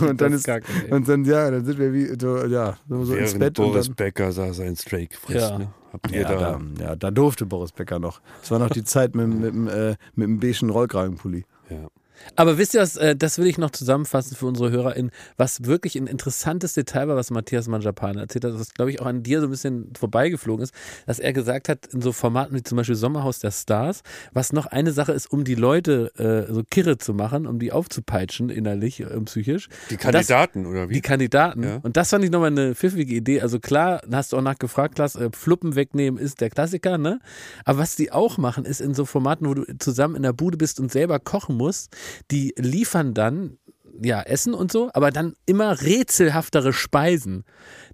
[SPEAKER 1] und dann
[SPEAKER 2] Oh das
[SPEAKER 1] ist,
[SPEAKER 2] gar kein-
[SPEAKER 1] und dann, ja, dann sind wir wie, so, ja, so, so ins
[SPEAKER 3] Während
[SPEAKER 1] Bett und
[SPEAKER 3] Boris
[SPEAKER 1] dann,
[SPEAKER 3] Becker sah sein Steak frisst.
[SPEAKER 2] Ja.
[SPEAKER 3] Ne? Habt ihr
[SPEAKER 1] ja,
[SPEAKER 3] da,
[SPEAKER 1] da, ja, da durfte Boris Becker noch. Es war noch die Zeit mit, mit, dem, äh, mit dem beigen Rollkragenpulli.
[SPEAKER 3] Ja.
[SPEAKER 2] Aber wisst ihr was, äh, das will ich noch zusammenfassen für unsere HörerInnen, was wirklich ein interessantes Detail war, was Matthias Manjapane erzählt hat, was glaube ich auch an dir so ein bisschen vorbeigeflogen ist, dass er gesagt hat, in so Formaten wie zum Beispiel Sommerhaus der Stars, was noch eine Sache ist, um die Leute äh, so kirre zu machen, um die aufzupeitschen innerlich, äh, psychisch.
[SPEAKER 3] Die
[SPEAKER 2] Und das-
[SPEAKER 3] Kandidaten oder wie?
[SPEAKER 2] die Kandidaten.
[SPEAKER 3] Ja.
[SPEAKER 2] Und das fand ich nochmal eine pfiffige Idee. Also klar, da hast du auch nachgefragt, Klaas, äh, Fluppen wegnehmen ist der Klassiker, ne? Aber was die auch machen, ist in so Formaten, wo du zusammen in der Bude bist und selber kochen musst, die liefern dann ja, Essen und so, aber dann immer rätselhaftere Speisen.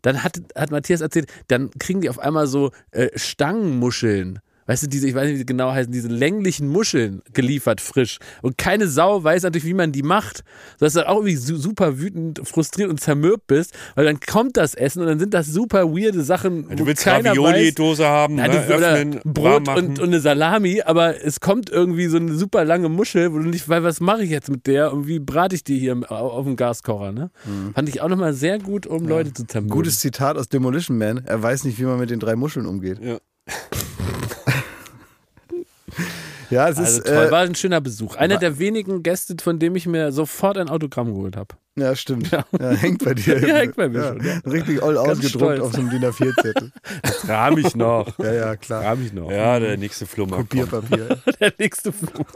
[SPEAKER 2] Dann hat, hat Matthias erzählt, dann kriegen die auf einmal so äh, Stangenmuscheln. Weißt du, diese, ich weiß nicht, wie sie genau heißen, diese länglichen Muscheln geliefert frisch. Und keine Sau weiß natürlich, wie man die macht. Sodass du dann auch irgendwie su super wütend, frustriert und zermürbt bist, weil dann kommt das Essen und dann sind das super weirde Sachen.
[SPEAKER 3] Du
[SPEAKER 2] wo
[SPEAKER 3] willst
[SPEAKER 2] keiner weiß-
[SPEAKER 3] Ravioli-Dose haben,
[SPEAKER 2] Nein,
[SPEAKER 3] ne?
[SPEAKER 2] du, oder
[SPEAKER 3] öffnen, warm
[SPEAKER 2] Brot
[SPEAKER 3] machen.
[SPEAKER 2] und, und eine Salami, aber es kommt irgendwie so eine super lange Muschel, wo du nicht weißt, was mache ich jetzt mit der und wie brate ich die hier im- au- auf dem Gaskocher. Ne?
[SPEAKER 3] Mhm.
[SPEAKER 2] Fand ich auch nochmal sehr gut, um Leute zu zermürben.
[SPEAKER 1] Gutes Zitat aus Demolition Man. Er weiß nicht, wie man mit den drei Muscheln umgeht.
[SPEAKER 3] Ja.
[SPEAKER 1] ja, es
[SPEAKER 2] also
[SPEAKER 1] ist.
[SPEAKER 2] toll,
[SPEAKER 1] Äh,
[SPEAKER 2] war ein schöner Besuch. Einer der wenigen Gäste, von dem ich mir sofort ein Autogramm geholt habe.
[SPEAKER 1] ja, stimmt. Ja. hängt bei dir.
[SPEAKER 2] Ja, hängt bei mir schon, ja.
[SPEAKER 1] Richtig all ausgedruckt
[SPEAKER 2] stolz.
[SPEAKER 1] auf so einem DIN A4-Zettel.
[SPEAKER 3] Rahm ich noch.
[SPEAKER 1] ja, ja, klar.
[SPEAKER 2] Habe ich noch.
[SPEAKER 3] Ja, der nächste Flummer.
[SPEAKER 1] Kopierpapier.
[SPEAKER 2] Der nächste Flug.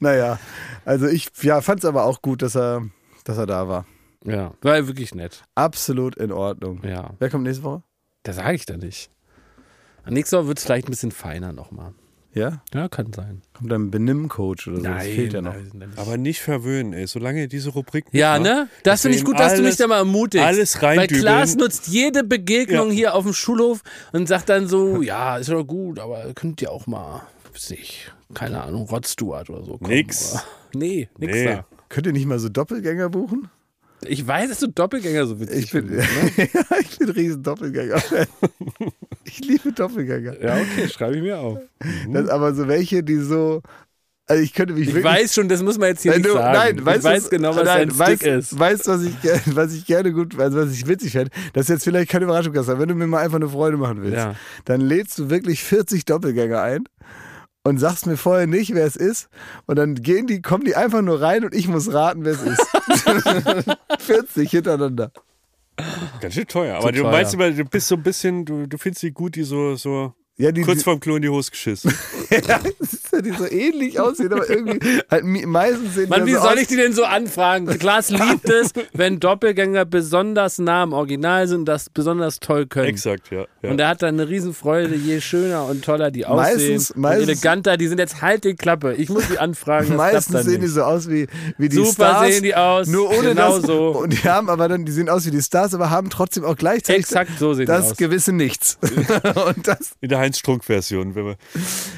[SPEAKER 1] naja, also ich ja, fand es aber auch gut, dass er, dass er da war.
[SPEAKER 2] Ja, war wirklich nett.
[SPEAKER 1] Absolut in Ordnung.
[SPEAKER 2] Ja,
[SPEAKER 1] Wer kommt nächste Woche?
[SPEAKER 2] da sage ich da nicht. Nächstes Mal wird es vielleicht ein bisschen feiner nochmal.
[SPEAKER 1] Ja?
[SPEAKER 2] Ja, kann sein.
[SPEAKER 1] Kommt dann ein Benimmcoach oder so? das fehlt ja noch.
[SPEAKER 2] nein.
[SPEAKER 3] Aber nicht verwöhnen, ey. Solange ihr diese Rubrik
[SPEAKER 2] Ja,
[SPEAKER 3] macht,
[SPEAKER 2] ne? Das finde ich
[SPEAKER 3] deswegen
[SPEAKER 2] gut, dass du mich
[SPEAKER 3] alles-
[SPEAKER 2] da mal ermutigst.
[SPEAKER 3] alles
[SPEAKER 2] Weil
[SPEAKER 3] reindübeln.
[SPEAKER 2] Klaas nutzt jede Begegnung
[SPEAKER 3] Ja.
[SPEAKER 2] hier auf dem Schulhof und sagt dann so, ja, ist doch gut, aber könnt ihr auch mal, weiß nicht, keine Ahnung, Rod Stewart oder so. kommen,
[SPEAKER 3] Nix.
[SPEAKER 2] oder? Nee, nix
[SPEAKER 3] Nee.
[SPEAKER 2] da.
[SPEAKER 1] Könnt ihr nicht mal so Doppelgänger buchen?
[SPEAKER 2] Ich weiß, dass du Doppelgänger so witzig
[SPEAKER 1] Ich bin,
[SPEAKER 2] findest.
[SPEAKER 1] ja, ich bin riesen Doppelgänger. ich liebe Doppelgänger.
[SPEAKER 2] Ja, okay, schreibe ich mir auf.
[SPEAKER 1] Das, aber so welche, die so. Also ich könnte mich
[SPEAKER 2] Mhm. Ich
[SPEAKER 1] wirklich.
[SPEAKER 2] weiß schon, das muss man jetzt hier
[SPEAKER 1] Nein,
[SPEAKER 2] nicht
[SPEAKER 1] du-
[SPEAKER 2] sagen.
[SPEAKER 1] nein,
[SPEAKER 2] ich
[SPEAKER 1] weißt,
[SPEAKER 2] weiß genau, was
[SPEAKER 1] nein,
[SPEAKER 2] dein
[SPEAKER 1] weißt,
[SPEAKER 2] Stick ist.
[SPEAKER 1] Weißt, was ich, ge- was ich gerne gut, also was ich witzig fände, das ist jetzt vielleicht keine Überraschung, Gast, aber wenn du mir mal einfach eine Freude machen willst,
[SPEAKER 2] Ja.
[SPEAKER 1] dann lädst du wirklich 40 Doppelgänger ein und sagst mir vorher nicht, wer es ist und dann gehen die, kommen die einfach nur rein und ich muss raten, wer es ist. 40 hintereinander.
[SPEAKER 3] Ganz schön teuer. Aber du
[SPEAKER 2] teuer.
[SPEAKER 3] meinst immer, du bist so ein bisschen, du, du findest die gut, die so, so
[SPEAKER 1] Ja, die,
[SPEAKER 3] kurz vorm Klo in die Hose geschissen.
[SPEAKER 1] ja, es ist ja, die so ähnlich aussehen, aber irgendwie halt mi- meistens sehen die
[SPEAKER 2] Mann,
[SPEAKER 1] ja
[SPEAKER 2] wie
[SPEAKER 1] so aus-
[SPEAKER 2] soll ich die denn so anfragen? Klaas liebt es, wenn Doppelgänger besonders nah am Original sind und das besonders toll können.
[SPEAKER 3] Exakt, ja. ja.
[SPEAKER 2] Und er hat dann eine Riesenfreude, je schöner und toller die aussehen.
[SPEAKER 1] Meistens-
[SPEAKER 2] und
[SPEAKER 1] meistens-
[SPEAKER 2] eleganter, die sind jetzt halt die Klappe. Ich muss die anfragen, das
[SPEAKER 1] Meistens
[SPEAKER 2] klappt dann
[SPEAKER 1] sehen die
[SPEAKER 2] nicht.
[SPEAKER 1] so aus wie, wie die
[SPEAKER 2] Super
[SPEAKER 1] Stars.
[SPEAKER 2] sehen die aus.
[SPEAKER 1] Nur ohne
[SPEAKER 2] genau
[SPEAKER 1] das.
[SPEAKER 2] so.
[SPEAKER 1] Und die haben aber dann, die sehen aus wie die Stars, aber haben trotzdem auch gleichzeitig
[SPEAKER 2] Exakt so sehen die
[SPEAKER 1] das
[SPEAKER 2] aus.
[SPEAKER 1] gewisse Nichts. und das,
[SPEAKER 3] In der Heinz-Strunk-Version. wenn wir-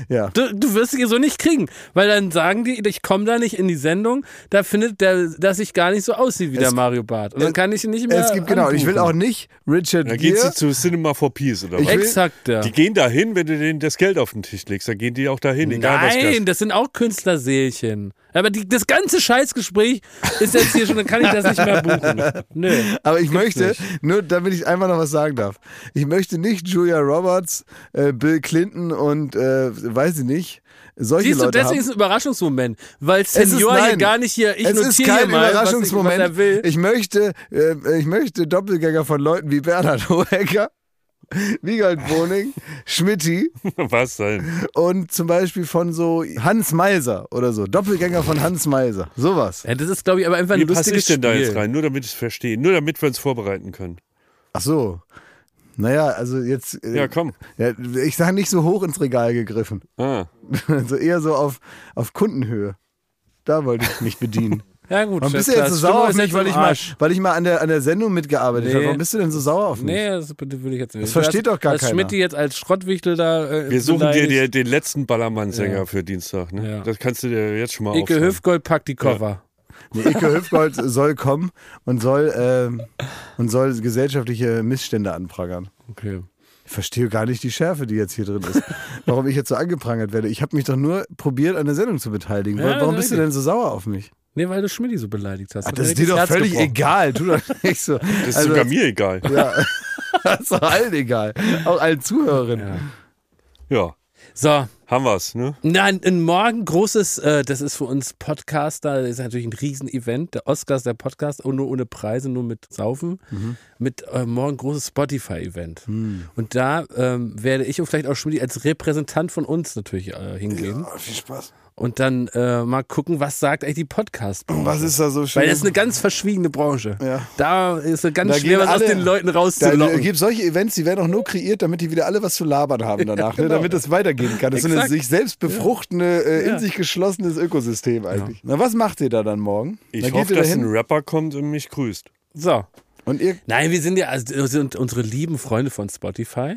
[SPEAKER 1] ja.
[SPEAKER 2] Du, du wirst sie so nicht kriegen, weil dann sagen die, ich komme da nicht in die Sendung, da findet der, dass ich gar nicht so aussehe wie der Mario Barth. Und dann kann ich ihn nicht mehr
[SPEAKER 1] Es gibt, genau, ich will auch
[SPEAKER 2] anbuchen.
[SPEAKER 1] nicht Richard
[SPEAKER 3] Da
[SPEAKER 1] Gere.
[SPEAKER 3] gehst du zu Cinema for Peace oder was?
[SPEAKER 1] will-
[SPEAKER 2] Exakt, ja.
[SPEAKER 3] Die gehen dahin, wenn du denen das Geld auf den Tisch legst, dann gehen die auch dahin, egal was das
[SPEAKER 2] Nein, das sind auch Künstlerseelchen. Aber die, das ganze Scheißgespräch ist jetzt hier schon, dann kann ich das nicht mehr buchen. Nö.
[SPEAKER 1] Aber ich möchte, nur damit ich einfach noch was sagen darf, ich möchte nicht Julia Roberts, äh, Bill Clinton und äh, weiß ich nicht, solche
[SPEAKER 2] Siehst du,
[SPEAKER 1] Leute
[SPEAKER 2] deswegen
[SPEAKER 1] haben.
[SPEAKER 2] ist es ein Überraschungsmoment, weil
[SPEAKER 1] Es ist-
[SPEAKER 2] Senior hier
[SPEAKER 1] nein.
[SPEAKER 2] gar nicht hier, ich
[SPEAKER 1] es
[SPEAKER 2] notiere
[SPEAKER 1] ist kein
[SPEAKER 2] hier mal,
[SPEAKER 1] Überraschungsmoment.
[SPEAKER 2] Was ich, was er will.
[SPEAKER 1] ich, möchte, äh, ich möchte Doppelgänger von Leuten wie Bernhard Hohecker, Wiegald Boning, Schmidti
[SPEAKER 3] Was denn?
[SPEAKER 1] und zum Beispiel von so Hans Meiser oder so. Doppelgänger von Hans Meiser. Sowas.
[SPEAKER 2] ja, das ist, glaube ich, aber einfach ein
[SPEAKER 3] Wie passe
[SPEAKER 2] lustiges
[SPEAKER 3] ich denn da jetzt
[SPEAKER 2] Spiel.
[SPEAKER 3] rein? Nur damit ich es verstehe. Nur damit wir uns vorbereiten können.
[SPEAKER 1] Ach so. Naja, also jetzt. äh,
[SPEAKER 3] Ja, komm.
[SPEAKER 1] ja, ich sage nicht so hoch ins Regal gegriffen.
[SPEAKER 3] Ah.
[SPEAKER 1] Also eher so auf, auf Kundenhöhe. Da wollte ich mich bedienen.
[SPEAKER 2] Ja gut,
[SPEAKER 1] Warum bist du
[SPEAKER 2] Chef,
[SPEAKER 1] jetzt so
[SPEAKER 2] das
[SPEAKER 1] sauer
[SPEAKER 2] Stimmung
[SPEAKER 1] auf
[SPEAKER 2] ist
[SPEAKER 1] mich,
[SPEAKER 2] jetzt
[SPEAKER 1] weil
[SPEAKER 2] im
[SPEAKER 1] ich, mal,
[SPEAKER 2] Arsch.
[SPEAKER 1] weil ich mal an der, an der Sendung mitgearbeitet
[SPEAKER 2] Nee.
[SPEAKER 1] habe? Warum bist du denn so sauer auf mich?
[SPEAKER 2] Nee, das würde ich jetzt nicht. Das
[SPEAKER 1] versteht doch gar
[SPEAKER 2] dass
[SPEAKER 1] keiner.
[SPEAKER 2] Schmidti jetzt als Schrottwichtel da äh,
[SPEAKER 3] Wir suchen dir
[SPEAKER 2] beleidigt.
[SPEAKER 3] dir den letzten Ballermann-Sänger für Dienstag. Ne?
[SPEAKER 2] Ja.
[SPEAKER 3] Das kannst du dir jetzt schon mal
[SPEAKER 2] Icke
[SPEAKER 3] aufschreiben.
[SPEAKER 2] Hüftgold packt die Koffer.
[SPEAKER 1] Nee, Ike Hüfgold soll kommen und soll, ähm, und soll gesellschaftliche Missstände anprangern.
[SPEAKER 2] Okay.
[SPEAKER 1] Ich verstehe gar nicht die Schärfe, die jetzt hier drin ist. Warum ich jetzt so angeprangert werde. Ich habe mich doch nur probiert, an der Sendung zu beteiligen.
[SPEAKER 2] Ja,
[SPEAKER 1] Warum bist du
[SPEAKER 2] richtig.
[SPEAKER 1] denn so sauer auf mich?
[SPEAKER 2] Nee, weil du Schmidti so beleidigt hast. Hat
[SPEAKER 1] Das
[SPEAKER 2] mir
[SPEAKER 1] ist dir
[SPEAKER 2] das
[SPEAKER 1] doch
[SPEAKER 2] Herz
[SPEAKER 1] völlig
[SPEAKER 2] gebrochen.
[SPEAKER 1] egal. Tu doch nicht so.
[SPEAKER 3] Das ist
[SPEAKER 2] Also-
[SPEAKER 3] sogar mir egal.
[SPEAKER 1] Ja, das ist doch allen egal. Auch allen Zuhörerinnen.
[SPEAKER 3] Ja,
[SPEAKER 2] So,
[SPEAKER 3] haben wir's, ne?
[SPEAKER 2] Nein, in morgen großes, äh, das ist für uns Podcaster, das ist natürlich ein Riesenevent. Der Oscars, der Podcast, oh, nur ohne Preise, nur mit Saufen.
[SPEAKER 3] Mhm.
[SPEAKER 2] Mit äh, morgen großes Spotify-Event.
[SPEAKER 3] Hm.
[SPEAKER 2] Und da ähm, werde ich und vielleicht auch Schmidt als Repräsentant von uns natürlich äh, hingehen.
[SPEAKER 1] Oh, viel Spaß.
[SPEAKER 2] und dann äh, mal gucken, was sagt eigentlich die Podcast.
[SPEAKER 1] Was ist da so schön?
[SPEAKER 2] Weil das ist eine ganz verschwiegene Branche.
[SPEAKER 1] Ja.
[SPEAKER 2] Da ist es ganz
[SPEAKER 1] Da
[SPEAKER 2] schwer,
[SPEAKER 1] gehen
[SPEAKER 2] was aus
[SPEAKER 1] alle-
[SPEAKER 2] den Leuten
[SPEAKER 1] da
[SPEAKER 2] rauszulocken.
[SPEAKER 1] gibt solche Events, die werden auch nur kreiert, damit die wieder alle was zu labern haben danach, ne? damit es weitergehen kann. Das ist so eine
[SPEAKER 2] genau. Exakt.
[SPEAKER 1] sich selbst befruchtende, äh, in
[SPEAKER 2] Ja.
[SPEAKER 1] sich geschlossenes Ökosystem eigentlich. Na, was macht ihr da dann morgen?
[SPEAKER 3] Ich
[SPEAKER 1] da geht
[SPEAKER 3] hoffe,
[SPEAKER 1] ihr da
[SPEAKER 3] dass ein
[SPEAKER 1] hin
[SPEAKER 3] Rapper kommt und mich grüßt.
[SPEAKER 2] So.
[SPEAKER 1] und ihr,
[SPEAKER 2] Nein, wir sind ja also, das sind unsere lieben Freunde von Spotify.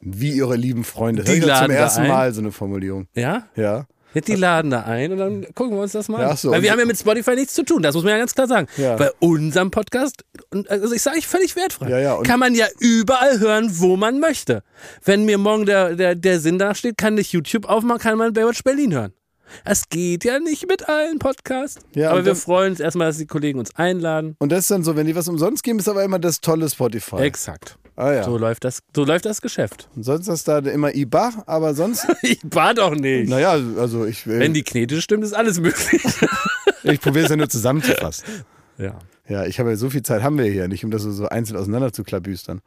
[SPEAKER 1] wie eure lieben Freunde,
[SPEAKER 2] Die
[SPEAKER 1] Hör ich jetzt zum
[SPEAKER 2] laden da
[SPEAKER 1] ersten
[SPEAKER 2] ein.
[SPEAKER 1] Mal so eine Formulierung.
[SPEAKER 2] Ja?
[SPEAKER 1] Ja.
[SPEAKER 2] Ja, die laden da ein und dann gucken wir uns das mal
[SPEAKER 1] Ja,
[SPEAKER 2] an.
[SPEAKER 1] ach so.
[SPEAKER 2] Weil wir haben ja mit Spotify nichts zu tun, das muss man ja ganz klar sagen.
[SPEAKER 1] Ja.
[SPEAKER 2] Bei unserem Podcast, und also ich sage ich völlig wertfrei,
[SPEAKER 1] Ja, ja, und-
[SPEAKER 2] kann man ja überall hören, wo man möchte. Wenn mir morgen der, der, der Sinn danach steht, kann ich YouTube aufmachen, kann man Baywatch Berlin hören. Es geht ja nicht mit allen Podcasts.
[SPEAKER 1] Ja, und
[SPEAKER 2] aber wir
[SPEAKER 1] dann-
[SPEAKER 2] freuen uns erstmal, dass die Kollegen uns einladen.
[SPEAKER 1] Und das ist dann so, wenn die was umsonst geben, ist aber immer das tolle Spotify.
[SPEAKER 2] Exakt.
[SPEAKER 1] ah ja.
[SPEAKER 2] So, läuft das, so läuft das Geschäft.
[SPEAKER 1] Und sonst ist da immer IBA, aber sonst,
[SPEAKER 2] ich war doch nicht.
[SPEAKER 1] naja, also ich, äh,
[SPEAKER 2] Wenn die Knete stimmt, ist alles möglich.
[SPEAKER 1] ich probiere es ja nur zusammenzufassen.
[SPEAKER 2] ja.
[SPEAKER 1] Ja, ich habe ja so viel Zeit haben wir hier nicht, um das so- so einzeln auseinander zu klabüstern.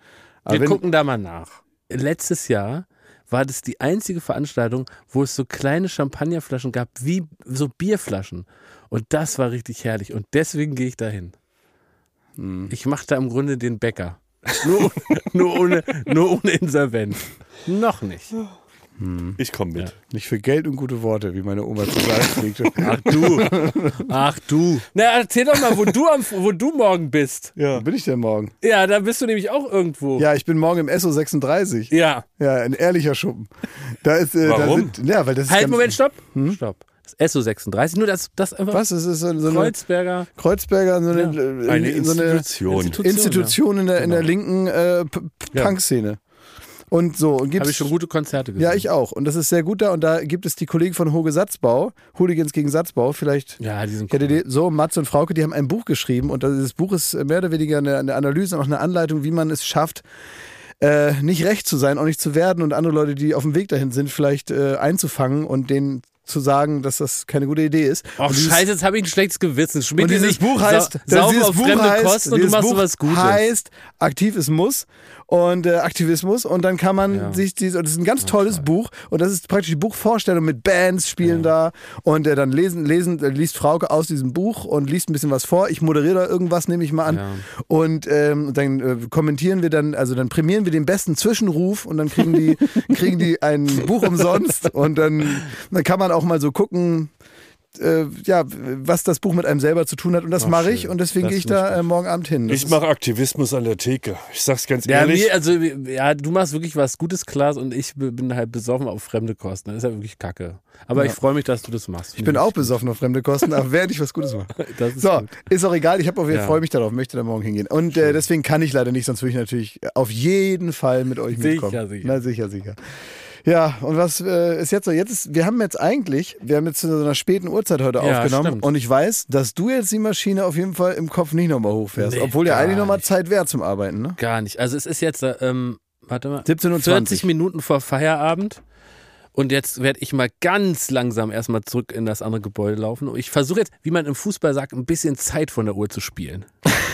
[SPEAKER 1] Aber
[SPEAKER 2] Wir
[SPEAKER 1] wenn-
[SPEAKER 2] gucken da mal nach. Letztes Jahr war das die einzige Veranstaltung, wo es so kleine Champagnerflaschen gab, wie so Bierflaschen. Und das war richtig herrlich. Und deswegen gehe ich dahin. Ich mache da im Grunde den Bäcker. Nur, nur, ohne, nur ohne Insolvenz. Noch nicht. Hm.
[SPEAKER 3] Ich komme mit.
[SPEAKER 1] Nicht für Geld und gute Worte, wie meine Oma zu sagen pflegte.
[SPEAKER 2] Ach du. Ach du. Na, erzähl doch mal, wo du, am, wo du morgen bist.
[SPEAKER 1] Wo bin ich denn morgen?
[SPEAKER 2] Ja, da bist du nämlich auch irgendwo.
[SPEAKER 1] Ja, ich bin morgen im SO 36.
[SPEAKER 2] ja.
[SPEAKER 1] Ja, ein ehrlicher Schuppen. Da ist, äh,
[SPEAKER 3] Warum?
[SPEAKER 1] Da sind, ja, weil das ist
[SPEAKER 2] Halt,
[SPEAKER 1] ganz- Hm?
[SPEAKER 2] Moment, stopp. Stopp. Das SO36, nur das, das einfach
[SPEAKER 1] Was? Das ist so, so eine
[SPEAKER 2] Kreuzberger.
[SPEAKER 1] Kreuzberger, so eine, äh,
[SPEAKER 3] Eine
[SPEAKER 1] so eine
[SPEAKER 3] Institution.
[SPEAKER 2] Institu-
[SPEAKER 1] Institution in der, in der linken äh, P- P-
[SPEAKER 2] genau. Ja.
[SPEAKER 1] Punk-Szene. Und so, und gibt's,
[SPEAKER 2] Habe ich schon gute Konzerte gesehen.
[SPEAKER 1] Ja, ich auch. Und das ist sehr gut da. Und da gibt es die Kollegen von Hoge Satzbau, Hooligans gegen Satzbau, vielleicht.
[SPEAKER 2] Ja, die sind
[SPEAKER 1] Ich hätte
[SPEAKER 2] cool.
[SPEAKER 1] die, so, Matze und Frauke, die haben ein Buch geschrieben und das Buch ist mehr oder weniger eine, eine Analyse und auch eine Anleitung, wie man es schafft, äh, nicht recht zu sein, auch nicht zu werden und andere Leute, die auf dem Weg dahin sind, vielleicht äh, einzufangen und denen zu sagen, dass das keine gute Idee ist.
[SPEAKER 2] Ach
[SPEAKER 1] und dieses-
[SPEAKER 2] scheiße, jetzt habe ich ein schlechtes Gewissen. Schmidt
[SPEAKER 1] und dieses
[SPEAKER 2] nicht
[SPEAKER 1] Buch heißt,
[SPEAKER 2] Sau,
[SPEAKER 1] das-
[SPEAKER 2] saufen
[SPEAKER 1] dieses
[SPEAKER 2] auf
[SPEAKER 1] Buch
[SPEAKER 2] fremde
[SPEAKER 1] heißt,
[SPEAKER 2] Kosten und du
[SPEAKER 1] dieses
[SPEAKER 2] machst
[SPEAKER 1] Buch
[SPEAKER 2] sowas Gutes.
[SPEAKER 1] heißt, aktiv ist Muss und äh, Aktivismus und dann kann man sich dieses, und das ist ein ganz tolles Buch und das ist praktisch die Buchvorstellung mit Bands spielen da und äh, dann lesen, lesen, äh, liest Frauke aus diesem Buch und liest ein bisschen was vor. Ich moderiere da irgendwas, nehme ich mal an und ähm, dann äh, kommentieren wir dann, also dann prämieren wir den besten Zwischenruf und dann kriegen die, kriegen die ein Buch umsonst und dann, dann kann man auch mal so gucken, äh, ja, was das Buch mit einem selber zu tun hat. Und das mache ich und deswegen
[SPEAKER 2] Das
[SPEAKER 1] gehe ich
[SPEAKER 2] finde ich
[SPEAKER 1] da äh, morgen Abend hin. Das
[SPEAKER 3] Ich
[SPEAKER 1] ist-
[SPEAKER 3] mache Aktivismus an der Theke. Ich sag's ganz
[SPEAKER 2] Ja,
[SPEAKER 3] ehrlich.
[SPEAKER 2] mir, also, ja, du machst wirklich was Gutes, Klaas, und ich bin halt besoffen auf fremde Kosten. Das ist ja wirklich kacke. Aber ich freue mich, dass du das machst.
[SPEAKER 1] ich bin auch besoffen auf fremde Kosten, aber werde ich was Gutes machen.
[SPEAKER 2] Das ist
[SPEAKER 1] so,
[SPEAKER 2] gut.
[SPEAKER 1] ist auch egal. Ich habe auf jeden
[SPEAKER 2] Ja.
[SPEAKER 1] freue mich darauf, möchte da morgen hingehen. Und äh, deswegen kann ich leider nicht, sonst würde ich natürlich auf jeden Fall mit euch
[SPEAKER 2] Sicher,
[SPEAKER 1] mitkommen.
[SPEAKER 2] sicher.
[SPEAKER 1] Na sicher, sicher. Ja, und was äh, ist jetzt so? Jetzt ist, wir haben jetzt eigentlich, wir haben jetzt zu so einer späten Uhrzeit heute
[SPEAKER 2] Ja,
[SPEAKER 1] aufgenommen
[SPEAKER 2] stimmt.
[SPEAKER 1] und ich weiß, dass du jetzt die Maschine auf jeden Fall im Kopf nicht nochmal hochfährst,
[SPEAKER 2] Nee,
[SPEAKER 1] obwohl ja
[SPEAKER 2] gar
[SPEAKER 1] eigentlich nochmal
[SPEAKER 2] nicht.
[SPEAKER 1] Zeit wäre zum Arbeiten, ne?
[SPEAKER 2] Gar nicht. Also es ist jetzt, ähm, warte mal,
[SPEAKER 1] 17:20.
[SPEAKER 2] 40 Minuten vor Feierabend. Und jetzt werde ich mal ganz langsam erstmal zurück in das andere Gebäude laufen. Und ich versuche jetzt, wie man im Fußball sagt, ein bisschen Zeit von der Uhr zu spielen.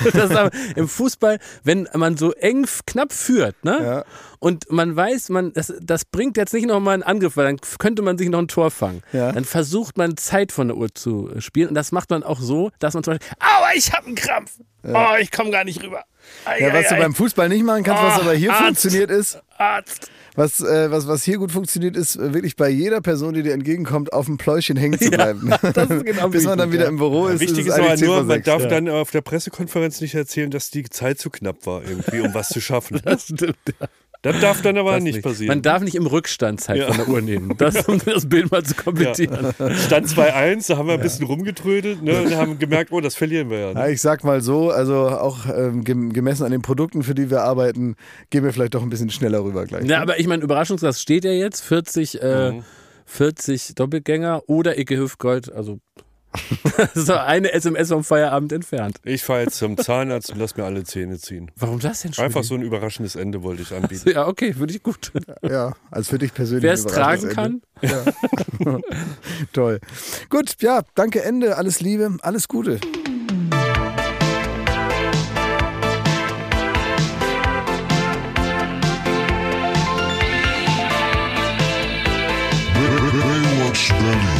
[SPEAKER 2] das ist aber, Im Fußball, wenn man so eng f- knapp führt, ne?
[SPEAKER 1] Ja.
[SPEAKER 2] Und man weiß, man, das, das bringt jetzt nicht nochmal einen Angriff, weil dann f- könnte man sich noch ein Tor fangen.
[SPEAKER 1] Ja.
[SPEAKER 2] Dann versucht man Zeit von der Uhr zu äh, spielen. Und das macht man auch so, dass man zum Beispiel, aua, ich habe einen Krampf. Oh, ich komme gar nicht rüber. Ei,
[SPEAKER 1] Ja, was
[SPEAKER 2] ei,
[SPEAKER 1] du
[SPEAKER 2] ei.
[SPEAKER 1] beim Fußball nicht machen kannst, was
[SPEAKER 2] Ah,
[SPEAKER 1] aber hier
[SPEAKER 2] Arzt.
[SPEAKER 1] funktioniert ist,
[SPEAKER 2] Arzt.
[SPEAKER 1] was, äh, was, was hier gut funktioniert, ist äh, wirklich bei jeder Person, die dir entgegenkommt, auf dem Pläuschchen hängen zu bleiben.
[SPEAKER 2] das ist genau
[SPEAKER 1] Bis man dann
[SPEAKER 2] wichtig,
[SPEAKER 1] wieder
[SPEAKER 2] ja.
[SPEAKER 1] im Büro ist.
[SPEAKER 3] Wichtig
[SPEAKER 1] es
[SPEAKER 3] ist aber
[SPEAKER 1] eigentlich 10 vor
[SPEAKER 3] nur, man
[SPEAKER 1] sechs.
[SPEAKER 3] darf dann auf der Pressekonferenz nicht erzählen, dass die Zeit zu knapp war, irgendwie, um was zu schaffen.
[SPEAKER 2] Das stimmt.
[SPEAKER 3] Das darf dann aber
[SPEAKER 2] Das
[SPEAKER 3] nicht passieren.
[SPEAKER 2] Man darf nicht im Rückstand Zeit von der Uhr nehmen. Das, um das Bild mal zu komplettieren.
[SPEAKER 3] Stand 2-1, da haben wir ein bisschen rumgetrödelt ne, und haben gemerkt, oh, das verlieren wir ja. Ne?
[SPEAKER 1] Ja, ich sag mal so, also auch ähm, gem- gemessen an den Produkten, für die wir arbeiten, gehen wir vielleicht doch ein bisschen schneller rüber gleich.
[SPEAKER 2] Ja, aber ich meine, Überraschungsgast steht ja jetzt. 40, äh,
[SPEAKER 3] Mhm.
[SPEAKER 2] 40 Doppelgänger oder Icke Hüftgold. Also so eine SMS vom Feierabend entfernt.
[SPEAKER 3] Ich fahre jetzt zum Zahnarzt und lass mir alle Zähne ziehen.
[SPEAKER 2] Warum das denn schon?
[SPEAKER 3] Einfach so ein überraschendes Ende wollte ich anbieten.
[SPEAKER 2] Ja, okay, würde ich gut.
[SPEAKER 1] Ja, also für dich persönlich.
[SPEAKER 2] Wer es
[SPEAKER 1] ein überraschendes
[SPEAKER 2] tragen
[SPEAKER 1] Ende.
[SPEAKER 2] kann.
[SPEAKER 1] Toll. Gut, ja, danke, Ende. Alles Liebe, alles Gute.
[SPEAKER 4] Baywatch Berlin.